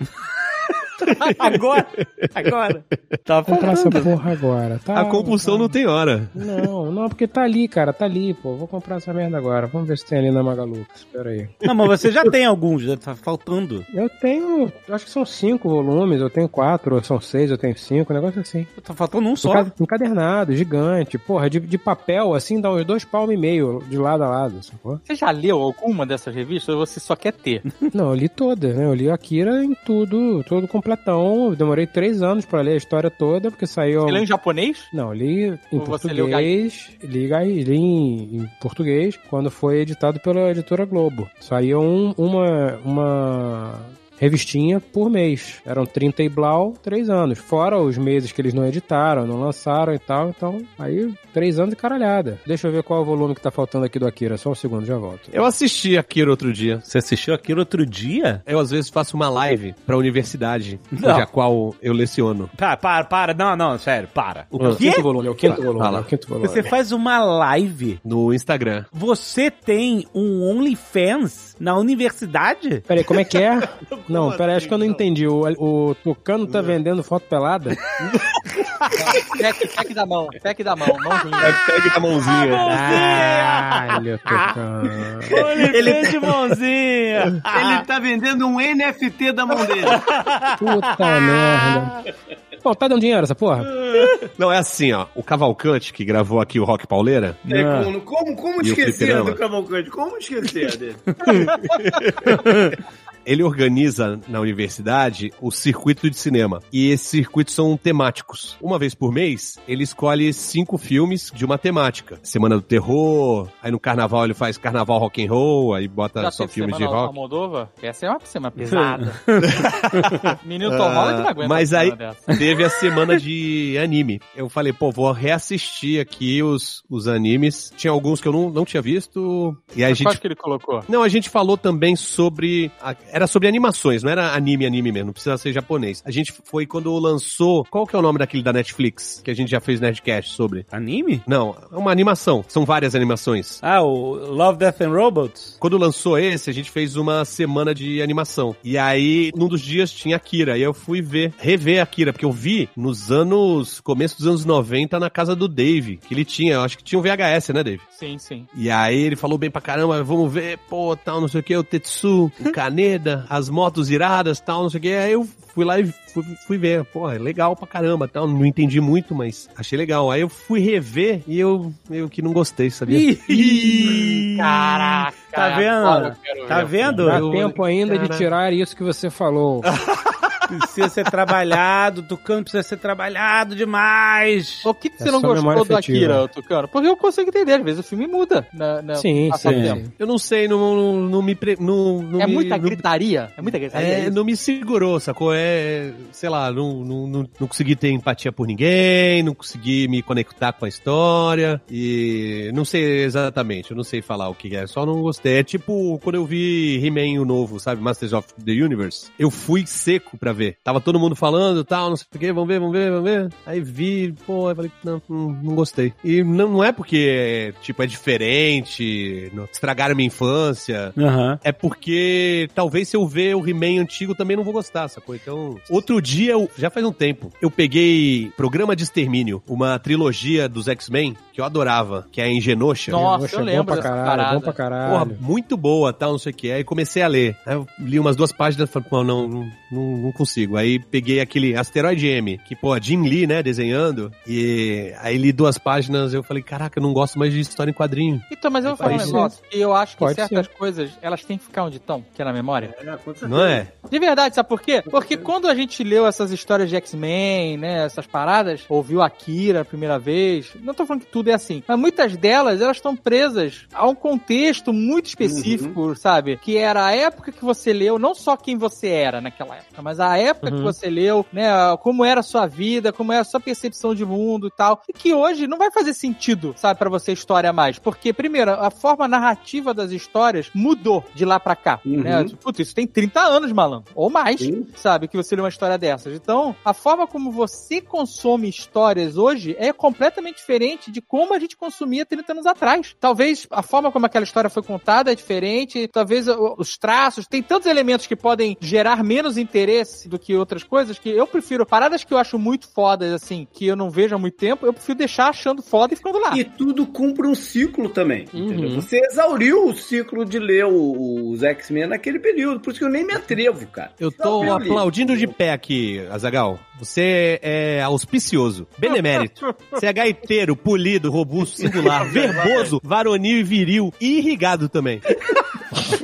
Speaker 2: Ah, Agora! Agora! Tá
Speaker 6: Vou comprar essa
Speaker 2: falando.
Speaker 6: porra agora. Tá,
Speaker 3: a compulsão não tem hora.
Speaker 6: Não, não, porque tá ali, cara, tá ali, pô. Vou comprar essa merda agora. Vamos ver se tem ali na Magalu. Espera aí.
Speaker 2: Não, mas você já tem alguns, já tá faltando.
Speaker 6: Eu tenho, acho que são cinco volumes, eu tenho quatro, ou são seis, eu tenho cinco, um negócio assim.
Speaker 2: Tá faltando um só.
Speaker 6: Enca- Encadernado, gigante, porra, de, de papel, assim, dá uns dois palmos e meio de lado a lado, sacou?
Speaker 4: Você já leu alguma dessas revistas ou você só quer ter?
Speaker 6: Não, eu li todas, né? Eu li Akira em tudo, todo completão. Eu demorei três anos pra ler a história toda, porque saiu.
Speaker 4: Você leu em japonês?
Speaker 6: Não, eu li em
Speaker 4: Ou você leu
Speaker 6: português. Li, Gai- li em, em português quando foi editado pela editora Globo. Saiu um- uma. uma revistinha por mês. Eram 30 e blau, três anos. Fora os meses que eles não editaram, não lançaram e tal. Então, aí, três anos e caralhada. Deixa eu ver qual é o volume que tá faltando aqui do Akira. Só um segundo, já volto.
Speaker 3: Eu assisti Akira outro dia.
Speaker 2: Você assistiu aquilo outro dia?
Speaker 3: Eu às vezes faço uma live pra universidade,
Speaker 2: Não.
Speaker 3: onde a qual eu leciono.
Speaker 2: Para, Tá, para, para. Não, não, sério, para.
Speaker 6: É o quinto volume, é o quinto volume.
Speaker 3: Fala.
Speaker 6: é o quinto volume.
Speaker 2: Você faz uma live?
Speaker 3: No Instagram.
Speaker 2: Você tem um OnlyFans na universidade?
Speaker 6: Peraí, como é que é? Não, peraí, acho que eu não entendi. O, o Tucano tá vendendo foto pelada?
Speaker 4: Pack, pack da mão, pack da mão, né? mãozinha.
Speaker 6: Hashtag
Speaker 4: da
Speaker 6: mãozinha.
Speaker 4: Ah,
Speaker 1: Caralho,
Speaker 2: Ele fez de mãozinha.
Speaker 1: Ele tá vendendo um NFT da mão dele.
Speaker 6: Puta merda. Bom, tá dando dinheiro essa porra?
Speaker 3: Não, é assim, ó. O Cavalcante, que gravou aqui o Rock Pauleira.
Speaker 1: É, como, como, como
Speaker 3: E o
Speaker 1: esquecer
Speaker 3: fliperama?
Speaker 1: do Cavalcante? Como esquecer dele?
Speaker 3: Ele organiza na universidade o circuito de cinema. E esses circuitos são temáticos. Uma vez por mês, ele escolhe cinco filmes de uma temática. Semana do Terror, aí no carnaval ele faz carnaval rock and roll, aí bota Tá, só
Speaker 4: teve
Speaker 3: filmes de
Speaker 4: semana
Speaker 3: rock.
Speaker 4: Almodóvar? Essa é uma semana pesada. <laughs> Menino Tom Holland não
Speaker 3: Ah,
Speaker 4: aguenta.
Speaker 3: Mas
Speaker 4: uma
Speaker 3: aí
Speaker 4: semana dessa.
Speaker 3: teve a semana de anime. Eu falei, pô, vou reassistir aqui os, os animes. Tinha alguns que eu não, não tinha visto. E aí a
Speaker 4: Mas quais
Speaker 3: gente
Speaker 4: que ele colocou?
Speaker 3: Não, a gente falou também sobre. a- era sobre animações, não era anime, anime mesmo, não precisava ser japonês. A gente foi quando lançou. Qual que é o nome daquele da Netflix que a gente já fez Nerdcast sobre?
Speaker 2: Anime?
Speaker 3: Não, é uma animação. São várias animações.
Speaker 2: Ah, o Love, Death and Robots?
Speaker 3: Quando lançou esse, a gente fez uma semana de animação. E aí, num dos dias tinha Akira. E eu fui ver, rever Akira, porque eu vi nos anos. começo dos anos 90 na casa do Dave, que ele tinha. Eu acho que tinha um VHS, né, Dave?
Speaker 4: Sim, sim.
Speaker 3: E aí ele falou bem pra caramba, vamos ver, pô, tal, não sei o que, o Tetsu,
Speaker 4: Uhum.
Speaker 3: o Kaneda, as motos iradas, tal, não sei o que. Aí eu fui lá e fui, fui ver, pô, é legal pra caramba, tal, não entendi muito, mas achei legal. Aí eu fui rever e eu meio que não gostei, sabia?
Speaker 4: Caraca.
Speaker 2: Tá vendo?
Speaker 4: agora eu quero
Speaker 2: Tá
Speaker 4: ver.
Speaker 2: vendo?
Speaker 6: Dá
Speaker 2: Eu-
Speaker 6: tempo ainda
Speaker 2: Cara,
Speaker 4: né?
Speaker 6: de tirar isso que você falou.
Speaker 2: Precisa ser trabalhado, Tucano precisa ser trabalhado demais.
Speaker 4: O que, que
Speaker 6: É
Speaker 4: você não
Speaker 6: só memória
Speaker 4: gostou do
Speaker 6: afetiva.
Speaker 4: Akira, Tucano? Porque eu consigo entender, às vezes o filme muda. né, Ah, Na, na,
Speaker 6: Sim,
Speaker 4: passa o
Speaker 6: sim.
Speaker 4: tempo.
Speaker 3: Eu não sei, não, não, não me. pre- Não, não
Speaker 4: É
Speaker 3: me-
Speaker 4: muita
Speaker 3: não-
Speaker 4: gritaria? É muita gritaria?
Speaker 3: É,
Speaker 4: isso?
Speaker 3: não me segurou, sacou? É, sei lá, não, não, não, não consegui ter empatia por ninguém, não consegui me conectar com a história e não sei exatamente, eu não sei falar o que é, só não gostei. É tipo quando eu vi He-Man o novo, sabe? Masters of the Universe, eu fui seco pra ver. Tava todo mundo falando tal, não sei o que, vamos ver, vamos ver, vamos ver. Aí vi, pô, eu falei, não, não, não gostei. E não, não é porque, tipo, é diferente, não- estragaram minha infância,
Speaker 2: Aham.
Speaker 3: é porque talvez se eu ver o He-Man antigo também não vou gostar, sacou? Então, outro dia, eu- já faz um tempo, eu peguei Programa de Extermínio, uma trilogia dos X-Men que eu adorava, que é a Engenosha.
Speaker 4: Nossa,
Speaker 6: Poxa,
Speaker 4: eu lembro
Speaker 6: bom pra
Speaker 4: dessa
Speaker 6: caralho,
Speaker 4: parada.
Speaker 6: bom pra
Speaker 3: Porra,
Speaker 6: caralho.
Speaker 3: muito boa, tal, não sei o que. Aí comecei a ler. Aí eu li umas duas páginas e falei, pô, não, não, não, não consigo. Aí peguei aquele Asteroid M, que, pô, Jim Lee, né, desenhando. E aí li duas páginas eu falei, caraca, eu não gosto mais de história em quadrinho.
Speaker 4: Então, mas eu vou falar um
Speaker 3: Pode ser.
Speaker 4: negócio. que Eu acho que
Speaker 6: Pode
Speaker 4: certas coisas, elas têm que ficar onde estão, que é na memória.
Speaker 3: Não é?
Speaker 4: De verdade, sabe por quê? Porque quando a gente leu essas histórias de X-Men, né, essas paradas, ouviu Akira a primeira vez, não tô falando que tudo é assim, mas muitas delas, elas estão presas a um contexto muito específico, sabe? Que era a época que você leu, não só quem você era naquela época, mas a época que você leu, né, como era a sua vida, como era a sua percepção de mundo e tal, e que hoje não vai fazer sentido, sabe, pra você história mais, porque, primeiro, a forma narrativa das histórias mudou de lá pra cá,
Speaker 11: Uhum.
Speaker 4: né? Putz, isso tem 30 anos, malandro. Ou mais, sabe? Que você lê uma história dessas. Então, a forma como você consome histórias hoje é completamente diferente de como a gente consumia 30 anos atrás. Talvez a forma como aquela história foi contada é diferente, talvez o- os traços. Tem tantos elementos que podem gerar menos interesse do que outras coisas que eu prefiro. Paradas que eu acho muito fodas, assim, que eu não vejo há muito tempo, eu prefiro deixar achando foda e ficando lá.
Speaker 2: <laughs>
Speaker 1: E tudo cumpre um ciclo também. entendeu?
Speaker 4: Uhum.
Speaker 1: Você exauriu o ciclo de ler o- os X-Men naquele período, por isso que eu nem me atrevo, cara.
Speaker 3: Eu tô
Speaker 1: Não, eu li.
Speaker 3: aplaudindo de pé aqui, Azagal. Você é auspicioso, benemérito. Você é gaiteiro, polido, robusto, singular, verboso, varonil e viril e irrigado também.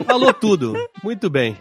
Speaker 3: Falou tudo. Muito bem.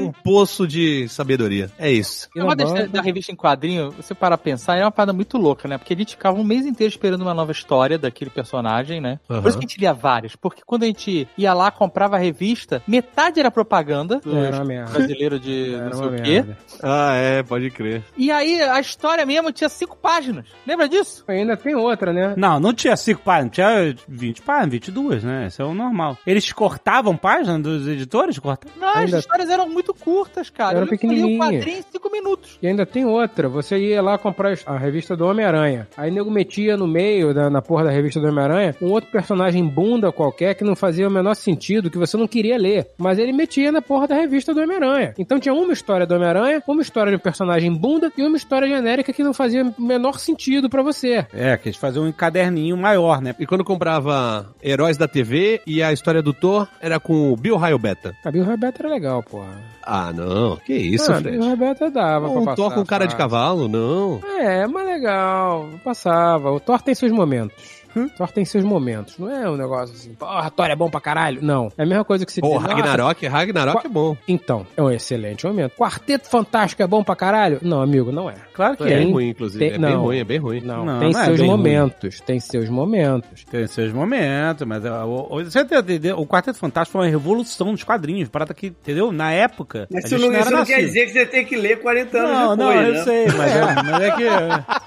Speaker 3: Um poço de sabedoria. É isso.
Speaker 4: A moda da, da revista em quadrinho, você para pensar, é uma parada muito louca, né? Porque a gente ficava um mês inteiro esperando uma nova história daquele personagem, né?
Speaker 3: Aham.
Speaker 4: Por isso que a gente lia várias. Porque quando a gente ia lá, comprava a revista, metade era propaganda do
Speaker 6: Era uma merda.
Speaker 4: <laughs> brasileiro de
Speaker 6: Era
Speaker 4: não
Speaker 6: uma
Speaker 4: sei o quê.
Speaker 6: merda.
Speaker 3: Ah, é, pode crer.
Speaker 4: E aí a história mesmo tinha cinco páginas. Lembra disso?
Speaker 6: Ainda tem outra, né?
Speaker 2: Não, não tinha 5 páginas, tinha 20 páginas, 22, né? Isso é o normal. Eles cortavam páginas dos editores? Cortavam?
Speaker 4: Não,
Speaker 6: Ainda-
Speaker 4: as histórias eram muito muito curtas, cara.
Speaker 6: Era
Speaker 4: eu li o
Speaker 6: pequenininha.
Speaker 4: quadrinho em cinco minutos.
Speaker 6: E ainda tem outra. Você ia lá comprar a revista do Homem-Aranha. Aí nego metia no meio, da, na porra da revista do Homem-Aranha, um outro personagem bunda qualquer que não fazia o menor sentido, que você não queria ler. Mas ele metia na porra da revista do Homem-Aranha. Então tinha uma história do Homem-Aranha, uma história de um personagem bunda e uma história genérica que não fazia o menor sentido pra você.
Speaker 2: É, quis fazer um caderninho maior, né?
Speaker 3: E quando comprava Heróis da TV e a história do Thor era com o Bill Raio Beta.
Speaker 6: A Bill Roberto era legal, porra.
Speaker 3: Ah, não. Que isso,
Speaker 6: ah,
Speaker 3: Fred?
Speaker 6: Bill Roberto dava pra
Speaker 3: Um
Speaker 6: passar.
Speaker 3: Thor com cara de
Speaker 6: fácil.
Speaker 3: cavalo, não.
Speaker 6: É, mas legal. Passava. O Thor tem seus momentos.
Speaker 3: Hum?
Speaker 6: O Thor tem seus momentos. Não é um negócio assim, porra, Thor é bom pra caralho. Não. É a mesma coisa que você
Speaker 3: Pô,
Speaker 6: diz, "Nossa,
Speaker 3: Ragnarok, Ragnarok é bom.
Speaker 6: Então, é um excelente momento. Quarteto Fantástico é bom pra caralho? Não, amigo, não é. Claro
Speaker 3: É, bem ruim, inclusive. é bem ruim, é bem ruim.
Speaker 6: Não,
Speaker 2: Não,
Speaker 6: tem
Speaker 2: não é
Speaker 6: seus
Speaker 2: bem ruim.
Speaker 6: momentos, tem seus momentos.
Speaker 2: Tem seus momentos, mas ah, o, o, você entendeu? o Quarteto Fantástico foi uma revolução dos quadrinhos, parada que, entendeu? Na época.
Speaker 12: Mas
Speaker 2: a
Speaker 12: isso
Speaker 2: gente
Speaker 12: não,
Speaker 2: não era
Speaker 12: isso não quer
Speaker 2: nascido.
Speaker 12: dizer que você tem que ler 40 anos
Speaker 2: Não, não,
Speaker 12: depois,
Speaker 2: eu
Speaker 12: né?
Speaker 2: sei, mas é,
Speaker 1: <laughs>
Speaker 2: mas é que.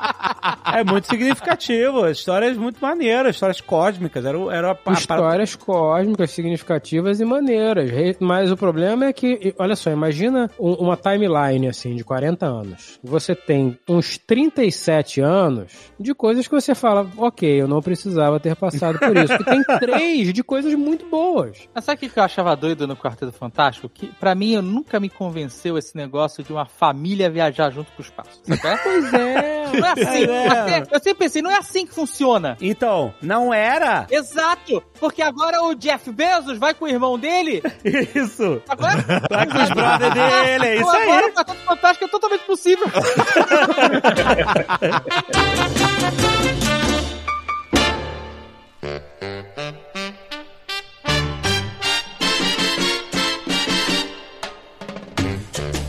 Speaker 2: É muito significativo. Histórias muito maneiras, histórias cósmicas. Era, o- era a pa-
Speaker 6: Histórias cósmicas significativas e maneiras. Re- Mas o problema é que, e- olha só, imagina um- uma timeline assim de 40 anos. Você tem uns 37 anos de coisas que você fala, ok, eu não precisava ter passado por isso. E tem três de coisas muito
Speaker 4: <laughs>
Speaker 6: boas.
Speaker 4: Mas sabe o que que eu achava doido no Quarteto Fantástico? Que pra mim eu nunca me convenceu esse negócio de uma família viajar junto pro espaço. Sabe? qual é?
Speaker 6: <laughs> Pois é.
Speaker 4: Não é assim.
Speaker 2: É.
Speaker 4: Até- eu sempre pensei, não é assim que funciona.
Speaker 2: Então, não era.
Speaker 4: Exato, porque agora o Jeff Bezos vai com o irmão dele.
Speaker 2: Isso. <laughs>
Speaker 4: Agora é
Speaker 2: Vai com os brothers dele, é isso
Speaker 4: agora
Speaker 2: aí.
Speaker 4: o Quarteto Fantástico é totalmente
Speaker 2: <laughs>
Speaker 4: possível.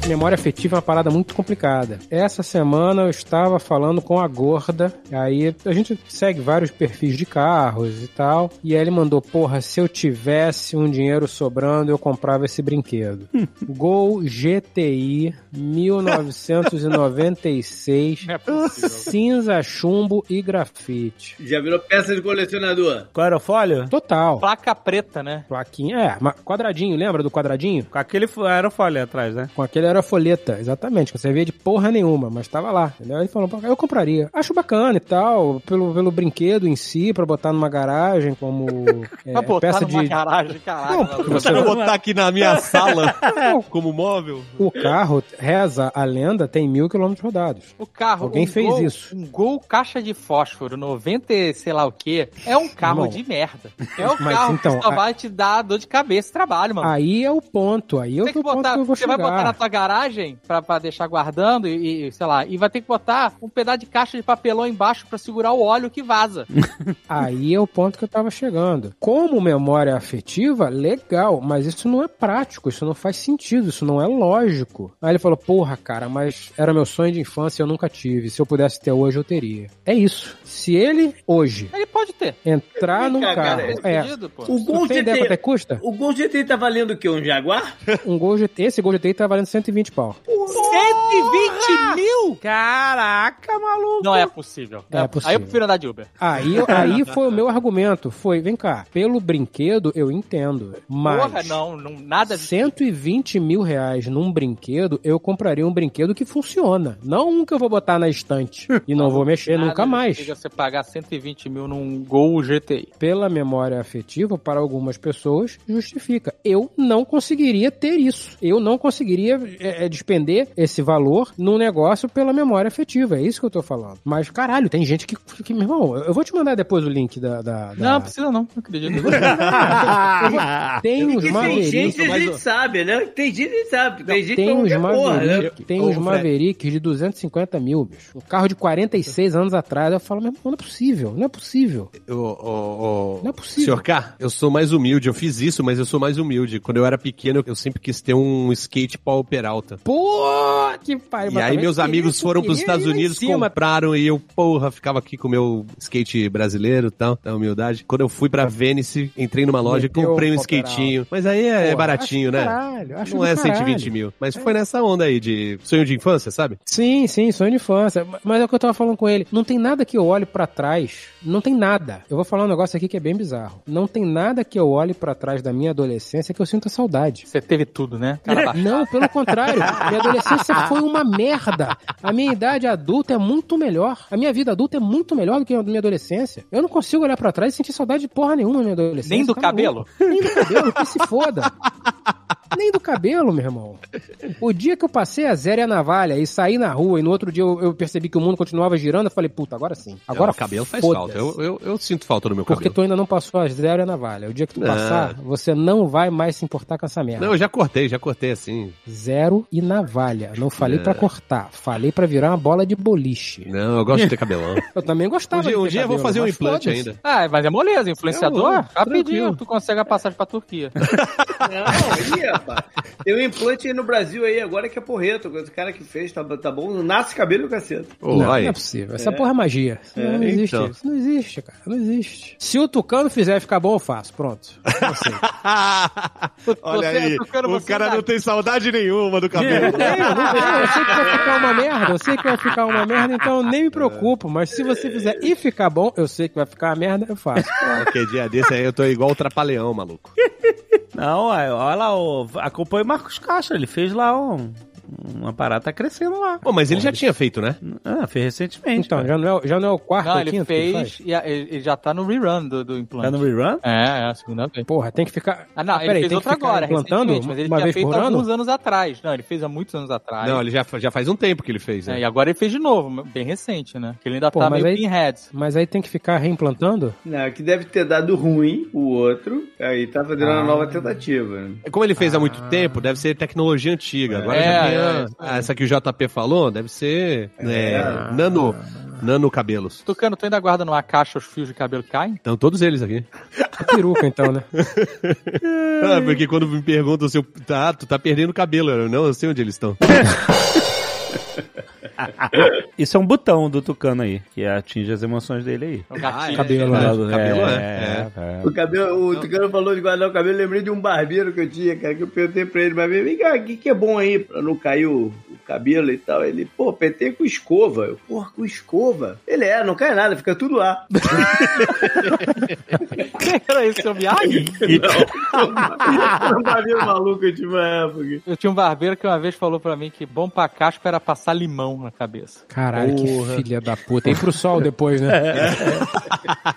Speaker 6: Memória afetiva é uma parada muito complicada. Essa semana eu estava falando com a gorda, aí a gente segue vários perfis de carros e tal, e aí ele mandou: Porra, se eu tivesse um dinheiro sobrando, eu comprava esse brinquedo. Gol GTI
Speaker 4: <laughs>
Speaker 6: 1996,
Speaker 2: É
Speaker 6: cinza, chumbo e grafite.
Speaker 1: Já virou peça de colecionador.
Speaker 2: Qual era o fólio?
Speaker 6: Total.
Speaker 4: Placa preta, né?
Speaker 6: Plaquinha, é, mas quadradinho, lembra do quadradinho?
Speaker 2: Com aquele fo- aerofólio atrás, né?
Speaker 6: Com aquele era folheta, exatamente, que você via de porra nenhuma, mas tava lá. Entendeu? Ele falou, "Pô, eu compraria. Acho bacana e tal, pelo, pelo brinquedo em si, pra botar numa garagem como
Speaker 4: <laughs>
Speaker 6: é,
Speaker 4: Pra botar
Speaker 6: peça
Speaker 4: numa
Speaker 6: de.
Speaker 4: garagem, tá caralho.
Speaker 6: Não,
Speaker 4: maluco.
Speaker 6: você-
Speaker 3: Você vai botar aqui na
Speaker 6: <laughs>
Speaker 3: minha sala como móvel?
Speaker 6: O um carro, reza a lenda, tem mil quilômetros rodados.
Speaker 4: O carro.
Speaker 6: Alguém
Speaker 4: um
Speaker 6: fez
Speaker 4: Gol-
Speaker 6: isso.
Speaker 4: Um gol caixa de fósforo, 90 e sei lá o quê, é um carro
Speaker 6: Irmão.
Speaker 4: de merda. É um
Speaker 6: Mas
Speaker 4: carro
Speaker 6: então,
Speaker 4: que só
Speaker 6: a-
Speaker 4: vai te dar dor de cabeça e trabalho, mano.
Speaker 6: Aí é o ponto, aí é o
Speaker 4: tem que
Speaker 6: ponto
Speaker 4: botar,
Speaker 6: que eu vou
Speaker 4: você vai
Speaker 6: chegar.
Speaker 4: botar na tua garagem pra, pra deixar guardando e, e, sei lá, e vai ter que botar um pedaço de caixa de papelão embaixo pra segurar o óleo que
Speaker 6: <laughs>
Speaker 4: vaza.
Speaker 6: Aí é o ponto que eu tava chegando. Como memória é afetiva, legal, mas isso não é prático, isso não faz sentido, isso não é lógico. Aí ele falou: Porra, cara, mas era meu sonho de infância, eu nunca tive. Se eu pudesse ter hoje, eu teria. É isso. Se ele, hoje,
Speaker 4: Ele pode ter.
Speaker 6: entrar num
Speaker 1: Cara,
Speaker 6: carro.
Speaker 1: cara,
Speaker 6: é.
Speaker 4: Fudido, pô.
Speaker 1: O
Speaker 6: Tu
Speaker 1: Gol
Speaker 6: tem ideia quanto é
Speaker 1: GT.
Speaker 6: que custa?
Speaker 1: O Gol GT tá valendo o quê? Um Jaguar?
Speaker 6: Um Gol GT, esse Gol GT tá valendo 120 pau.
Speaker 4: 120 mil?
Speaker 2: Caraca, maluco.
Speaker 4: Não é possível.
Speaker 6: É
Speaker 4: Aí eu
Speaker 6: possível.
Speaker 4: prefiro andar de Uber.
Speaker 6: Aí, aí foi o meu argumento. Foi, vem cá, pelo brinquedo eu entendo, mas...
Speaker 4: Porra, não, não nada de
Speaker 6: 120 mil reais num brinquedo, eu compraria um brinquedo que funciona. Não um que eu vou botar na estante e não vou mexer
Speaker 4: nada
Speaker 6: nunca mais.
Speaker 4: Chega você pagar 120 mil num Gol GTI.
Speaker 6: Pela memória afetiva, para algumas pessoas, justifica. Eu não conseguiria ter isso. Eu não conseguiria é, é, despender esse valor num negócio pela memória afetiva. É isso que eu tô falando. Mas, caralho, tem gente que. que meu irmão, eu vou te mandar depois o link da. da- da-
Speaker 4: Não,
Speaker 6: <laughs>
Speaker 4: precisa não, não acredito.
Speaker 6: Tem uns
Speaker 12: Porque tem gente
Speaker 6: mavericos.
Speaker 12: que a gente sabe, né? Tem gente que a gente sabe. Tem gente que
Speaker 6: Tem
Speaker 12: não
Speaker 6: uns
Speaker 12: quer porra, né?
Speaker 6: Maverick, tem uns Maverick de 250 mil, bicho. Um carro de 46 anos atrás. Eu falo, meu irmão, não é possível, não é possível.
Speaker 3: Ô, ô, ô,
Speaker 6: Não é possível.
Speaker 3: Senhor K, eu sou mais humilde. Eu fiz isso, mas eu sou mais humilde. Quando eu era pequeno, eu sempre quis ter um skate pau peralta.
Speaker 6: Pô, Pô, que é pai.
Speaker 3: E aí meus amigos foram pros Estados Unidos, compraram e eu, porra, ficava aqui com o meu skate brasileiro e tal, da humildade. Quando eu fui pra Vênice, entrei numa loja e
Speaker 6: Meteu
Speaker 3: comprei um
Speaker 6: um coperau.
Speaker 3: skatinho. Mas aí é
Speaker 6: Pô,
Speaker 3: baratinho,
Speaker 6: acho
Speaker 3: né?
Speaker 6: do caralho, acho
Speaker 3: Não
Speaker 6: do
Speaker 3: é
Speaker 6: caralho.
Speaker 3: 120 mil. Mas foi nessa onda aí de sonho de infância, sabe?
Speaker 6: Sim, sim, sonho de infância. Mas é o que eu tava falando com ele. Não tem nada que eu olhe pra trás. Não tem nada. Eu vou falar um negócio aqui que é bem bizarro. Não tem nada que eu olhe pra trás da minha adolescência que eu sinta saudade.
Speaker 4: Você teve tudo, né?
Speaker 6: Não, pelo contrário. Minha adolescência foi uma merda. A minha idade adulta é muito melhor. A minha vida adulta é muito melhor do que a minha adolescência. Eu não consigo olhar pra trás e sentir saudade de porra nenhuma na minha adolescência.
Speaker 4: Nem do
Speaker 6: Tá
Speaker 4: cabelo?
Speaker 6: maluco. Nem do cabelo, que se foda. Nem do cabelo, meu irmão. O dia que eu passei a zero e a navalha e saí na rua e no outro dia eu, eu percebi que o mundo continuava girando, eu falei, puta, agora sim. Agora
Speaker 3: É, o cabelo faz
Speaker 6: foda-se.
Speaker 3: falta. Eu, eu, eu sinto falta do meu
Speaker 6: Porque
Speaker 3: cabelo.
Speaker 6: tu ainda não passou a zero e a navalha. O dia que tu
Speaker 3: Não.
Speaker 6: passar, você não vai mais se importar com essa merda.
Speaker 3: Não, eu já cortei, já cortei assim.
Speaker 6: Zero e navalha. Não falei
Speaker 3: É.
Speaker 6: pra cortar, falei pra virar uma bola de boliche.
Speaker 3: Não, eu gosto de ter
Speaker 6: <laughs>
Speaker 3: cabelão.
Speaker 6: Eu também gostava
Speaker 3: Um dia-
Speaker 6: de
Speaker 3: um
Speaker 6: ter
Speaker 3: dia eu vou
Speaker 6: cabelo,
Speaker 3: fazer um
Speaker 6: mas
Speaker 3: implante
Speaker 6: foda-se.
Speaker 3: ainda.
Speaker 4: Ah, mas é moleza, influenciador?
Speaker 6: É, ué,
Speaker 4: rapidinho,
Speaker 6: tranquilo.
Speaker 4: tu consegue a passagem pra Turquia.
Speaker 3: <laughs>
Speaker 1: Não, aí, rapaz. Tem um implante aí no Brasil aí agora que é porreta. O cara que fez, tá, tá bom, nasce cabelo e caceta.
Speaker 6: Não, não é possível. Essa
Speaker 1: É.
Speaker 6: porra é magia. Isso
Speaker 1: É,
Speaker 6: não existe.
Speaker 1: então.
Speaker 6: Isso não existe, cara. Não existe. assim? Se o Tucano fizer ficar bom, eu faço. <laughs> Pronto.
Speaker 3: <laughs> Olha
Speaker 6: Você-
Speaker 3: aí,
Speaker 6: eu quero
Speaker 3: o
Speaker 6: você
Speaker 3: cara
Speaker 6: dar-
Speaker 3: não tem saudade nenhuma do cabelo.
Speaker 6: Eu, eu, eu sei que vai ficar uma merda, eu sei que vai ficar uma merda, então eu nem me preocupo. Mas se você fizer e ficar bom, eu sei que vai ficar uma merda, eu faço.
Speaker 3: <laughs> Qualquer dia desse aí eu tô igual o Trapalhão, maluco.
Speaker 2: Não, aí, olha lá, ó, acompanha o Marcos Castro, ele fez lá um, uma parada tá crescendo lá.
Speaker 3: Pô, mas ele já tinha feito, né?
Speaker 2: Ah, fez recentemente.
Speaker 6: Então, já não é, o- já não é o quarto
Speaker 4: Não,
Speaker 6: ou
Speaker 4: ele
Speaker 6: quinto que ele
Speaker 4: fez e a- ele ele já tá no rerun do, do implante.
Speaker 2: Tá no rerun?
Speaker 4: É, é a segunda vez.
Speaker 6: Porra, tem que ficar.
Speaker 4: Ah, não,
Speaker 6: Ah,
Speaker 4: ele
Speaker 6: peraí,
Speaker 4: fez
Speaker 6: tem que
Speaker 4: outra
Speaker 6: ficar
Speaker 4: agora,
Speaker 6: implantando
Speaker 4: recentemente, mas ele
Speaker 6: uma
Speaker 4: tinha
Speaker 6: vez
Speaker 4: feito
Speaker 6: por ano?
Speaker 4: alguns anos atrás. Não, ele fez há muitos anos atrás.
Speaker 3: Não, ele já, já faz um tempo que ele fez,
Speaker 4: É,
Speaker 3: né?
Speaker 4: e agora ele fez de novo, bem recente, né? Que ele ainda
Speaker 6: Pô,
Speaker 4: tá
Speaker 6: mas
Speaker 4: meio
Speaker 6: aí-
Speaker 4: pinhead.
Speaker 6: Mas aí tem que ficar reimplantando?
Speaker 1: Não, que deve ter dado ruim o outro. Aí tá fazendo uma nova tentativa. né?
Speaker 3: Como ele fez há
Speaker 6: Ah.
Speaker 3: muito tempo, deve ser tecnologia antiga. Agora
Speaker 1: É,
Speaker 3: já tem a-
Speaker 1: é, é.
Speaker 3: ah, essa que o JP falou, deve ser
Speaker 6: É.
Speaker 3: né, nano, nano cabelos.
Speaker 4: Tucano, tu ainda guarda numa caixa os fios de cabelo que caem?
Speaker 3: Então, todos eles aqui.
Speaker 6: A peruca, então, né?
Speaker 3: Ah, porque quando me perguntam se eu. Tá, tu tá perdendo cabelo. Eu, não, eu sei onde
Speaker 1: <laughs>
Speaker 3: eles estão.
Speaker 2: Isso é um botão do Tucano aí, que atinge as emoções dele aí.
Speaker 4: O
Speaker 1: é
Speaker 4: gatilho.
Speaker 2: Cabelo,
Speaker 3: verdade.
Speaker 2: né?
Speaker 3: Cabelo,
Speaker 2: É,
Speaker 3: é,
Speaker 2: é.
Speaker 1: O cabelo, o Tucano falou de guardar o cabelo, eu lembrei de um barbeiro que eu tinha, cara, que eu perguntei pra ele, mas vem cá, o que, que é bom aí pra não cair o, o cabelo e tal? Ele, pô, pentei com escova. Eu, porra, com escova? Ele é, não cai nada, fica tudo
Speaker 3: <laughs>
Speaker 1: lá.
Speaker 4: <laughs> Era esse seu viagem?
Speaker 1: Era um barbeiro maluco, eu tinha uma época.
Speaker 4: Eu tinha um barbeiro que uma vez falou pra mim que bom pra caspa era passar limão na cabeça.
Speaker 6: <laughs> Caralho,
Speaker 4: Porra.
Speaker 6: que filha da puta. E pro sol depois, né?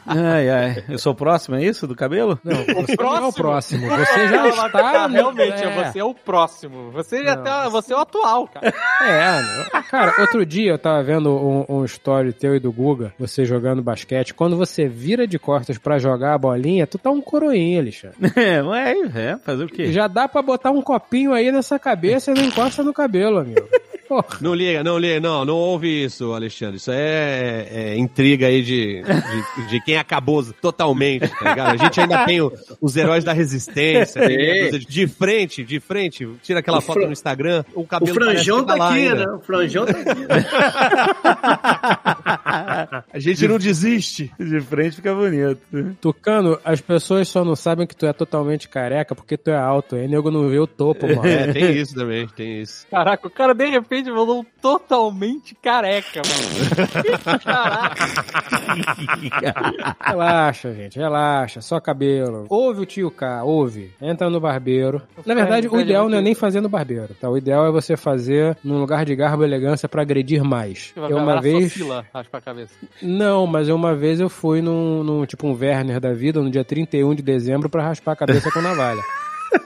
Speaker 2: Ai, ai. Eu sou o próximo, é isso? Do cabelo?
Speaker 6: Não, você não é o próximo. Você já
Speaker 4: <laughs> Não, mas,
Speaker 6: está.
Speaker 4: cara, realmente,
Speaker 6: é.
Speaker 4: você é o próximo. Você já
Speaker 6: Não,
Speaker 4: tá, você é o atual, cara.
Speaker 6: É, né? cara, outro dia eu tava vendo um, um story teu e do Guga, você jogando basquete. Quando você vira de costas pra jogar a bolinha, tu tá um coroinha, Alexandre.
Speaker 2: <laughs> É, ué, é, fazer o quê?
Speaker 6: Já dá pra botar um copinho aí nessa cabeça e não encosta no cabelo, amigo. Porra.
Speaker 3: Não liga, não liga, não, não ouve isso, Alexandre. Isso é, é intriga aí de, de, de quem acabou totalmente, tá ligado? A gente ainda tem o- os heróis da resistência, tem meia dúzia de, de frente, de frente, tira aquela
Speaker 1: O
Speaker 3: foto
Speaker 1: fran-
Speaker 3: no Instagram, o
Speaker 1: O
Speaker 3: cabelo
Speaker 1: franjão
Speaker 3: parece que
Speaker 1: tá,
Speaker 3: lá
Speaker 1: aqui,
Speaker 3: ainda.
Speaker 1: né? O franjão tá aqui.
Speaker 3: <laughs> A gente não desiste.
Speaker 2: De frente fica bonito.
Speaker 6: Tucano, as pessoas só não sabem que tu é totalmente careca porque tu é alto, hein? Nego não vê o topo, mano.
Speaker 3: É, tem isso também, tem isso.
Speaker 4: Caraca, o cara de repente falou totalmente careca, <laughs> mano. Caraca.
Speaker 6: Relaxa, gente, relaxa. Só cabelo. Ouve o tio K, ouve. Entra no barbeiro. Na verdade, o ideal não é nem fazer no barbeiro, tá? O ideal é você fazer num lugar de garbo e elegância pra agredir mais. Eu uma vez...
Speaker 4: Socila, acho pra cabeça.
Speaker 6: Não, mas eu uma vez eu fui num, num tipo um Werner da vida, no dia 31 de dezembro, pra raspar a cabeça
Speaker 3: <laughs>
Speaker 6: com navalha.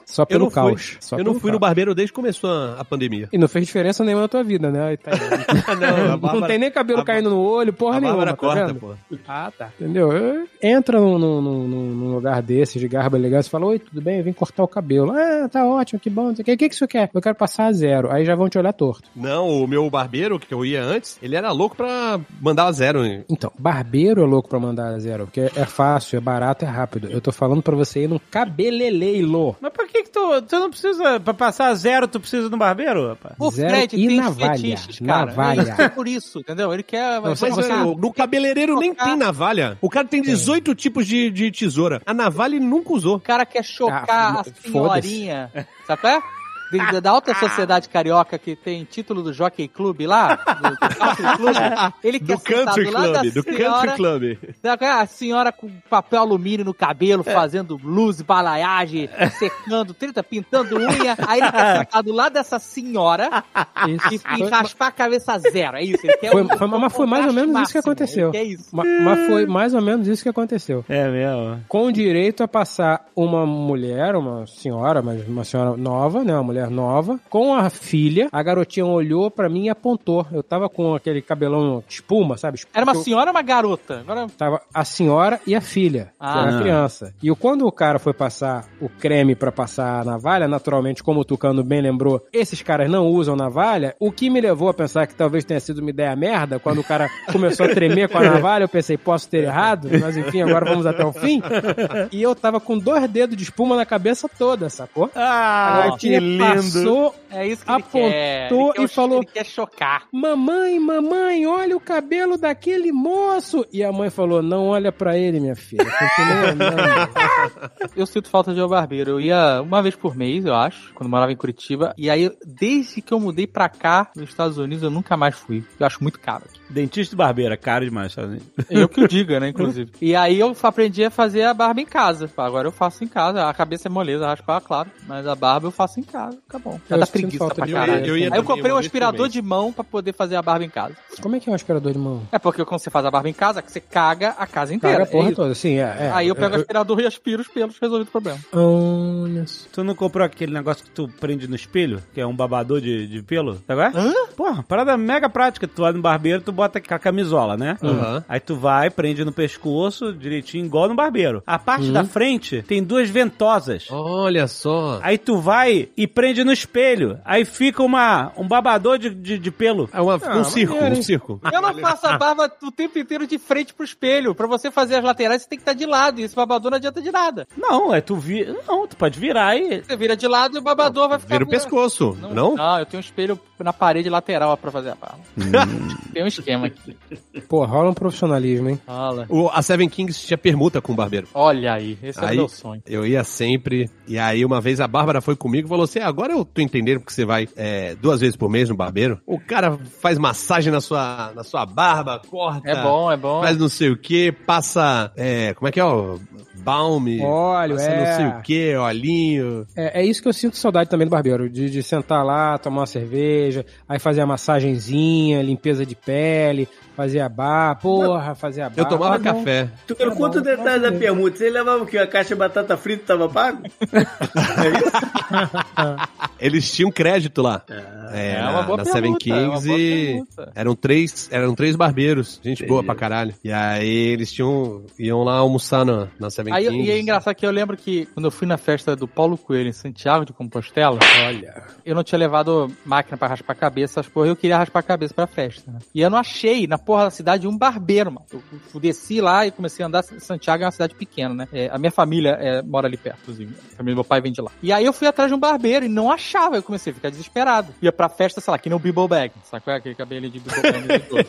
Speaker 6: Só
Speaker 3: Eu não
Speaker 6: pelo
Speaker 3: fui,
Speaker 6: caos. Só
Speaker 3: eu não
Speaker 6: pelo
Speaker 3: fui no
Speaker 6: caos.
Speaker 3: barbeiro desde que começou a, a pandemia.
Speaker 6: E não fez diferença nenhuma na tua vida, né? Aí tá aí.
Speaker 3: não,
Speaker 6: <laughs> não tem nem cabelo caindo no olho, porra
Speaker 3: a
Speaker 6: nenhuma.
Speaker 3: Bárbara
Speaker 6: Tá
Speaker 3: corta,
Speaker 6: vendo?
Speaker 3: pô.
Speaker 6: Ah, tá. Entendeu? Eu- Entra num, num- num- num- num lugar desse de garba elegância e fala: Oi, tudo bem? Eu vim cortar o cabelo. Ah, tá ótimo, que bom. não sei O que, o que que você quer? Eu quero passar a zero. Aí já vão te olhar torto.
Speaker 3: Não, o meu barbeiro, que eu ia antes, ele era louco pra mandar a zero. hein?
Speaker 6: Então, barbeiro é louco pra mandar a zero, porque é fácil, é barato, é rápido. Eu tô falando pra você ir num cabeleleilo. <laughs>
Speaker 2: Mas pra que que, que tu. Tu não precisa. Pra passar zero, tu precisa de um barbeiro, rapaz?
Speaker 4: O Fred tem fetiches, cara.
Speaker 2: Navalha.
Speaker 4: É isso, por isso, entendeu? Ele quer.
Speaker 3: Não, mas, mano, no cabeleireiro nem tem navalha. O cara tem 18 tipos de, de tesoura. A navalha ele nunca usou. O
Speaker 4: cara quer
Speaker 3: Ah,
Speaker 4: chocar a senhorinha. Sabe qual é? De- de- Da alta sociedade carioca que tem título do Jockey Club lá, do, do Country
Speaker 3: <laughs>
Speaker 4: Club, ele quer
Speaker 3: Do Country
Speaker 4: sentar lado
Speaker 3: Club,
Speaker 4: da
Speaker 3: do
Speaker 4: senhora-
Speaker 3: Country Club.
Speaker 4: Sabe qual é? A senhora com papel alumínio no cabelo,
Speaker 6: É.
Speaker 4: fazendo luz, balaiagem, secando, trita, pintando unha. Aí ele
Speaker 6: É.
Speaker 4: quer sentar do lado dessa senhora e, e raspar a cabeça zero. É isso. Ele quer
Speaker 6: Foi-
Speaker 4: o-
Speaker 6: foi- mas foi mais ou menos isso que aconteceu.
Speaker 4: ele quer isso.
Speaker 6: Ma- Mas foi mais ou menos isso que aconteceu.
Speaker 2: É mesmo?
Speaker 6: Com direito a passar uma mulher, uma senhora, mas uma senhora nova, né? Uma mulher nova, com a filha. A garotinha olhou pra mim e apontou. Eu tava com aquele cabelão de espuma, sabe?
Speaker 4: Era uma
Speaker 6: Eu-
Speaker 4: senhora ou uma garota? Agora
Speaker 6: Tava a senhora e a filha,
Speaker 4: Ah.
Speaker 6: que era criança. E o- quando o cara foi passar o creme pra passar a navalha, naturalmente, como o Tucano bem lembrou, esses caras não usam navalha. O que me levou a pensar que talvez tenha sido uma ideia merda, quando
Speaker 2: <laughs>
Speaker 6: o cara começou a tremer com a navalha, eu pensei, posso ter errado, mas enfim, agora vamos até o fim. E eu tava com dois dedos de espuma na cabeça toda, sacou?
Speaker 2: Ah,
Speaker 6: Agora,
Speaker 2: que lindo.
Speaker 6: Passou,
Speaker 4: é isso que
Speaker 6: apontou
Speaker 4: ele quer. Ele quer
Speaker 6: e
Speaker 4: o-
Speaker 6: falou:
Speaker 4: Ele quer chocar.
Speaker 6: Mamãe, mamãe, olha o cabelo daquele moço. E a mãe falou: Não olha pra ele, minha filha. Continua andando.
Speaker 4: Eu sinto falta de ir ao barbeiro. Eu ia uma vez por mês, eu acho, quando morava em Curitiba. E aí, desde que eu mudei pra cá, nos Estados Unidos, eu nunca mais fui. Eu acho muito caro aqui.
Speaker 2: Dentista e barbeiro, é caro demais, sabe?
Speaker 4: Eu que o diga, né, inclusive. <laughs> E aí eu aprendi a fazer a barba em casa. Agora eu faço em casa. A cabeça é moleza, raspar, claro. Mas a barba eu faço em casa, tá bom. Já
Speaker 6: Eu
Speaker 4: dá
Speaker 6: sinto
Speaker 4: preguiça
Speaker 6: falta
Speaker 4: pra
Speaker 6: de-
Speaker 4: caralho.
Speaker 6: eu ia
Speaker 4: aí eu
Speaker 6: também,
Speaker 4: comprei um
Speaker 6: uma vez por
Speaker 4: aspirador
Speaker 6: mês.
Speaker 4: de mão pra poder fazer a barba em casa.
Speaker 6: Como é que é um aspirador de mão?
Speaker 4: É porque quando você faz a barba em casa, que você caga a casa inteira.
Speaker 6: Caga a porra
Speaker 4: É isso.
Speaker 6: toda, sim, é, é.
Speaker 4: Aí eu pego o
Speaker 6: Eu-
Speaker 4: aspirador e aspiro os pelos, resolvido o problema.
Speaker 2: Tu não comprou aquele negócio que tu prende no espelho? Que é um babador de, de pelo? Sabe? qual é? Porra, parada mega prática. Tu vai no barbeiro, tu bota com a camisola, né?
Speaker 3: Aham.
Speaker 2: Aí tu vai, prende no pescoço, direitinho, igual no barbeiro. A parte da frente tem duas ventosas.
Speaker 3: Olha só.
Speaker 2: Aí tu vai e prende no espelho. Aí fica uma, um babador de, de, de pelo.
Speaker 3: É uma,
Speaker 4: Ah,
Speaker 3: um circo, um circo.
Speaker 4: Eu não faço a barba o tempo inteiro de frente pro espelho. Pra você fazer as laterais, você tem que estar de lado. E esse babador não adianta de nada.
Speaker 2: Não, é tu vi... Não, tu pode virar e...
Speaker 4: Você vira de lado e o babador vai ficar.
Speaker 3: Vira o pescoço, não?
Speaker 4: tá né? Não, eu tenho um espelho na parede lateral pra fazer a barba.
Speaker 3: Hum.
Speaker 4: <laughs> tem um esquema aqui.
Speaker 6: Pô, rola um profissionalismo, hein?
Speaker 4: Fala.
Speaker 3: O- a Seven Kings tinha permuta com o barbeiro.
Speaker 4: Olha aí, esse é o
Speaker 3: Aí
Speaker 4: meu sonho.
Speaker 3: eu ia sempre, e aí uma vez a Bárbara foi comigo e falou assim, agora eu tô entendendo porque você vai é, duas vezes por mês no barbeiro. O cara faz massagem na sua, na sua barba, corta.
Speaker 4: É bom, é bom.
Speaker 3: Faz não sei o que, passa, é, como é que é, o balme,
Speaker 6: Óleo,
Speaker 3: passa
Speaker 6: é.
Speaker 3: não sei o que, olhinho.
Speaker 6: É, é isso que eu sinto saudade também do barbeiro, de, de sentar lá, tomar uma cerveja, aí fazer a massagenzinha, limpeza de pele, fazer a barba, porra, fazer a barba.
Speaker 3: Eu tomava
Speaker 4: é
Speaker 6: Ah, não.
Speaker 3: café.
Speaker 13: Tu pergunta
Speaker 1: Tá
Speaker 13: o detalhe da permuta. Você levava o quê? A caixa de batata frita tava pago?
Speaker 3: Eles tinham crédito lá. É,
Speaker 4: é
Speaker 3: na,
Speaker 4: uma boa
Speaker 3: na
Speaker 4: pergunta,
Speaker 3: Seven
Speaker 4: é uma
Speaker 3: Kings
Speaker 4: boa
Speaker 3: e
Speaker 4: pergunta.
Speaker 3: eram três, eram três barbeiros, gente boa pra caralho. E aí eles tinham iam lá almoçar na, na Seven
Speaker 4: Aí,
Speaker 3: Kings.
Speaker 4: e é engraçado que eu lembro que quando eu fui na festa do Paulo Coelho em Santiago de Compostela,
Speaker 6: Olha.
Speaker 4: eu não tinha levado máquina pra raspar a cabeça, as porra, eu queria raspar a cabeça pra festa, né? E eu não achei na porra da cidade um barbeiro, mano. Eu f- desci lá e comecei a andar. Santiago é uma cidade pequena, né? É, a minha família é, mora ali perto, inclusive. A família do meu pai vem de lá. E aí eu fui atrás de um barbeiro e não achava. Eu comecei a ficar desesperado. Ia pra festa, sei lá, que nem o Bibble Bag, sacou? Aquele cabelinho de Bibble Bag. de todo.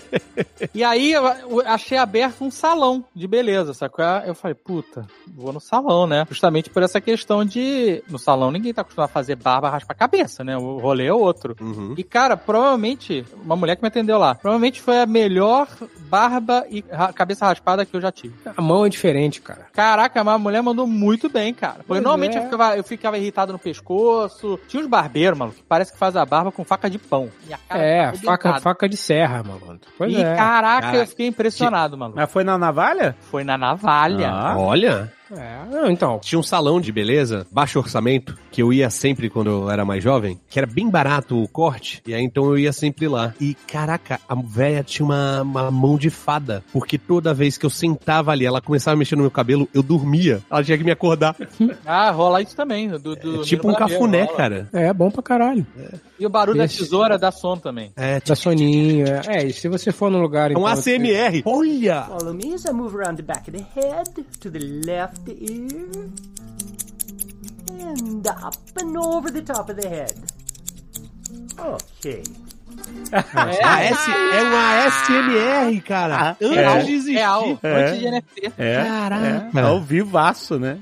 Speaker 4: E aí eu eu achei aberto um salão de beleza, sacou? Eu falei, puta, vou no salão, né? Justamente por essa questão de. No salão ninguém tá acostumado a fazer barba, raspa a cabeça, né? O rolê é outro.
Speaker 3: Uhum.
Speaker 4: E, cara, provavelmente, uma mulher que me atendeu lá, provavelmente foi a melhor barba e ra- cabeça raspada que eu já tive.
Speaker 6: A mão é diferente, cara.
Speaker 4: Caraca, mas a mulher mandou muito bem, cara. Porque
Speaker 6: Pois
Speaker 4: normalmente
Speaker 6: é.
Speaker 4: eu, ficava, eu ficava irritado no pescoço. Tinha uns barbeiros, mano, que parece que faz a barba com faca de pão. E a cara
Speaker 6: é,
Speaker 4: ficava
Speaker 6: faca,
Speaker 4: arrebentada.
Speaker 6: faca de serra, malandro. Pois
Speaker 4: e
Speaker 6: é.
Speaker 4: caraca,
Speaker 3: Caraca.
Speaker 4: eu fiquei impressionado, maluco.
Speaker 2: Mas foi na navalha?
Speaker 4: Foi na navalha.
Speaker 2: Ah.
Speaker 3: Olha,
Speaker 6: É, não, então.
Speaker 3: tinha um salão de beleza, baixo orçamento, que eu ia sempre quando eu era mais jovem, que era bem barato o corte, e aí então eu ia sempre lá. E caraca, a véia tinha uma, uma mão de fada, porque toda vez que eu sentava ali, ela começava a mexer no meu cabelo, eu dormia. Ela tinha que me acordar.
Speaker 4: Ah, rola isso também. Do, do-
Speaker 3: É tipo um
Speaker 4: do barbeiro,
Speaker 3: cafuné,
Speaker 4: rola.
Speaker 3: cara.
Speaker 6: É, é bom pra caralho.
Speaker 4: E o barulho da
Speaker 6: Esse-
Speaker 4: tesoura dá som também.
Speaker 3: É,
Speaker 6: Dá soninho. É, É, e se você for num lugar.
Speaker 3: é um ACMR. Olha!
Speaker 1: Follow me as I move around the back of the head to the left ear.
Speaker 14: and up and over the top of the head. Okay.
Speaker 3: É, a S, é uma SMR, cara. Antes
Speaker 2: é.
Speaker 3: de existir.
Speaker 4: Real,
Speaker 2: É.
Speaker 4: antes de né? NFT.
Speaker 2: É, É, ao vivaço, né?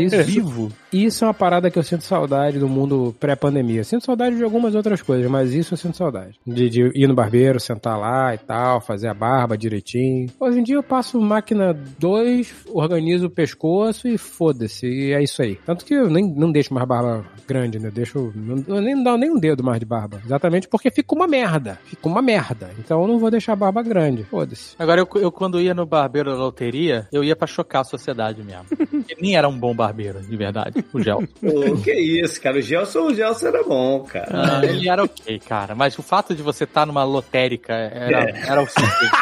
Speaker 6: Isso, Isso é uma parada que eu sinto saudade do mundo pré-pandemia. Eu Sinto saudade de algumas outras coisas, mas isso eu sinto saudade. De, de ir no barbeiro, sentar lá e tal, fazer a barba direitinho. Hoje em dia eu passo máquina 2, organizo o pescoço e foda-se. E é isso aí. Tanto que eu nem, não deixo mais barba grande, né? Eu Deixo. não- Eu nem dou nem um dedo mais de barba. Exatamente porque fica uma merda. Fica uma merda. Então eu não vou deixar a barba grande. Foda-se.
Speaker 4: Agora, eu, eu quando ia no barbeiro da loteria, eu ia pra chocar a sociedade
Speaker 3: <laughs>
Speaker 4: mesmo. Ele nem era um bom barbeiro, de verdade, o Gel.
Speaker 12: <laughs> Pô, que isso, cara. O Gelson, o Gelson era bom, cara.
Speaker 4: ele era ok, cara. Mas o fato de você estar numa lotérica era,
Speaker 12: É.
Speaker 4: era o suficiente.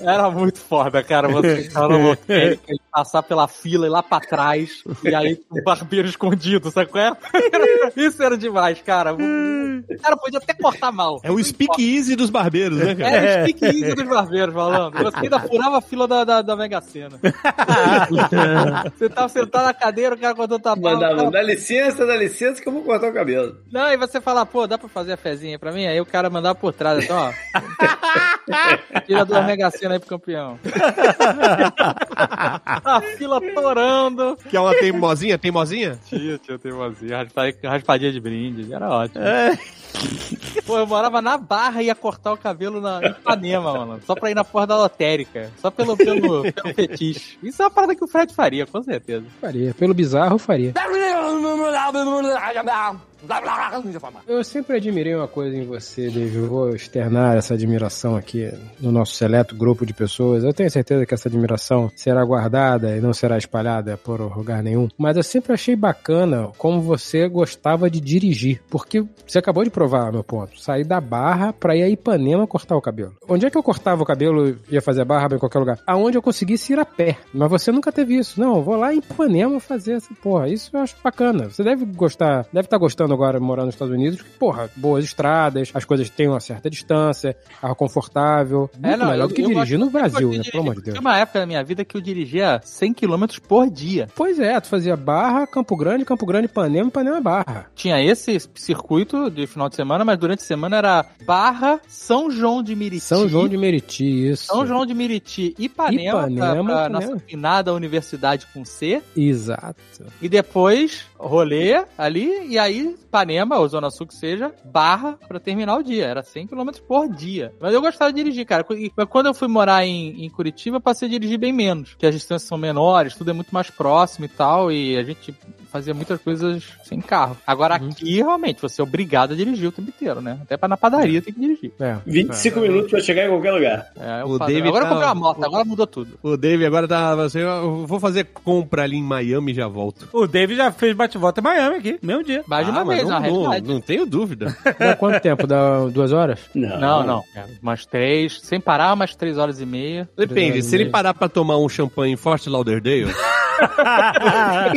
Speaker 4: era muito foda, cara. Você estar numa lotérica e passar pela fila e lá pra trás. E aí o barbeiro escondido, sabe qual é? <laughs> Isso era demais, cara. O cara podia até cortar mal.
Speaker 3: É o speak easy dos barbeiros, né, cara?
Speaker 4: Era o speak easy dos barbeiros, falando. Você ainda furava a fila da, da, da Mega Sena. você tava sentado na cadeira, o cara cortou tua barba.
Speaker 12: Mandava,
Speaker 4: tava-
Speaker 12: dá licença, dá licença que eu vou cortar o cabelo.
Speaker 4: Não, e você falar, pô, dá pra fazer a fezinha pra mim? Aí o cara mandava por trás, então, ó. <laughs> Tira duas mega sena aí pro campeão. <laughs> a fila torando.
Speaker 3: Que é uma teimosinha, teimosinha?
Speaker 4: Tio, tio, teimosinha. raspa- Raspadinha de brinde, era ótimo.
Speaker 6: É.
Speaker 4: <laughs> Pô, eu morava na Barra e ia cortar o cabelo na em Ipanema, mano. Só pra ir na porra da lotérica. Só pelo, pelo, pelo fetiche. Isso é uma parada que o Fred faria, com certeza.
Speaker 6: Faria. Pelo bizarro, eu faria. Eu sempre admirei uma coisa em você, David. Eu vou externar essa admiração aqui no nosso seleto grupo de pessoas. Eu tenho certeza que essa admiração será guardada e não será espalhada por lugar nenhum. Mas eu sempre achei bacana como você gostava de dirigir. Porque você acabou de provar meu ponto. Sair da barra pra ir a Ipanema cortar o cabelo. Onde é que eu cortava o cabelo e ia fazer a barba em qualquer lugar? Aonde eu conseguisse ir a pé. Mas você nunca teve isso. Não, eu vou lá em Ipanema fazer essa porra. Isso eu acho bacana. Você deve gostar, deve estar gostando agora morando nos Estados Unidos, que, porra, boas estradas, as coisas têm uma certa distância, carro confortável.
Speaker 4: É,
Speaker 6: Muito
Speaker 4: não,
Speaker 6: melhor
Speaker 4: eu-
Speaker 6: do que
Speaker 4: eu
Speaker 6: dirigir
Speaker 4: gosto-
Speaker 6: no Brasil,
Speaker 4: gosto de
Speaker 6: né? Pelo amor de Deus.
Speaker 4: Tinha uma época da minha vida que eu dirigia 100 km por dia.
Speaker 6: Pois é, tu fazia barra, Campo Grande, Campo Grande, Panema, Panema Barra.
Speaker 4: Tinha esse circuito de final de semana, mas durante a semana era Barra, São João de Miriti.
Speaker 6: São João de Meriti, isso.
Speaker 4: São João de Miriti, Ipanema,
Speaker 6: Ipanema,
Speaker 4: pra, pra
Speaker 6: Ipanema.
Speaker 4: nossa finada universidade com C.
Speaker 6: Exato.
Speaker 4: E depois, rolê ali, e aí, Ipanema, ou Zona Sul que seja, barra pra terminar o dia. Era 100 km por dia. Mas eu gostava de dirigir, cara. E quando eu fui morar em, em Curitiba, eu passei a dirigir bem menos. Porque as distâncias são menores, tudo é muito mais próximo e tal, e a gente fazia muitas coisas sem carro. Agora
Speaker 3: Uhum.
Speaker 4: aqui, realmente, você é obrigado a dirigir o tempo inteiro, né? Até pra na padaria tem que dirigir.
Speaker 6: É.
Speaker 12: 25 minutos pra chegar em qualquer lugar.
Speaker 4: É, eu
Speaker 3: O
Speaker 4: falo-
Speaker 3: David
Speaker 4: agora eu
Speaker 3: tá-
Speaker 4: comprei uma moto, agora mudou tudo.
Speaker 3: O Dave agora tá. Assim, eu vou fazer compra ali em Miami e já volto.
Speaker 2: O David já fez bate-volta em Miami aqui, mesmo dia.
Speaker 4: Mais de uma
Speaker 3: Ah, mas
Speaker 4: vez, na
Speaker 3: não, não,
Speaker 4: realidade.
Speaker 3: não tenho dúvida.
Speaker 6: Dá quanto tempo? Dá duas horas?
Speaker 4: Não, não. É, umas três, sem parar, umas três horas e meia.
Speaker 3: Depende, se ele parar pra tomar um champanhe em Fort Lauderdale,
Speaker 6: Ah,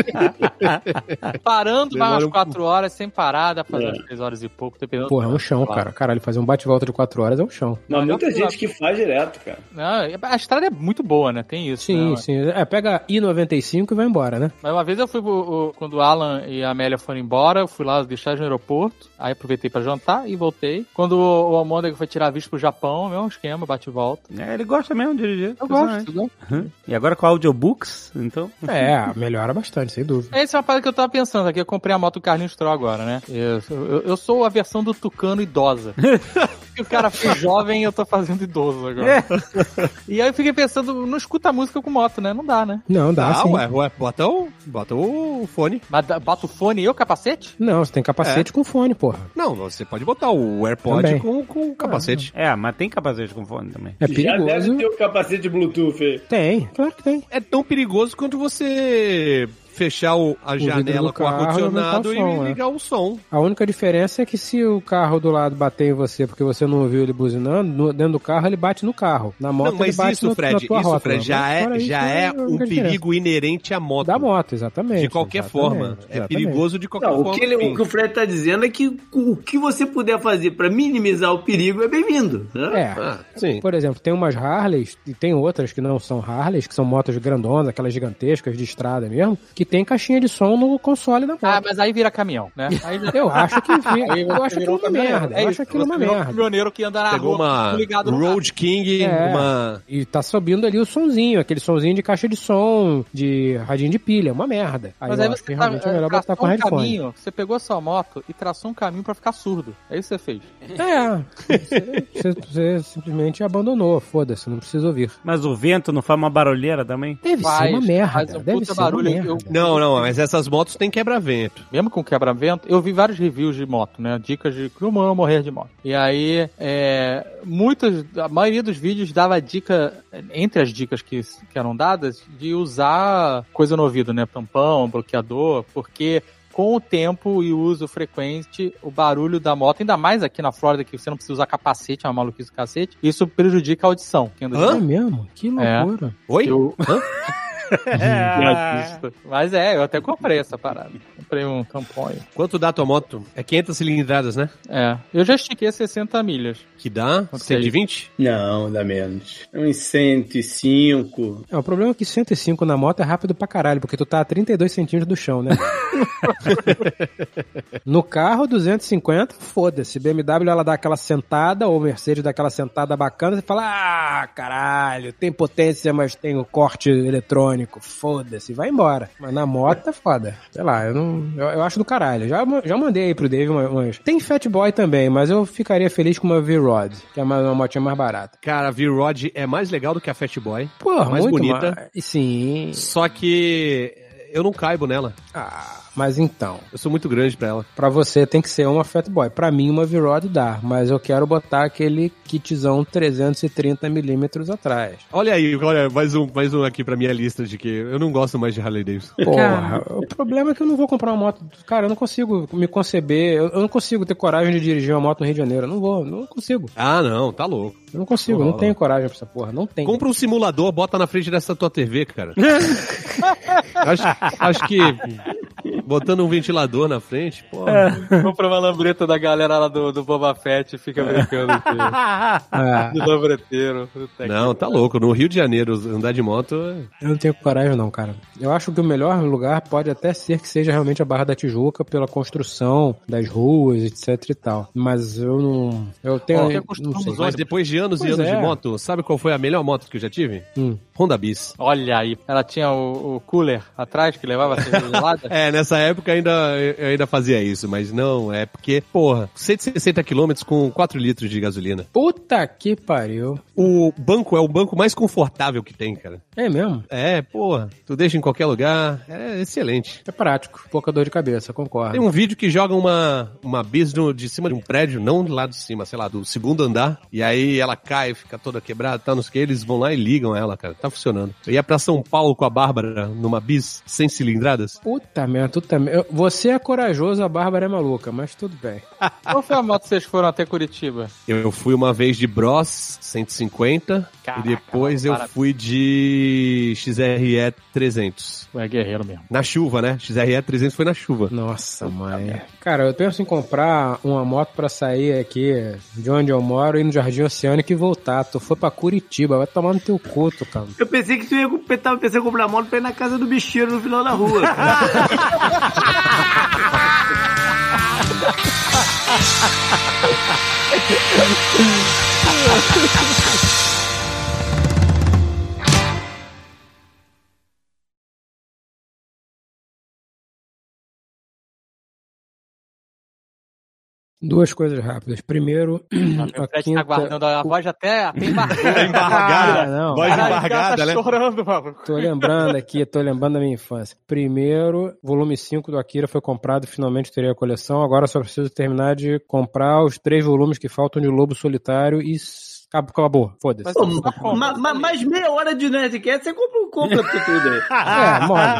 Speaker 4: Parando vai
Speaker 3: Demora
Speaker 4: umas
Speaker 3: um- É.
Speaker 4: quatro horas, sem parar, dá pra fazer umas três horas e pouco, dependendo
Speaker 6: Porra, é um chão,
Speaker 4: Claro.
Speaker 6: cara. Caralho, fazer um bate-volta de quatro horas é um chão.
Speaker 12: Mas muita
Speaker 4: eu-
Speaker 12: gente que faz direto, cara.
Speaker 4: Não, a estrada é muito boa, né? Tem isso.
Speaker 6: Sim,
Speaker 4: né?
Speaker 6: sim. É, pega I-95 e vai embora, né?
Speaker 4: Mas uma vez eu fui, pro- o- quando o Alan e a Amélia foram embora, eu fui lá deixar eles no aeroporto, aí aproveitei pra jantar e voltei. Quando o, o Almôndega foi tirar visto pro Japão, mesmo esquema, bate e volta.
Speaker 2: É, ele gosta mesmo de dirigir.
Speaker 4: Eu
Speaker 3: é.
Speaker 4: gosto, né? eu gosto.
Speaker 2: Hum. E agora com audiobooks, então?
Speaker 3: Uhum.
Speaker 6: É, melhora bastante, sem dúvida.
Speaker 4: Essa é uma parada que eu tava pensando aqui. Eu comprei a moto do Carlinhos Troll agora, né? Eu, eu- eu sou a versão do Tucano
Speaker 6: <laughs>
Speaker 4: idosa. Porque o cara foi jovem e eu tô fazendo idoso
Speaker 6: É.
Speaker 4: agora. E aí eu fiquei pensando, não escuta música com moto, né? Não dá, né?
Speaker 6: Não, dá
Speaker 3: ah,
Speaker 6: sim.
Speaker 3: ué, ué, bota o, bota o fone.
Speaker 4: Mas dá- bota o fone e o capacete?
Speaker 6: Não, você tem
Speaker 3: É.
Speaker 6: capacete com fone, porra.
Speaker 3: Não, você pode botar o AirPod
Speaker 6: Também. Ah,
Speaker 3: com, com o capacete.
Speaker 2: É, mas tem capacete com fone também.
Speaker 6: É
Speaker 12: Já
Speaker 6: perigoso.
Speaker 12: deve ter o capacete Bluetooth aí.
Speaker 6: Tem, claro que tem.
Speaker 3: É tão perigoso quanto você fechar o- a
Speaker 6: vidro
Speaker 3: janela
Speaker 6: do
Speaker 3: com o
Speaker 6: carro e
Speaker 3: ar-condicionado e
Speaker 6: aumentar o som, é.
Speaker 3: ligar o som.
Speaker 6: A única diferença é que se o carro do lado bater em você porque você não ouviu ele buzinando, no- dentro do carro ele bate no carro. Na moto
Speaker 3: Não, mas
Speaker 6: ele bate
Speaker 3: isso,
Speaker 6: no, na
Speaker 3: Fred,
Speaker 6: tua
Speaker 3: isso,
Speaker 6: rótula.
Speaker 3: Fred, já
Speaker 6: Mas
Speaker 3: é,
Speaker 6: fora isso,
Speaker 3: já é
Speaker 6: a
Speaker 3: um
Speaker 6: única diferença.
Speaker 3: perigo inerente à moto.
Speaker 6: Da moto, exatamente.
Speaker 3: De qualquer
Speaker 6: exatamente,
Speaker 3: forma. É
Speaker 6: exatamente.
Speaker 3: perigoso de qualquer
Speaker 1: Não,
Speaker 3: forma.
Speaker 1: o, que ele-
Speaker 3: enfim.
Speaker 1: o que o Fred tá dizendo é que o que você puder fazer pra minimizar o perigo é bem-vindo. né?
Speaker 6: É.
Speaker 1: Ah,
Speaker 3: Sim.
Speaker 6: Por exemplo, tem umas Harleys e tem outras que não são Harleys, que são motos grandonas, aquelas gigantescas de estrada mesmo, que tem caixinha de som no console na moto.
Speaker 4: Ah, mas aí vira caminhão, né? Aí já-
Speaker 6: Eu acho que vi-
Speaker 4: Aí
Speaker 6: É. eu
Speaker 4: você
Speaker 6: acho
Speaker 4: virou
Speaker 6: aquilo uma
Speaker 4: caminhoneiro.
Speaker 6: merda,
Speaker 4: É
Speaker 6: eu
Speaker 4: isso,
Speaker 6: acho aquilo
Speaker 4: você
Speaker 6: uma
Speaker 4: virou um
Speaker 6: merda.
Speaker 4: caminhoneiro que anda na
Speaker 3: Pegou
Speaker 4: rua,
Speaker 3: uma
Speaker 4: ligado no
Speaker 3: Road King,
Speaker 6: É.
Speaker 3: uma...
Speaker 6: E tá subindo ali o sonzinho, aquele sonzinho de caixa de som, de radinho de pilha, é uma merda. Aí
Speaker 4: Mas
Speaker 6: eu
Speaker 4: aí
Speaker 6: acho que
Speaker 4: você tá,
Speaker 6: realmente é melhor botar
Speaker 4: traçou
Speaker 6: com
Speaker 4: um
Speaker 6: headphone.
Speaker 4: caminho, você pegou a sua moto e traçou um caminho pra ficar surdo. É isso que você fez.
Speaker 6: É, você, você simplesmente abandonou, foda-se, não precisa ouvir.
Speaker 2: Mas o vento não faz uma barulheira também?
Speaker 6: Deve ser uma merda,
Speaker 4: faz um
Speaker 6: deve
Speaker 4: puta
Speaker 6: ser
Speaker 4: barulho,
Speaker 6: uma merda.
Speaker 4: eu-
Speaker 3: Não, não, mas essas motos tem quebra-vento.
Speaker 4: Mesmo com quebra-vento, eu vi vários reviews de moto, né? Dicas de como eu morrer de moto. E aí, é, muitos, a maioria dos vídeos dava dica, entre as dicas que, que eram dadas, de usar coisa no ouvido, né? Tampão, bloqueador, porque com o tempo e o uso frequente, o barulho da moto, ainda mais aqui na Flórida, que você não precisa usar capacete, é uma maluquice do cacete, isso prejudica a audição. Quem anda de
Speaker 6: É mesmo? Que
Speaker 4: É.
Speaker 6: loucura.
Speaker 3: Oi?
Speaker 4: um Mas é, eu até comprei essa parada. Comprei um camponho.
Speaker 3: Quanto dá a tua moto? É 500 cilindradas, né?
Speaker 4: É. Eu já estiquei 60 milhas.
Speaker 3: Que dá? 120?
Speaker 12: Não, dá menos. É Uns 105.
Speaker 6: É, o problema é que 105 na moto é rápido pra caralho, porque tu tá a 32 centímetros do chão, né? <laughs> no carro, 250, foda-se. BMW ela dá aquela sentada, ou Mercedes dá aquela sentada bacana, você fala, ah, caralho, tem potência, mas tem o corte eletrônico, foda-se, vai embora. Mas na moto tá foda. Sei lá, eu não. Eu, eu acho do caralho. Já, ma- já mandei aí pro Dave uma- umas. Tem Fat Boy também, mas eu ficaria feliz com uma V-Rod, que é uma, uma motinha mais barata.
Speaker 3: Cara, a V-Rod é mais legal do que a Fat Boy.
Speaker 6: Porra,
Speaker 3: mais
Speaker 6: muito
Speaker 3: bonita.
Speaker 6: mais- Sim.
Speaker 3: Só que eu não caibo nela.
Speaker 6: Ah, mas então.
Speaker 3: Eu sou muito grande pra ela.
Speaker 6: Pra você tem que ser uma Fat Boy. Pra mim, uma V-Rod dá, mas eu quero botar aquele kitzão 330mm atrás.
Speaker 3: Olha aí, olha, mais um, mais um aqui pra minha lista de que eu não gosto mais de Harley Davidson.
Speaker 6: Porra, o problema é que eu não vou comprar uma moto. Cara, eu não consigo me conceber, eu, eu não consigo ter coragem de dirigir uma moto no Rio de Janeiro. Eu não vou, não consigo.
Speaker 3: Ah, não, tá louco.
Speaker 6: Eu não consigo, eu não tenho coragem pra essa porra, não tenho.
Speaker 3: Compra um simulador, bota na frente dessa tua TV, cara. acho, acho que botando um ventilador na frente, pô.
Speaker 4: Compra uma lambreta da galera lá do, do Boba Fett e fica brincando <laughs>
Speaker 6: Ah.
Speaker 4: de, de lambreteiro. Puta que-
Speaker 3: Não, tá louco. No Rio de Janeiro, andar de moto. é-
Speaker 6: Eu não tenho coragem, não, cara. Eu acho que o melhor lugar pode até ser que seja realmente a Barra da Tijuca, pela construção das ruas, etc e tal. Mas eu não. Eu tenho.
Speaker 3: Ó,
Speaker 6: não sei.
Speaker 3: mas depois de anos e
Speaker 6: Pois
Speaker 3: anos
Speaker 6: é.
Speaker 3: de moto, sabe qual foi a melhor moto que eu já tive?
Speaker 6: Hum.
Speaker 3: Honda Bis.
Speaker 4: Olha aí, ela tinha o, o cooler atrás que levava a cerveja <laughs> gelada.
Speaker 3: É, nessa época ainda, eu ainda fazia isso, mas não, é porque, porra, 160 km com 4 litros de gasolina.
Speaker 6: Puta que pariu.
Speaker 3: O banco é o banco mais confortável que tem, cara.
Speaker 6: É mesmo?
Speaker 3: É, porra, tu deixa em qualquer lugar, é excelente.
Speaker 6: É prático. Pouca dor de cabeça, concordo.
Speaker 3: Tem um vídeo que joga uma, uma bis no- de cima de um prédio, não lá de cima, sei lá, do segundo andar, e aí ela cai, fica toda quebrada, tá, não sei o que, eles vão lá e ligam ela, cara, tá funcionando. Eu ia pra São Paulo com a Bárbara numa bis sem cilindradas.
Speaker 6: Puta merda, tu também. eu- Você é corajoso, a Bárbara é maluca, mas tudo bem.
Speaker 4: Qual foi a moto que vocês foram até Curitiba?
Speaker 3: Eu fui uma vez de Bros 150
Speaker 4: Caraca,
Speaker 3: e depois eu
Speaker 4: para-
Speaker 3: fui de XRE 300.
Speaker 4: É guerreiro mesmo.
Speaker 3: Na chuva, né? XRE 300 foi na chuva.
Speaker 6: Nossa, mãe. Cara, eu penso em comprar uma moto pra sair aqui de onde eu moro, ir no Jardim Oceânico e voltar. Tu foi pra Curitiba, vai tomar no teu culto, cara.
Speaker 1: Eu pensei que tu ia eu tava pensando em comprar moto pra ir na casa do bicheiro no final da <laughs> rua.
Speaker 6: Duas coisas rápidas. Primeiro, <clears throat>
Speaker 4: O
Speaker 6: a
Speaker 4: Fred tá
Speaker 6: quinta...
Speaker 4: guardando a voz até,
Speaker 6: <laughs>
Speaker 4: até embargou.
Speaker 6: embargada. Ah, não. Voz
Speaker 4: Caralho, o cara
Speaker 3: embargada,
Speaker 4: tá
Speaker 3: né?
Speaker 4: chorando, maluco.
Speaker 6: Tô lembrando aqui, tô lembrando da minha infância. Primeiro, volume 5 do Akira foi comprado, finalmente terei a coleção. Agora só preciso terminar de comprar os três volumes que faltam de Lobo Solitário e. s- Acabou, acabou. foda-se.
Speaker 1: Pô, ma- ma- mais meia hora de Nerdcast, você compra, compra tudo aí.
Speaker 6: É, <laughs> mole.